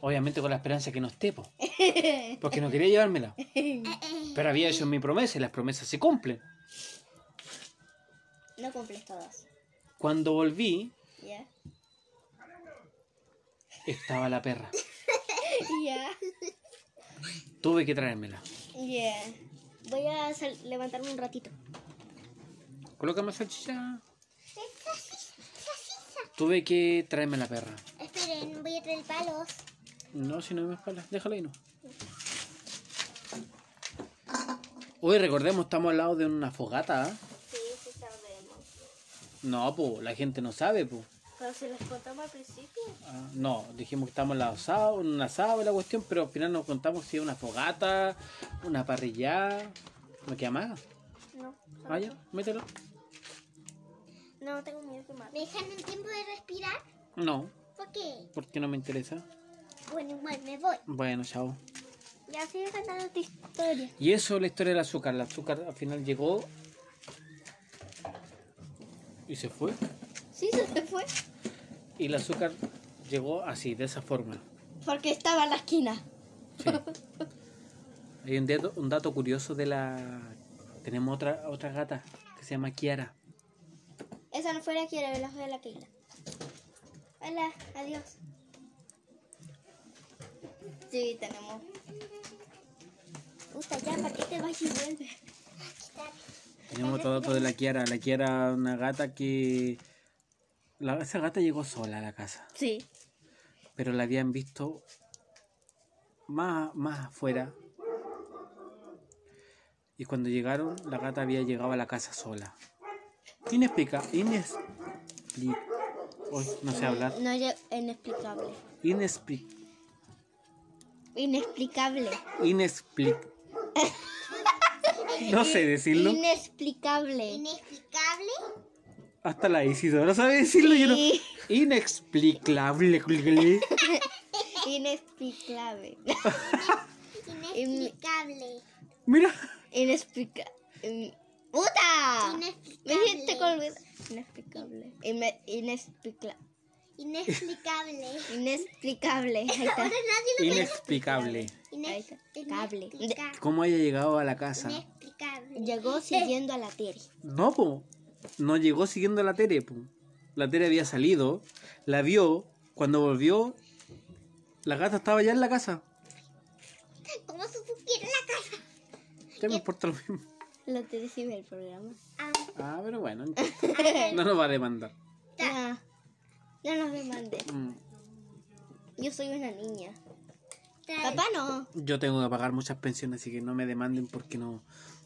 Speaker 4: Obviamente con la esperanza que no esté, po. porque no quería llevármela. Pero había hecho mi promesa y las promesas se cumplen.
Speaker 2: No cumples todas.
Speaker 4: Cuando volví,
Speaker 2: Ya.
Speaker 4: estaba la perra.
Speaker 2: Ya.
Speaker 4: Tuve que traérmela.
Speaker 2: Ya. Voy a sal- levantarme un ratito.
Speaker 4: Colócame salchicha. Tuve que traerme la perra.
Speaker 3: Esperen, voy a traer palos.
Speaker 4: No, si no me espalda. Déjala ahí, no. Hoy recordemos, estamos al lado de una fogata. ¿ah?
Speaker 2: Sí, sí sabemos.
Speaker 4: No, po, la gente no sabe, po.
Speaker 2: Pero se las contamos al principio.
Speaker 4: Ah, No, dijimos que estamos en la asado, en un asado la cuestión, pero al final nos contamos si es una fogata, una parrillada. ¿Me queda más?
Speaker 2: No.
Speaker 4: Ah, ya, mételo.
Speaker 2: No, tengo miedo que mate.
Speaker 3: ¿Me dejan el tiempo de respirar?
Speaker 4: No,
Speaker 3: ¿Por qué?
Speaker 4: porque no me interesa.
Speaker 3: Bueno, igual me voy.
Speaker 4: Bueno, chao.
Speaker 3: Ya sigue cantando tu historia.
Speaker 4: Y eso es la historia del azúcar. El azúcar al final llegó y se fue.
Speaker 2: Sí, se te fue.
Speaker 4: Y el azúcar llegó así, de esa forma.
Speaker 2: Porque estaba en la esquina.
Speaker 4: Hay un dato, un dato curioso de la... Tenemos otra, otra gata que se llama Kiara.
Speaker 2: Esa no fue la que era, la fue la Keila. Hola, adiós. Sí, tenemos. Gusta ya, ¿para qué te vas y vuelves?
Speaker 4: Tenemos otro dato de la Kiara. La Kiara, una gata que... La, esa gata llegó sola a la casa,
Speaker 2: Sí.
Speaker 4: pero la habían visto más, más afuera. Y cuando llegaron, la gata había llegado a la casa sola. Inexplica, inexpli- Uy, no sé hablar.
Speaker 2: No, yo- inexplicable.
Speaker 4: Inexpli...
Speaker 2: Inexplicable.
Speaker 4: Inexpli... No sé decirlo.
Speaker 2: Inexplicable.
Speaker 3: Inexplicable.
Speaker 4: Hasta la Isidora sabe decirlo. Yo no...
Speaker 2: Sí.
Speaker 4: Inexplicable.
Speaker 2: [LAUGHS] [LAUGHS] Inexplicable.
Speaker 3: Inexplicable.
Speaker 4: Mira.
Speaker 2: Inexplicable. ¡Puta! Ah, Me siento
Speaker 3: Inexplicable.
Speaker 2: colgada. Inexplicable. Inme- Inexplicable. [LAUGHS]
Speaker 3: Inexplicable.
Speaker 2: Inexplicable. Ahí está.
Speaker 3: Ahora nadie lo
Speaker 4: Inexplicable.
Speaker 2: Ahí está. Cable.
Speaker 3: Inexplicable.
Speaker 4: ¿Cómo haya llegado a la casa?
Speaker 2: [LAUGHS]
Speaker 3: Inexplicable.
Speaker 2: Llegó siguiendo a la Tiri.
Speaker 4: No, po. No llegó siguiendo a la Tere, po. La Tere había salido, la vio, cuando volvió, la gata estaba ya en la casa.
Speaker 3: ¿Cómo supo que era la casa?
Speaker 4: Ya me importa lo mismo.
Speaker 2: La Tiri sí ve el programa.
Speaker 3: Ah,
Speaker 4: [LAUGHS] Ah, pero bueno. No nos va a demandar.
Speaker 2: No, no nos demandes.
Speaker 4: Mm,
Speaker 2: Yo soy una niña.
Speaker 3: está
Speaker 2: Papá no.
Speaker 4: Yo tengo que pagar muchas pensiones, así que no me demanden porque no,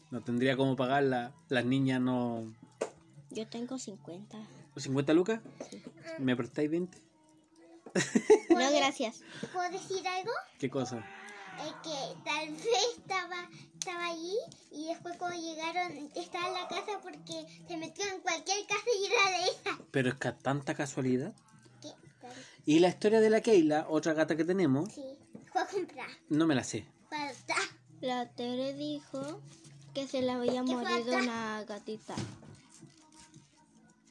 Speaker 4: no tendría cómo pagarla. Las niñas no...
Speaker 2: Yo tengo 50.
Speaker 4: ¿50 lucas? ¿Me prestáis 20?
Speaker 2: No, gracias.
Speaker 3: ¿Puedo decir algo?
Speaker 4: ¿Qué cosa?
Speaker 3: Eh, que tal [LAUGHS] vez estaba, estaba allí y después cuando llegaron estaba en la casa porque se metió en cualquier casa y era de esa.
Speaker 4: Pero es que tanta casualidad.
Speaker 3: ¿Qué? tal?
Speaker 4: Y la historia de la Keila, otra gata que tenemos,
Speaker 3: Sí, fue a comprar.
Speaker 4: no me la sé.
Speaker 3: Falta.
Speaker 2: La Tere dijo que se le había
Speaker 3: ¿Qué
Speaker 2: morido
Speaker 3: falta?
Speaker 2: una gatita.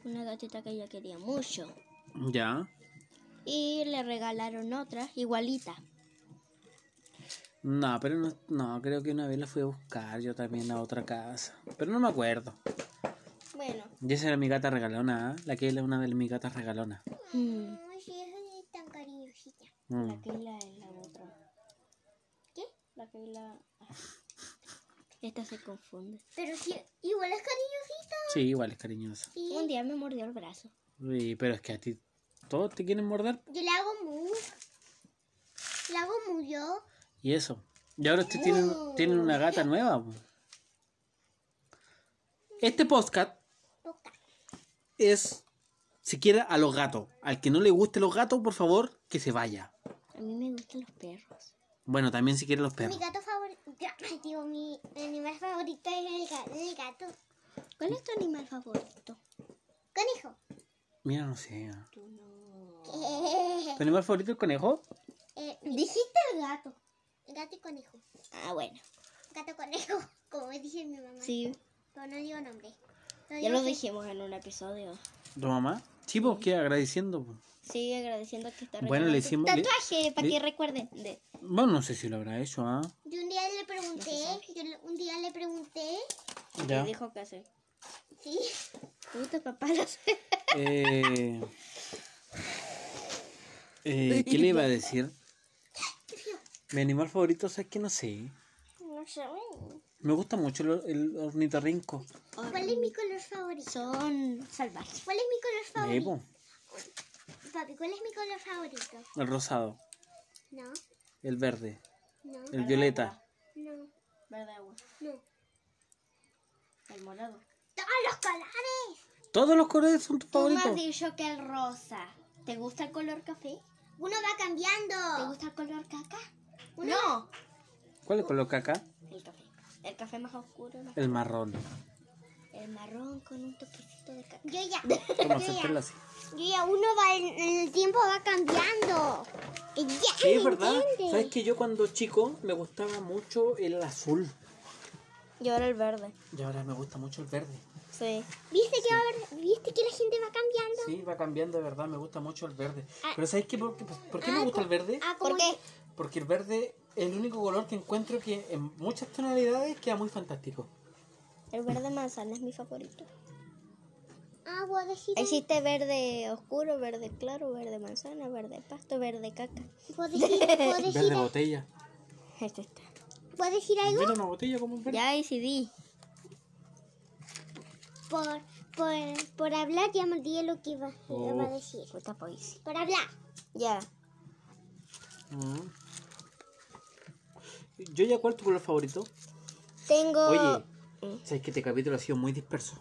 Speaker 2: Una gatita que ella quería mucho.
Speaker 4: Ya.
Speaker 2: Y le regalaron otra, igualita.
Speaker 4: No, pero no, no, creo que una vez la fui a buscar yo también a otra casa. Pero no me acuerdo.
Speaker 2: Bueno.
Speaker 4: Y esa era mi gata regalona, ¿ah? La que era una de mis gatas regalonas.
Speaker 2: Mm.
Speaker 3: Ay, sí, es tan cariñosita.
Speaker 4: Mm.
Speaker 2: La Keila es la otra.
Speaker 3: ¿Qué?
Speaker 2: La Keila. Esta se confunde.
Speaker 3: Pero sí, igual es cariñosita.
Speaker 4: Sí, igual es cariñosa.
Speaker 3: Sí.
Speaker 2: Un día me mordió el brazo.
Speaker 4: Uy, pero es que a ti todos te quieren morder.
Speaker 3: Yo le hago mu. Le hago mu yo.
Speaker 4: Y eso. Y ahora ustedes tienen, tienen una gata nueva. po. Este podcast
Speaker 3: Poca.
Speaker 4: es siquiera a los gatos. Al que no le guste los gatos, por favor, que se vaya.
Speaker 2: A mí me gustan los perros.
Speaker 4: Bueno, también si quieren los perros.
Speaker 3: Mi gato favorito. ya, [LAUGHS] ay, Digo, mi animal favorito es el ga- el gato.
Speaker 2: ¿Cuál es tu animal favorito?
Speaker 3: Conejo.
Speaker 4: Mira, no sé.
Speaker 3: [LAUGHS] Eh,
Speaker 4: ¿Tu animal favorito es el conejo?
Speaker 3: eh,
Speaker 2: Oh. Dijiste el gato.
Speaker 3: gato y conejo.
Speaker 2: Ah, bueno.
Speaker 3: Gato conejo. [LAUGHS] Como dice mi mamá.
Speaker 2: Sí,
Speaker 3: Pero no digo nombre. No
Speaker 2: ya
Speaker 3: digo
Speaker 2: lo
Speaker 3: que-
Speaker 2: dijimos en un episodio.
Speaker 4: ¿Tu mamá? Sí, pues que agradeciendo. po.
Speaker 2: Sí, agradeciendo que está
Speaker 4: Bueno, le
Speaker 2: recordando.
Speaker 4: hicimos- le-
Speaker 2: Tatuaje, para
Speaker 4: le-
Speaker 2: que recuerden. De...
Speaker 4: Bueno, no sé si lo habrá hecho, ¿ah?
Speaker 3: Yo un día le pregunté.
Speaker 2: No
Speaker 3: Yo le- un día le pregunté.
Speaker 4: Ya.
Speaker 2: le dijo que hace.
Speaker 3: Sí.
Speaker 2: Puta papá, no sé.
Speaker 4: Eh, eh, ¿Qué le iba a decir? Mi animal favorito, ¿sabes que No sé.
Speaker 3: No sé.
Speaker 4: Me gusta mucho el, el ornitorrinco.
Speaker 3: ¿Cuál es mi color favorito?
Speaker 2: Son salvajes.
Speaker 3: ¿Cuál es mi color
Speaker 4: Eh,
Speaker 3: favorito?
Speaker 4: po,
Speaker 3: Papi, ¿cuál es mi color favorito?
Speaker 4: el rosado,
Speaker 3: No,
Speaker 4: el verde,
Speaker 3: no,
Speaker 4: el violeta.
Speaker 3: no,
Speaker 2: Verde agua.
Speaker 3: no.
Speaker 2: El morado.
Speaker 3: ¡Todos los colores!
Speaker 4: Todos los colores son tus
Speaker 3: Tú me has
Speaker 4: favoritos.
Speaker 3: dicho que el rosa. ¿Te gusta el color café?
Speaker 5: Uno va
Speaker 3: ¿Te
Speaker 5: cambiando.
Speaker 3: gusta el color caca?
Speaker 2: No,
Speaker 4: ¿Cuál es el color caca?
Speaker 2: el café. El café más oscuro, más-
Speaker 4: El marrón.
Speaker 2: el marrón con un toquecito de café.
Speaker 5: Yo
Speaker 4: [LAUGHS]
Speaker 5: ya.
Speaker 4: Toma,
Speaker 5: Yo
Speaker 4: séptela
Speaker 5: ya.
Speaker 4: así.
Speaker 5: Yo ya. Uno va, en- el tiempo va cambiando. Y Ya,
Speaker 4: Sí, es verdad.
Speaker 5: ¿entiendes?
Speaker 4: ¿Sabes que yo cuando chico me gustaba mucho el azul?
Speaker 2: Y ahora el verde.
Speaker 4: Y ahora me gusta mucho el verde.
Speaker 2: Sí.
Speaker 5: ¿Viste que, ahora- ¿Viste que la gente va cambiando?
Speaker 4: Sí, va cambiando de verdad, me gusta mucho el verde. Pero ¿sabes qué? ¿Por qué, pues, por qué me gusta el verde?
Speaker 5: Ah, como
Speaker 2: ¿Por qué?
Speaker 4: Porque el verde es el único color que encuentro que en muchas tonalidades queda muy fantástico.
Speaker 2: El verde manzana es mi favorito.
Speaker 5: agua de giro.
Speaker 2: Existe verde oscuro, verde claro, verde manzana, verde pasto, verde caca. [LAUGHS]
Speaker 5: ¿Puedo
Speaker 4: [LAUGHS]
Speaker 5: decir, puedo
Speaker 4: Verde
Speaker 5: decir,
Speaker 4: botella.
Speaker 2: Este está.
Speaker 5: puedo decir algo?
Speaker 4: Mira una botella como un verde.
Speaker 2: Ya decidí.
Speaker 5: Por, por, por hablar ya me olvidé lo que iba,
Speaker 4: Oh.
Speaker 5: iba a decir.
Speaker 2: Puta poesía.
Speaker 5: Por hablar.
Speaker 2: pues. Ya.
Speaker 4: Mm. Yo ya cuál es tu color favorito.
Speaker 2: Tengo.
Speaker 4: Oye,
Speaker 5: eh.
Speaker 4: ¿sabes que este capítulo ha sido muy disperso?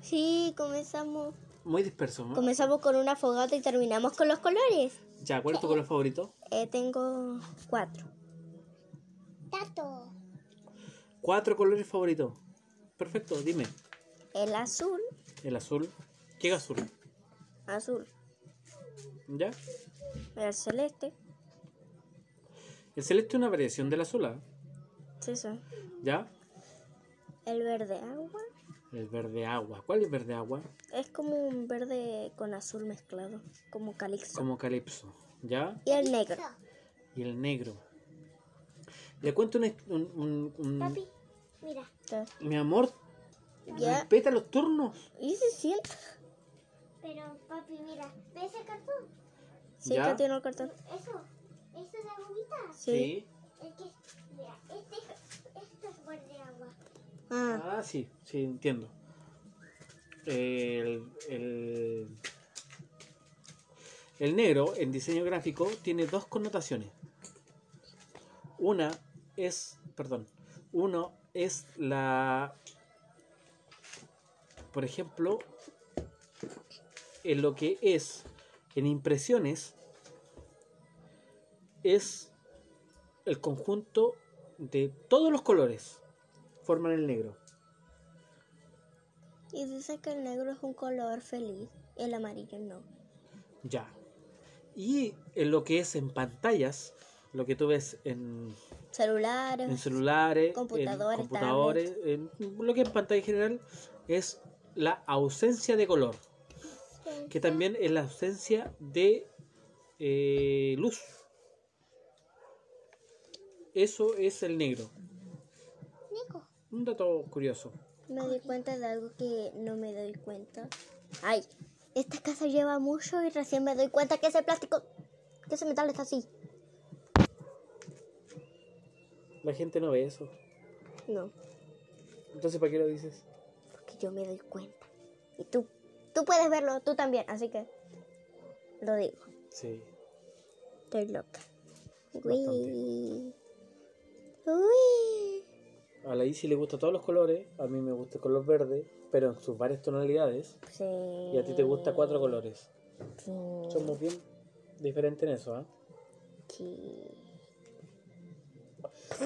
Speaker 2: Sí, comenzamos.
Speaker 4: Muy disperso, ¿no?
Speaker 2: Comenzamos con una fogata y terminamos con los colores.
Speaker 4: Ya, ¿cuál es tu color favorito?
Speaker 2: Eh, tengo cuatro.
Speaker 5: Tato.
Speaker 4: Cuatro colores favoritos. Perfecto, dime.
Speaker 2: El azul,
Speaker 4: El azul. ¿Qué azul?
Speaker 2: azul.
Speaker 4: ¿Ya?
Speaker 2: El celeste,
Speaker 4: El celeste es una variación del azul, ¿ah?
Speaker 2: sí, son.
Speaker 4: ¿ya?
Speaker 2: El verde agua
Speaker 4: El verde agua. ¿Cuál es el verde agua?
Speaker 2: es como un verde con azul mezclado, como calixto.
Speaker 4: Como calipso, ¿ya?
Speaker 2: Y el negro.
Speaker 4: Y el negro. Le cuento un... un- un- un-
Speaker 5: Papi, mira.
Speaker 2: Ya.
Speaker 4: Mi amor,
Speaker 2: Ya.
Speaker 4: respeta los turnos.
Speaker 2: ¿Y si siente?
Speaker 5: Pero, papi, mira. ¿Ves el cartón?
Speaker 2: Sí,
Speaker 4: ¿Ya?
Speaker 2: que tiene el cartón.
Speaker 5: Eso. Eso es la gomita.
Speaker 2: Sí.
Speaker 5: El que, mira, este, esto es borde agua.
Speaker 2: Ah,
Speaker 4: Ah, sí, sí, entiendo. El, el, el negro en diseño gráfico tiene dos connotaciones. Una es, perdón, uno es la, por ejemplo, en lo que es en impresiones es el conjunto de todos los colores forman el negro.
Speaker 2: y dice que el negro es un color feliz, el amarillo no.
Speaker 4: Ya. Y en lo que es en pantallas, lo que tú ves en,
Speaker 2: Celulares.
Speaker 4: en celulares,
Speaker 2: Computadores,
Speaker 4: en, computadores en- lo que en pantalla en general es la ausencia de color, que también es la ausencia de eh, luz. Eso es el negro. Un dato curioso.
Speaker 2: Me di cuenta de algo que no me doy cuenta. Ay, esta casa lleva mucho y recién me doy cuenta que ese plástico, que ese metal está así.
Speaker 4: La gente no ve eso.
Speaker 2: No,
Speaker 4: Entonces, ¿para qué lo dices?
Speaker 2: porque yo me doy cuenta. Y tú, tú puedes verlo, tú también, así que lo digo.
Speaker 4: Sí.
Speaker 2: Estoy loca.
Speaker 4: Bastante.
Speaker 2: Uy. Uy.
Speaker 4: A la Isi le gustan todos los colores, a mí me gusta el color verde, pero en sus varias tonalidades.
Speaker 2: Sí.
Speaker 4: Y a ti te gusta cuatro colores.
Speaker 2: Sí.
Speaker 4: Somos bien diferentes en eso, ¿ah?
Speaker 2: Sí.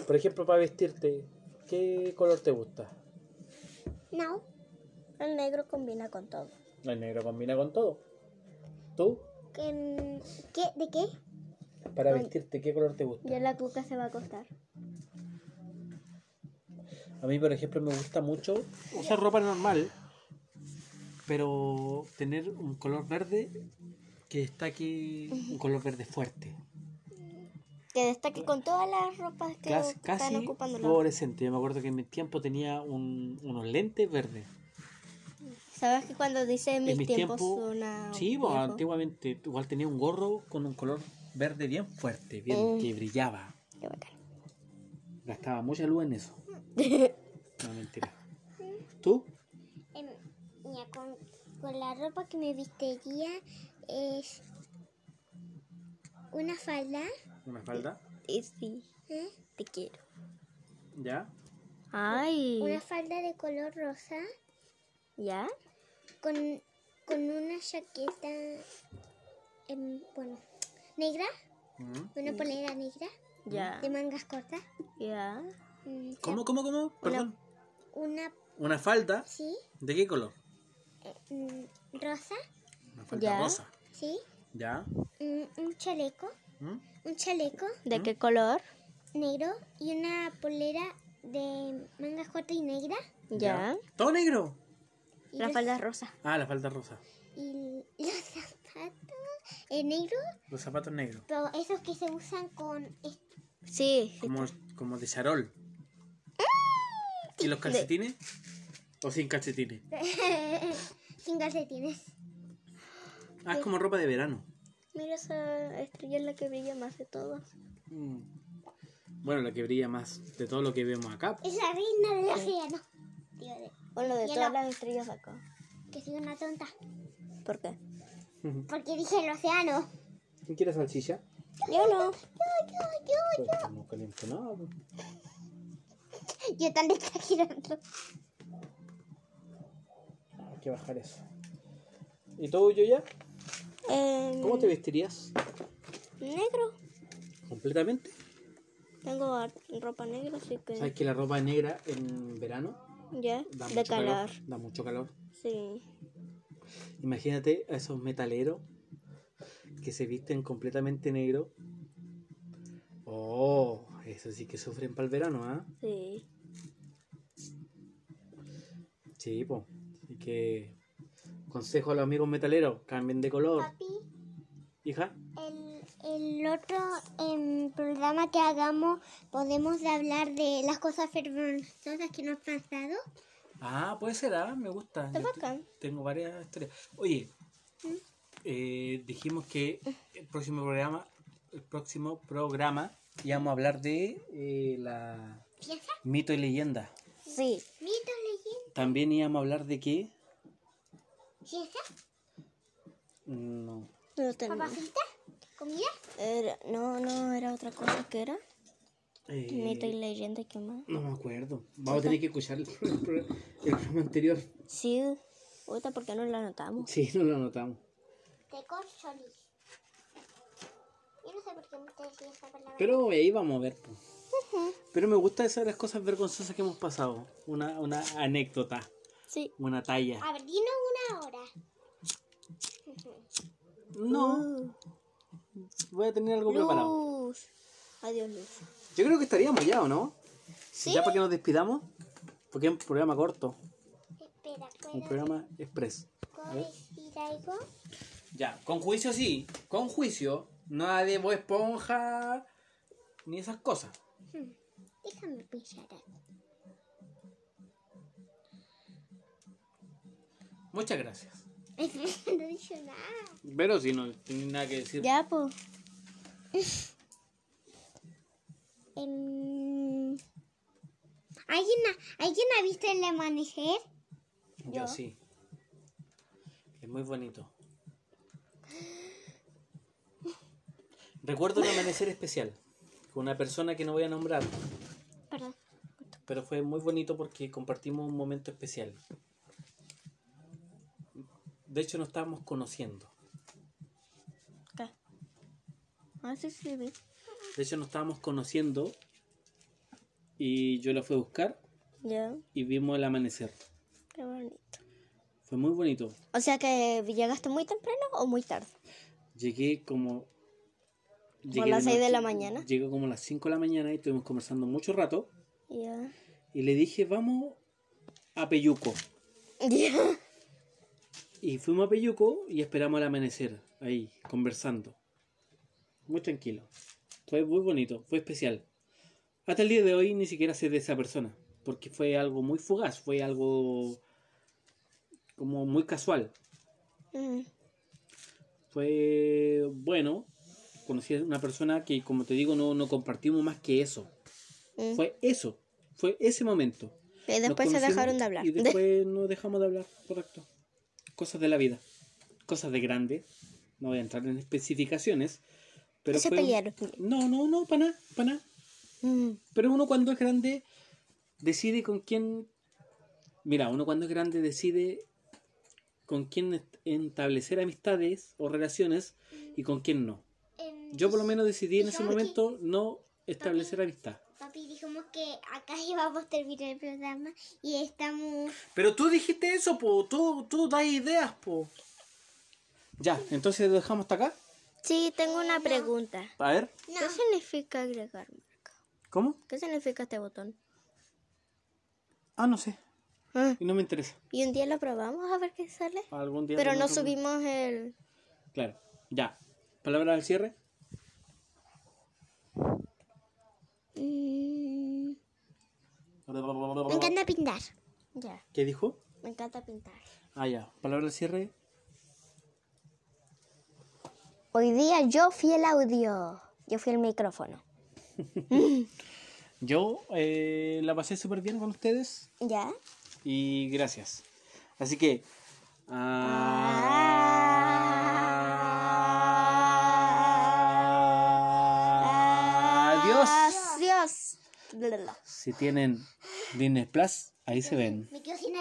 Speaker 4: Por ejemplo, para vestirte, ¿qué color te gusta?
Speaker 2: No. El negro combina con todo.
Speaker 4: El negro combina con todo. ¿Tú?
Speaker 5: ¿Qué, qué, ¿De qué?
Speaker 4: Para vestirte, ¿qué color te gusta?
Speaker 2: Ya la cuca se va a acostar.
Speaker 4: A mí, por ejemplo, me gusta mucho usar ropa normal, pero tener un color verde que está aquí, un color verde fuerte.
Speaker 2: Que destaque con todas las ropas que
Speaker 4: Casi,
Speaker 2: están
Speaker 4: casi
Speaker 2: ocupando la-
Speaker 4: fluorescente. Yo me acuerdo que en mi tiempo tenía un- unos lentes verdes.
Speaker 2: Sabes que cuando dice mis,
Speaker 4: en mis
Speaker 2: tiempos
Speaker 4: tiempos,
Speaker 2: suena.
Speaker 4: sí, pues,
Speaker 2: viejo.
Speaker 4: antiguamente igual tenía un gorro con un color verde bien fuerte,
Speaker 2: Mm.
Speaker 4: bien que brillaba.
Speaker 2: Qué bacán.
Speaker 4: Gastaba mucha luz
Speaker 2: [LAUGHS]
Speaker 4: en eso. No mentira. ¿Tú?
Speaker 5: Em, mira, con, con la ropa que me vistería es una falda.
Speaker 4: Una falda,
Speaker 2: Y sí,
Speaker 5: ¿eh?
Speaker 2: te quiero.
Speaker 4: ya.
Speaker 2: Ay.
Speaker 5: Una falda de color rosa
Speaker 2: ¿Ya?
Speaker 3: con, con una chaqueta, em, bueno, negra,
Speaker 6: ¿Mm?
Speaker 3: una polera negra,
Speaker 2: Ya,
Speaker 3: de mangas cortas,
Speaker 2: ya.
Speaker 3: mm,
Speaker 6: ¿Cómo, cómo, cómo? Perdón.
Speaker 3: una,
Speaker 6: ¿Una falda?
Speaker 3: sí,
Speaker 6: ¿De qué color?
Speaker 3: mm, rosa,
Speaker 6: Una falda
Speaker 2: Ya.
Speaker 6: rosa.
Speaker 3: sí,
Speaker 6: ¿Ya?
Speaker 3: mm, un chaleco,
Speaker 6: ¿Mm?
Speaker 3: un chaleco
Speaker 2: ¿De
Speaker 4: ¿Ah?
Speaker 2: qué color?
Speaker 3: negro y una polera de mangas cortas y negra
Speaker 2: Ya.
Speaker 6: ¿Todo negro?
Speaker 3: y
Speaker 2: La
Speaker 3: los-
Speaker 2: falda rosa.
Speaker 6: Ah, la falda rosa.
Speaker 3: y los [LAUGHS] zapatos eh, negros,
Speaker 6: Los zapatos negros.
Speaker 3: pero esos que se usan con este, es-
Speaker 2: Sí, sí.
Speaker 6: Como, como de charol.
Speaker 2: Ah.
Speaker 6: ¿Y los calcetines? ¿O sin calcetines?
Speaker 3: [LAUGHS] sin calcetines.
Speaker 6: Ah, es como ropa de verano.
Speaker 2: Mira esa estrella es la que brilla más de todas.
Speaker 6: Mm. Bueno, la que brilla más de todo lo que vemos acá.
Speaker 3: Es la reina del océano. Tío, de-
Speaker 2: Bueno, de
Speaker 3: Hielo.
Speaker 2: todas las estrellas acá.
Speaker 3: que soy una tonta.
Speaker 2: ¿Por qué?
Speaker 3: Porque dije el océano.
Speaker 4: ¿Quién quiere salchicha? Pues,
Speaker 2: Yo no.
Speaker 4: No caliento nada. pues.
Speaker 3: Yo tan [LAUGHS] exagerando.
Speaker 4: Ah, Hay que bajar eso. ¿Y tú, Yuya? ¿Cómo te vestirías?
Speaker 2: Em, Negro.
Speaker 4: ¿Completamente?
Speaker 2: Tengo ar- ropa negra, así
Speaker 4: ¿Sabes
Speaker 2: que
Speaker 4: que la ropa negra en verano
Speaker 2: ya.
Speaker 4: da
Speaker 2: De
Speaker 4: mucho
Speaker 2: calor.
Speaker 4: Da mucho calor.
Speaker 2: Sí.
Speaker 4: Imagínate a esos metaleros que se visten completamente negro. Oh, eso sí que sufren para el verano, ¿ah?
Speaker 2: Sí.
Speaker 4: Sí, po. Así que consejo a los amigos metaleros, cambien de color.
Speaker 2: Ah.
Speaker 3: Papi,
Speaker 4: Hija,
Speaker 3: el, el otro em, programa que hagamos podemos hablar de las cosas vergonzosas que nos han pasado.
Speaker 6: Ah, puede ser, ah, me gusta. Yo te-
Speaker 2: bacán. ¿Mm?
Speaker 6: Tengo varias historias. Oye, eh, dijimos que el próximo programa, el próximo programa, íbamos a hablar de eh, la
Speaker 3: ¿Piensa?
Speaker 6: mito y leyenda.
Speaker 2: Sí.
Speaker 3: Mito, leyenda.
Speaker 6: También íbamos a hablar de qué.
Speaker 3: ¿Piensa?
Speaker 6: No.
Speaker 2: No lo tengo.
Speaker 3: ¿Papacita? ¿Comida?
Speaker 2: Era- no, no, era otra cosa que era.
Speaker 4: eh,
Speaker 2: Mito y leyenda, ¿qué más?
Speaker 4: no me acuerdo. Vamos a tener que escuchar el, pro- el pro- el programa anterior.
Speaker 2: Sí. Ahorita, ¿por qué no la anotamos?
Speaker 4: Sí, no lo anotamos.
Speaker 3: De corcholis. Yo no sé por qué me estoy diciendo esa palabra.
Speaker 4: Pero ahí vamos a ver. po. Pero me gusta esas las cosas vergonzosas que hemos pasado. Una, una anécdota,
Speaker 2: Sí.
Speaker 4: una talla.
Speaker 3: A ver, dinos una hora.
Speaker 4: No. Voy a tener algo preparado.
Speaker 2: Luz. Adiós, Luz.
Speaker 4: Yo creo que estaríamos ya, ¿o no? Ya para que nos despidamos. Porque es un programa corto,
Speaker 3: Espera,
Speaker 4: un
Speaker 3: ¿puedo,
Speaker 4: programa express.
Speaker 3: puedo decir algo?
Speaker 6: Ya, con juicio sí, con juicio. Nada de Bob esponja ni esas cosas.
Speaker 3: Déjame pensar algo. [LAUGHS]
Speaker 6: Muchas gracias.
Speaker 3: no he dicho nada.
Speaker 6: Pero si no tiene nada que decir.
Speaker 2: Ya,
Speaker 5: [LAUGHS]
Speaker 2: pues.
Speaker 3: Em, ¿alguien, ha, ¿Alguien ha visto el amanecer?
Speaker 6: Yo, sí. Es muy bonito.
Speaker 4: Recuerdo un amanecer especial con una persona que no voy a nombrar,
Speaker 3: Perdón.
Speaker 4: pero fue muy bonito porque compartimos un momento especial. De hecho, nos estábamos conociendo.
Speaker 2: Acá. Ah, sí, sí, vi.
Speaker 4: De hecho, nos estábamos conociendo y yo la fui a buscar
Speaker 2: Ya.
Speaker 4: y vimos el amanecer.
Speaker 2: Qué bonito.
Speaker 4: Fue muy bonito.
Speaker 2: O sea que llegaste muy temprano o muy tarde.
Speaker 4: Llegué como...
Speaker 2: Como a las
Speaker 4: de
Speaker 2: seis de
Speaker 4: noche-
Speaker 2: la mañana.
Speaker 4: Llegué como a las 5 de la mañana y estuvimos conversando mucho rato.
Speaker 2: Ya.
Speaker 4: Y le dije, vamos a Peyuco.
Speaker 2: [LAUGHS] Ya.
Speaker 4: Y fuimos a Peyuco y esperamos al amanecer, ahí, conversando. Muy tranquilo. Fue muy bonito, fue especial. Hasta el día de hoy ni siquiera sé de esa persona, porque fue algo muy fugaz, fue algo como muy casual.
Speaker 2: Mm,
Speaker 4: Fue bueno, conocí a una persona que, como te digo, no, no compartimos más que eso.
Speaker 2: mm.
Speaker 4: Fue eso, fue ese momento.
Speaker 2: Y
Speaker 4: Nos
Speaker 2: después se
Speaker 4: conocimos
Speaker 2: dejaron de hablar.
Speaker 4: Y
Speaker 2: [LAUGHS]
Speaker 4: después no dejamos de hablar, correcto. Cosas de la vida, cosas de grande. No voy a entrar en especificaciones. Pero
Speaker 2: se
Speaker 4: fue-
Speaker 2: pelearon.
Speaker 4: No, no, no, para nada, para nada.
Speaker 2: Mm,
Speaker 4: Pero uno cuando es grande decide con quién. Mira, uno cuando es grande decide con quién est- establecer amistades o relaciones y con quién no.
Speaker 5: Em,
Speaker 4: Yo por lo menos decidí en
Speaker 5: ¿Y
Speaker 4: ese
Speaker 5: sabes qué?
Speaker 4: momento no establecer amistad.
Speaker 5: Papi, dijimos que acá [LAUGHS] íbamos a terminar el programa y estamos...
Speaker 4: Pero tú dijiste eso, po. Tú, tú das ideas, po. Ya, entonces lo dejamos hasta acá.
Speaker 2: Sí, tengo una pregunta.
Speaker 4: A ver,
Speaker 2: ¿Qué significa agregar marca?
Speaker 4: ¿cómo?
Speaker 2: ¿Qué significa este botón?
Speaker 4: Ah, no sé.
Speaker 2: Ah,
Speaker 4: Y no me interesa.
Speaker 2: Y un día lo probamos a ver qué sale.
Speaker 4: Algún día.
Speaker 2: Pero no
Speaker 4: tenemos que-
Speaker 2: subimos el...
Speaker 4: Claro, ya. Palabra al cierre.
Speaker 2: Mm. Oh.
Speaker 5: Me encanta pintar.
Speaker 2: Ya,
Speaker 4: ¿Qué dijo?
Speaker 2: me encanta pintar.
Speaker 4: Ah, ya. Palabra al cierre.
Speaker 2: Hoy día yo fui el audio. Yo fui el micrófono.
Speaker 4: Yo eh, la pasé súper bien con ustedes
Speaker 2: ¿Ya?
Speaker 4: y gracias. Así que. ah, Adiós.
Speaker 2: Adiós. Bla, bla, bla.
Speaker 4: Si tienen Disney Plus, ahí se ven.
Speaker 5: Me quedo sin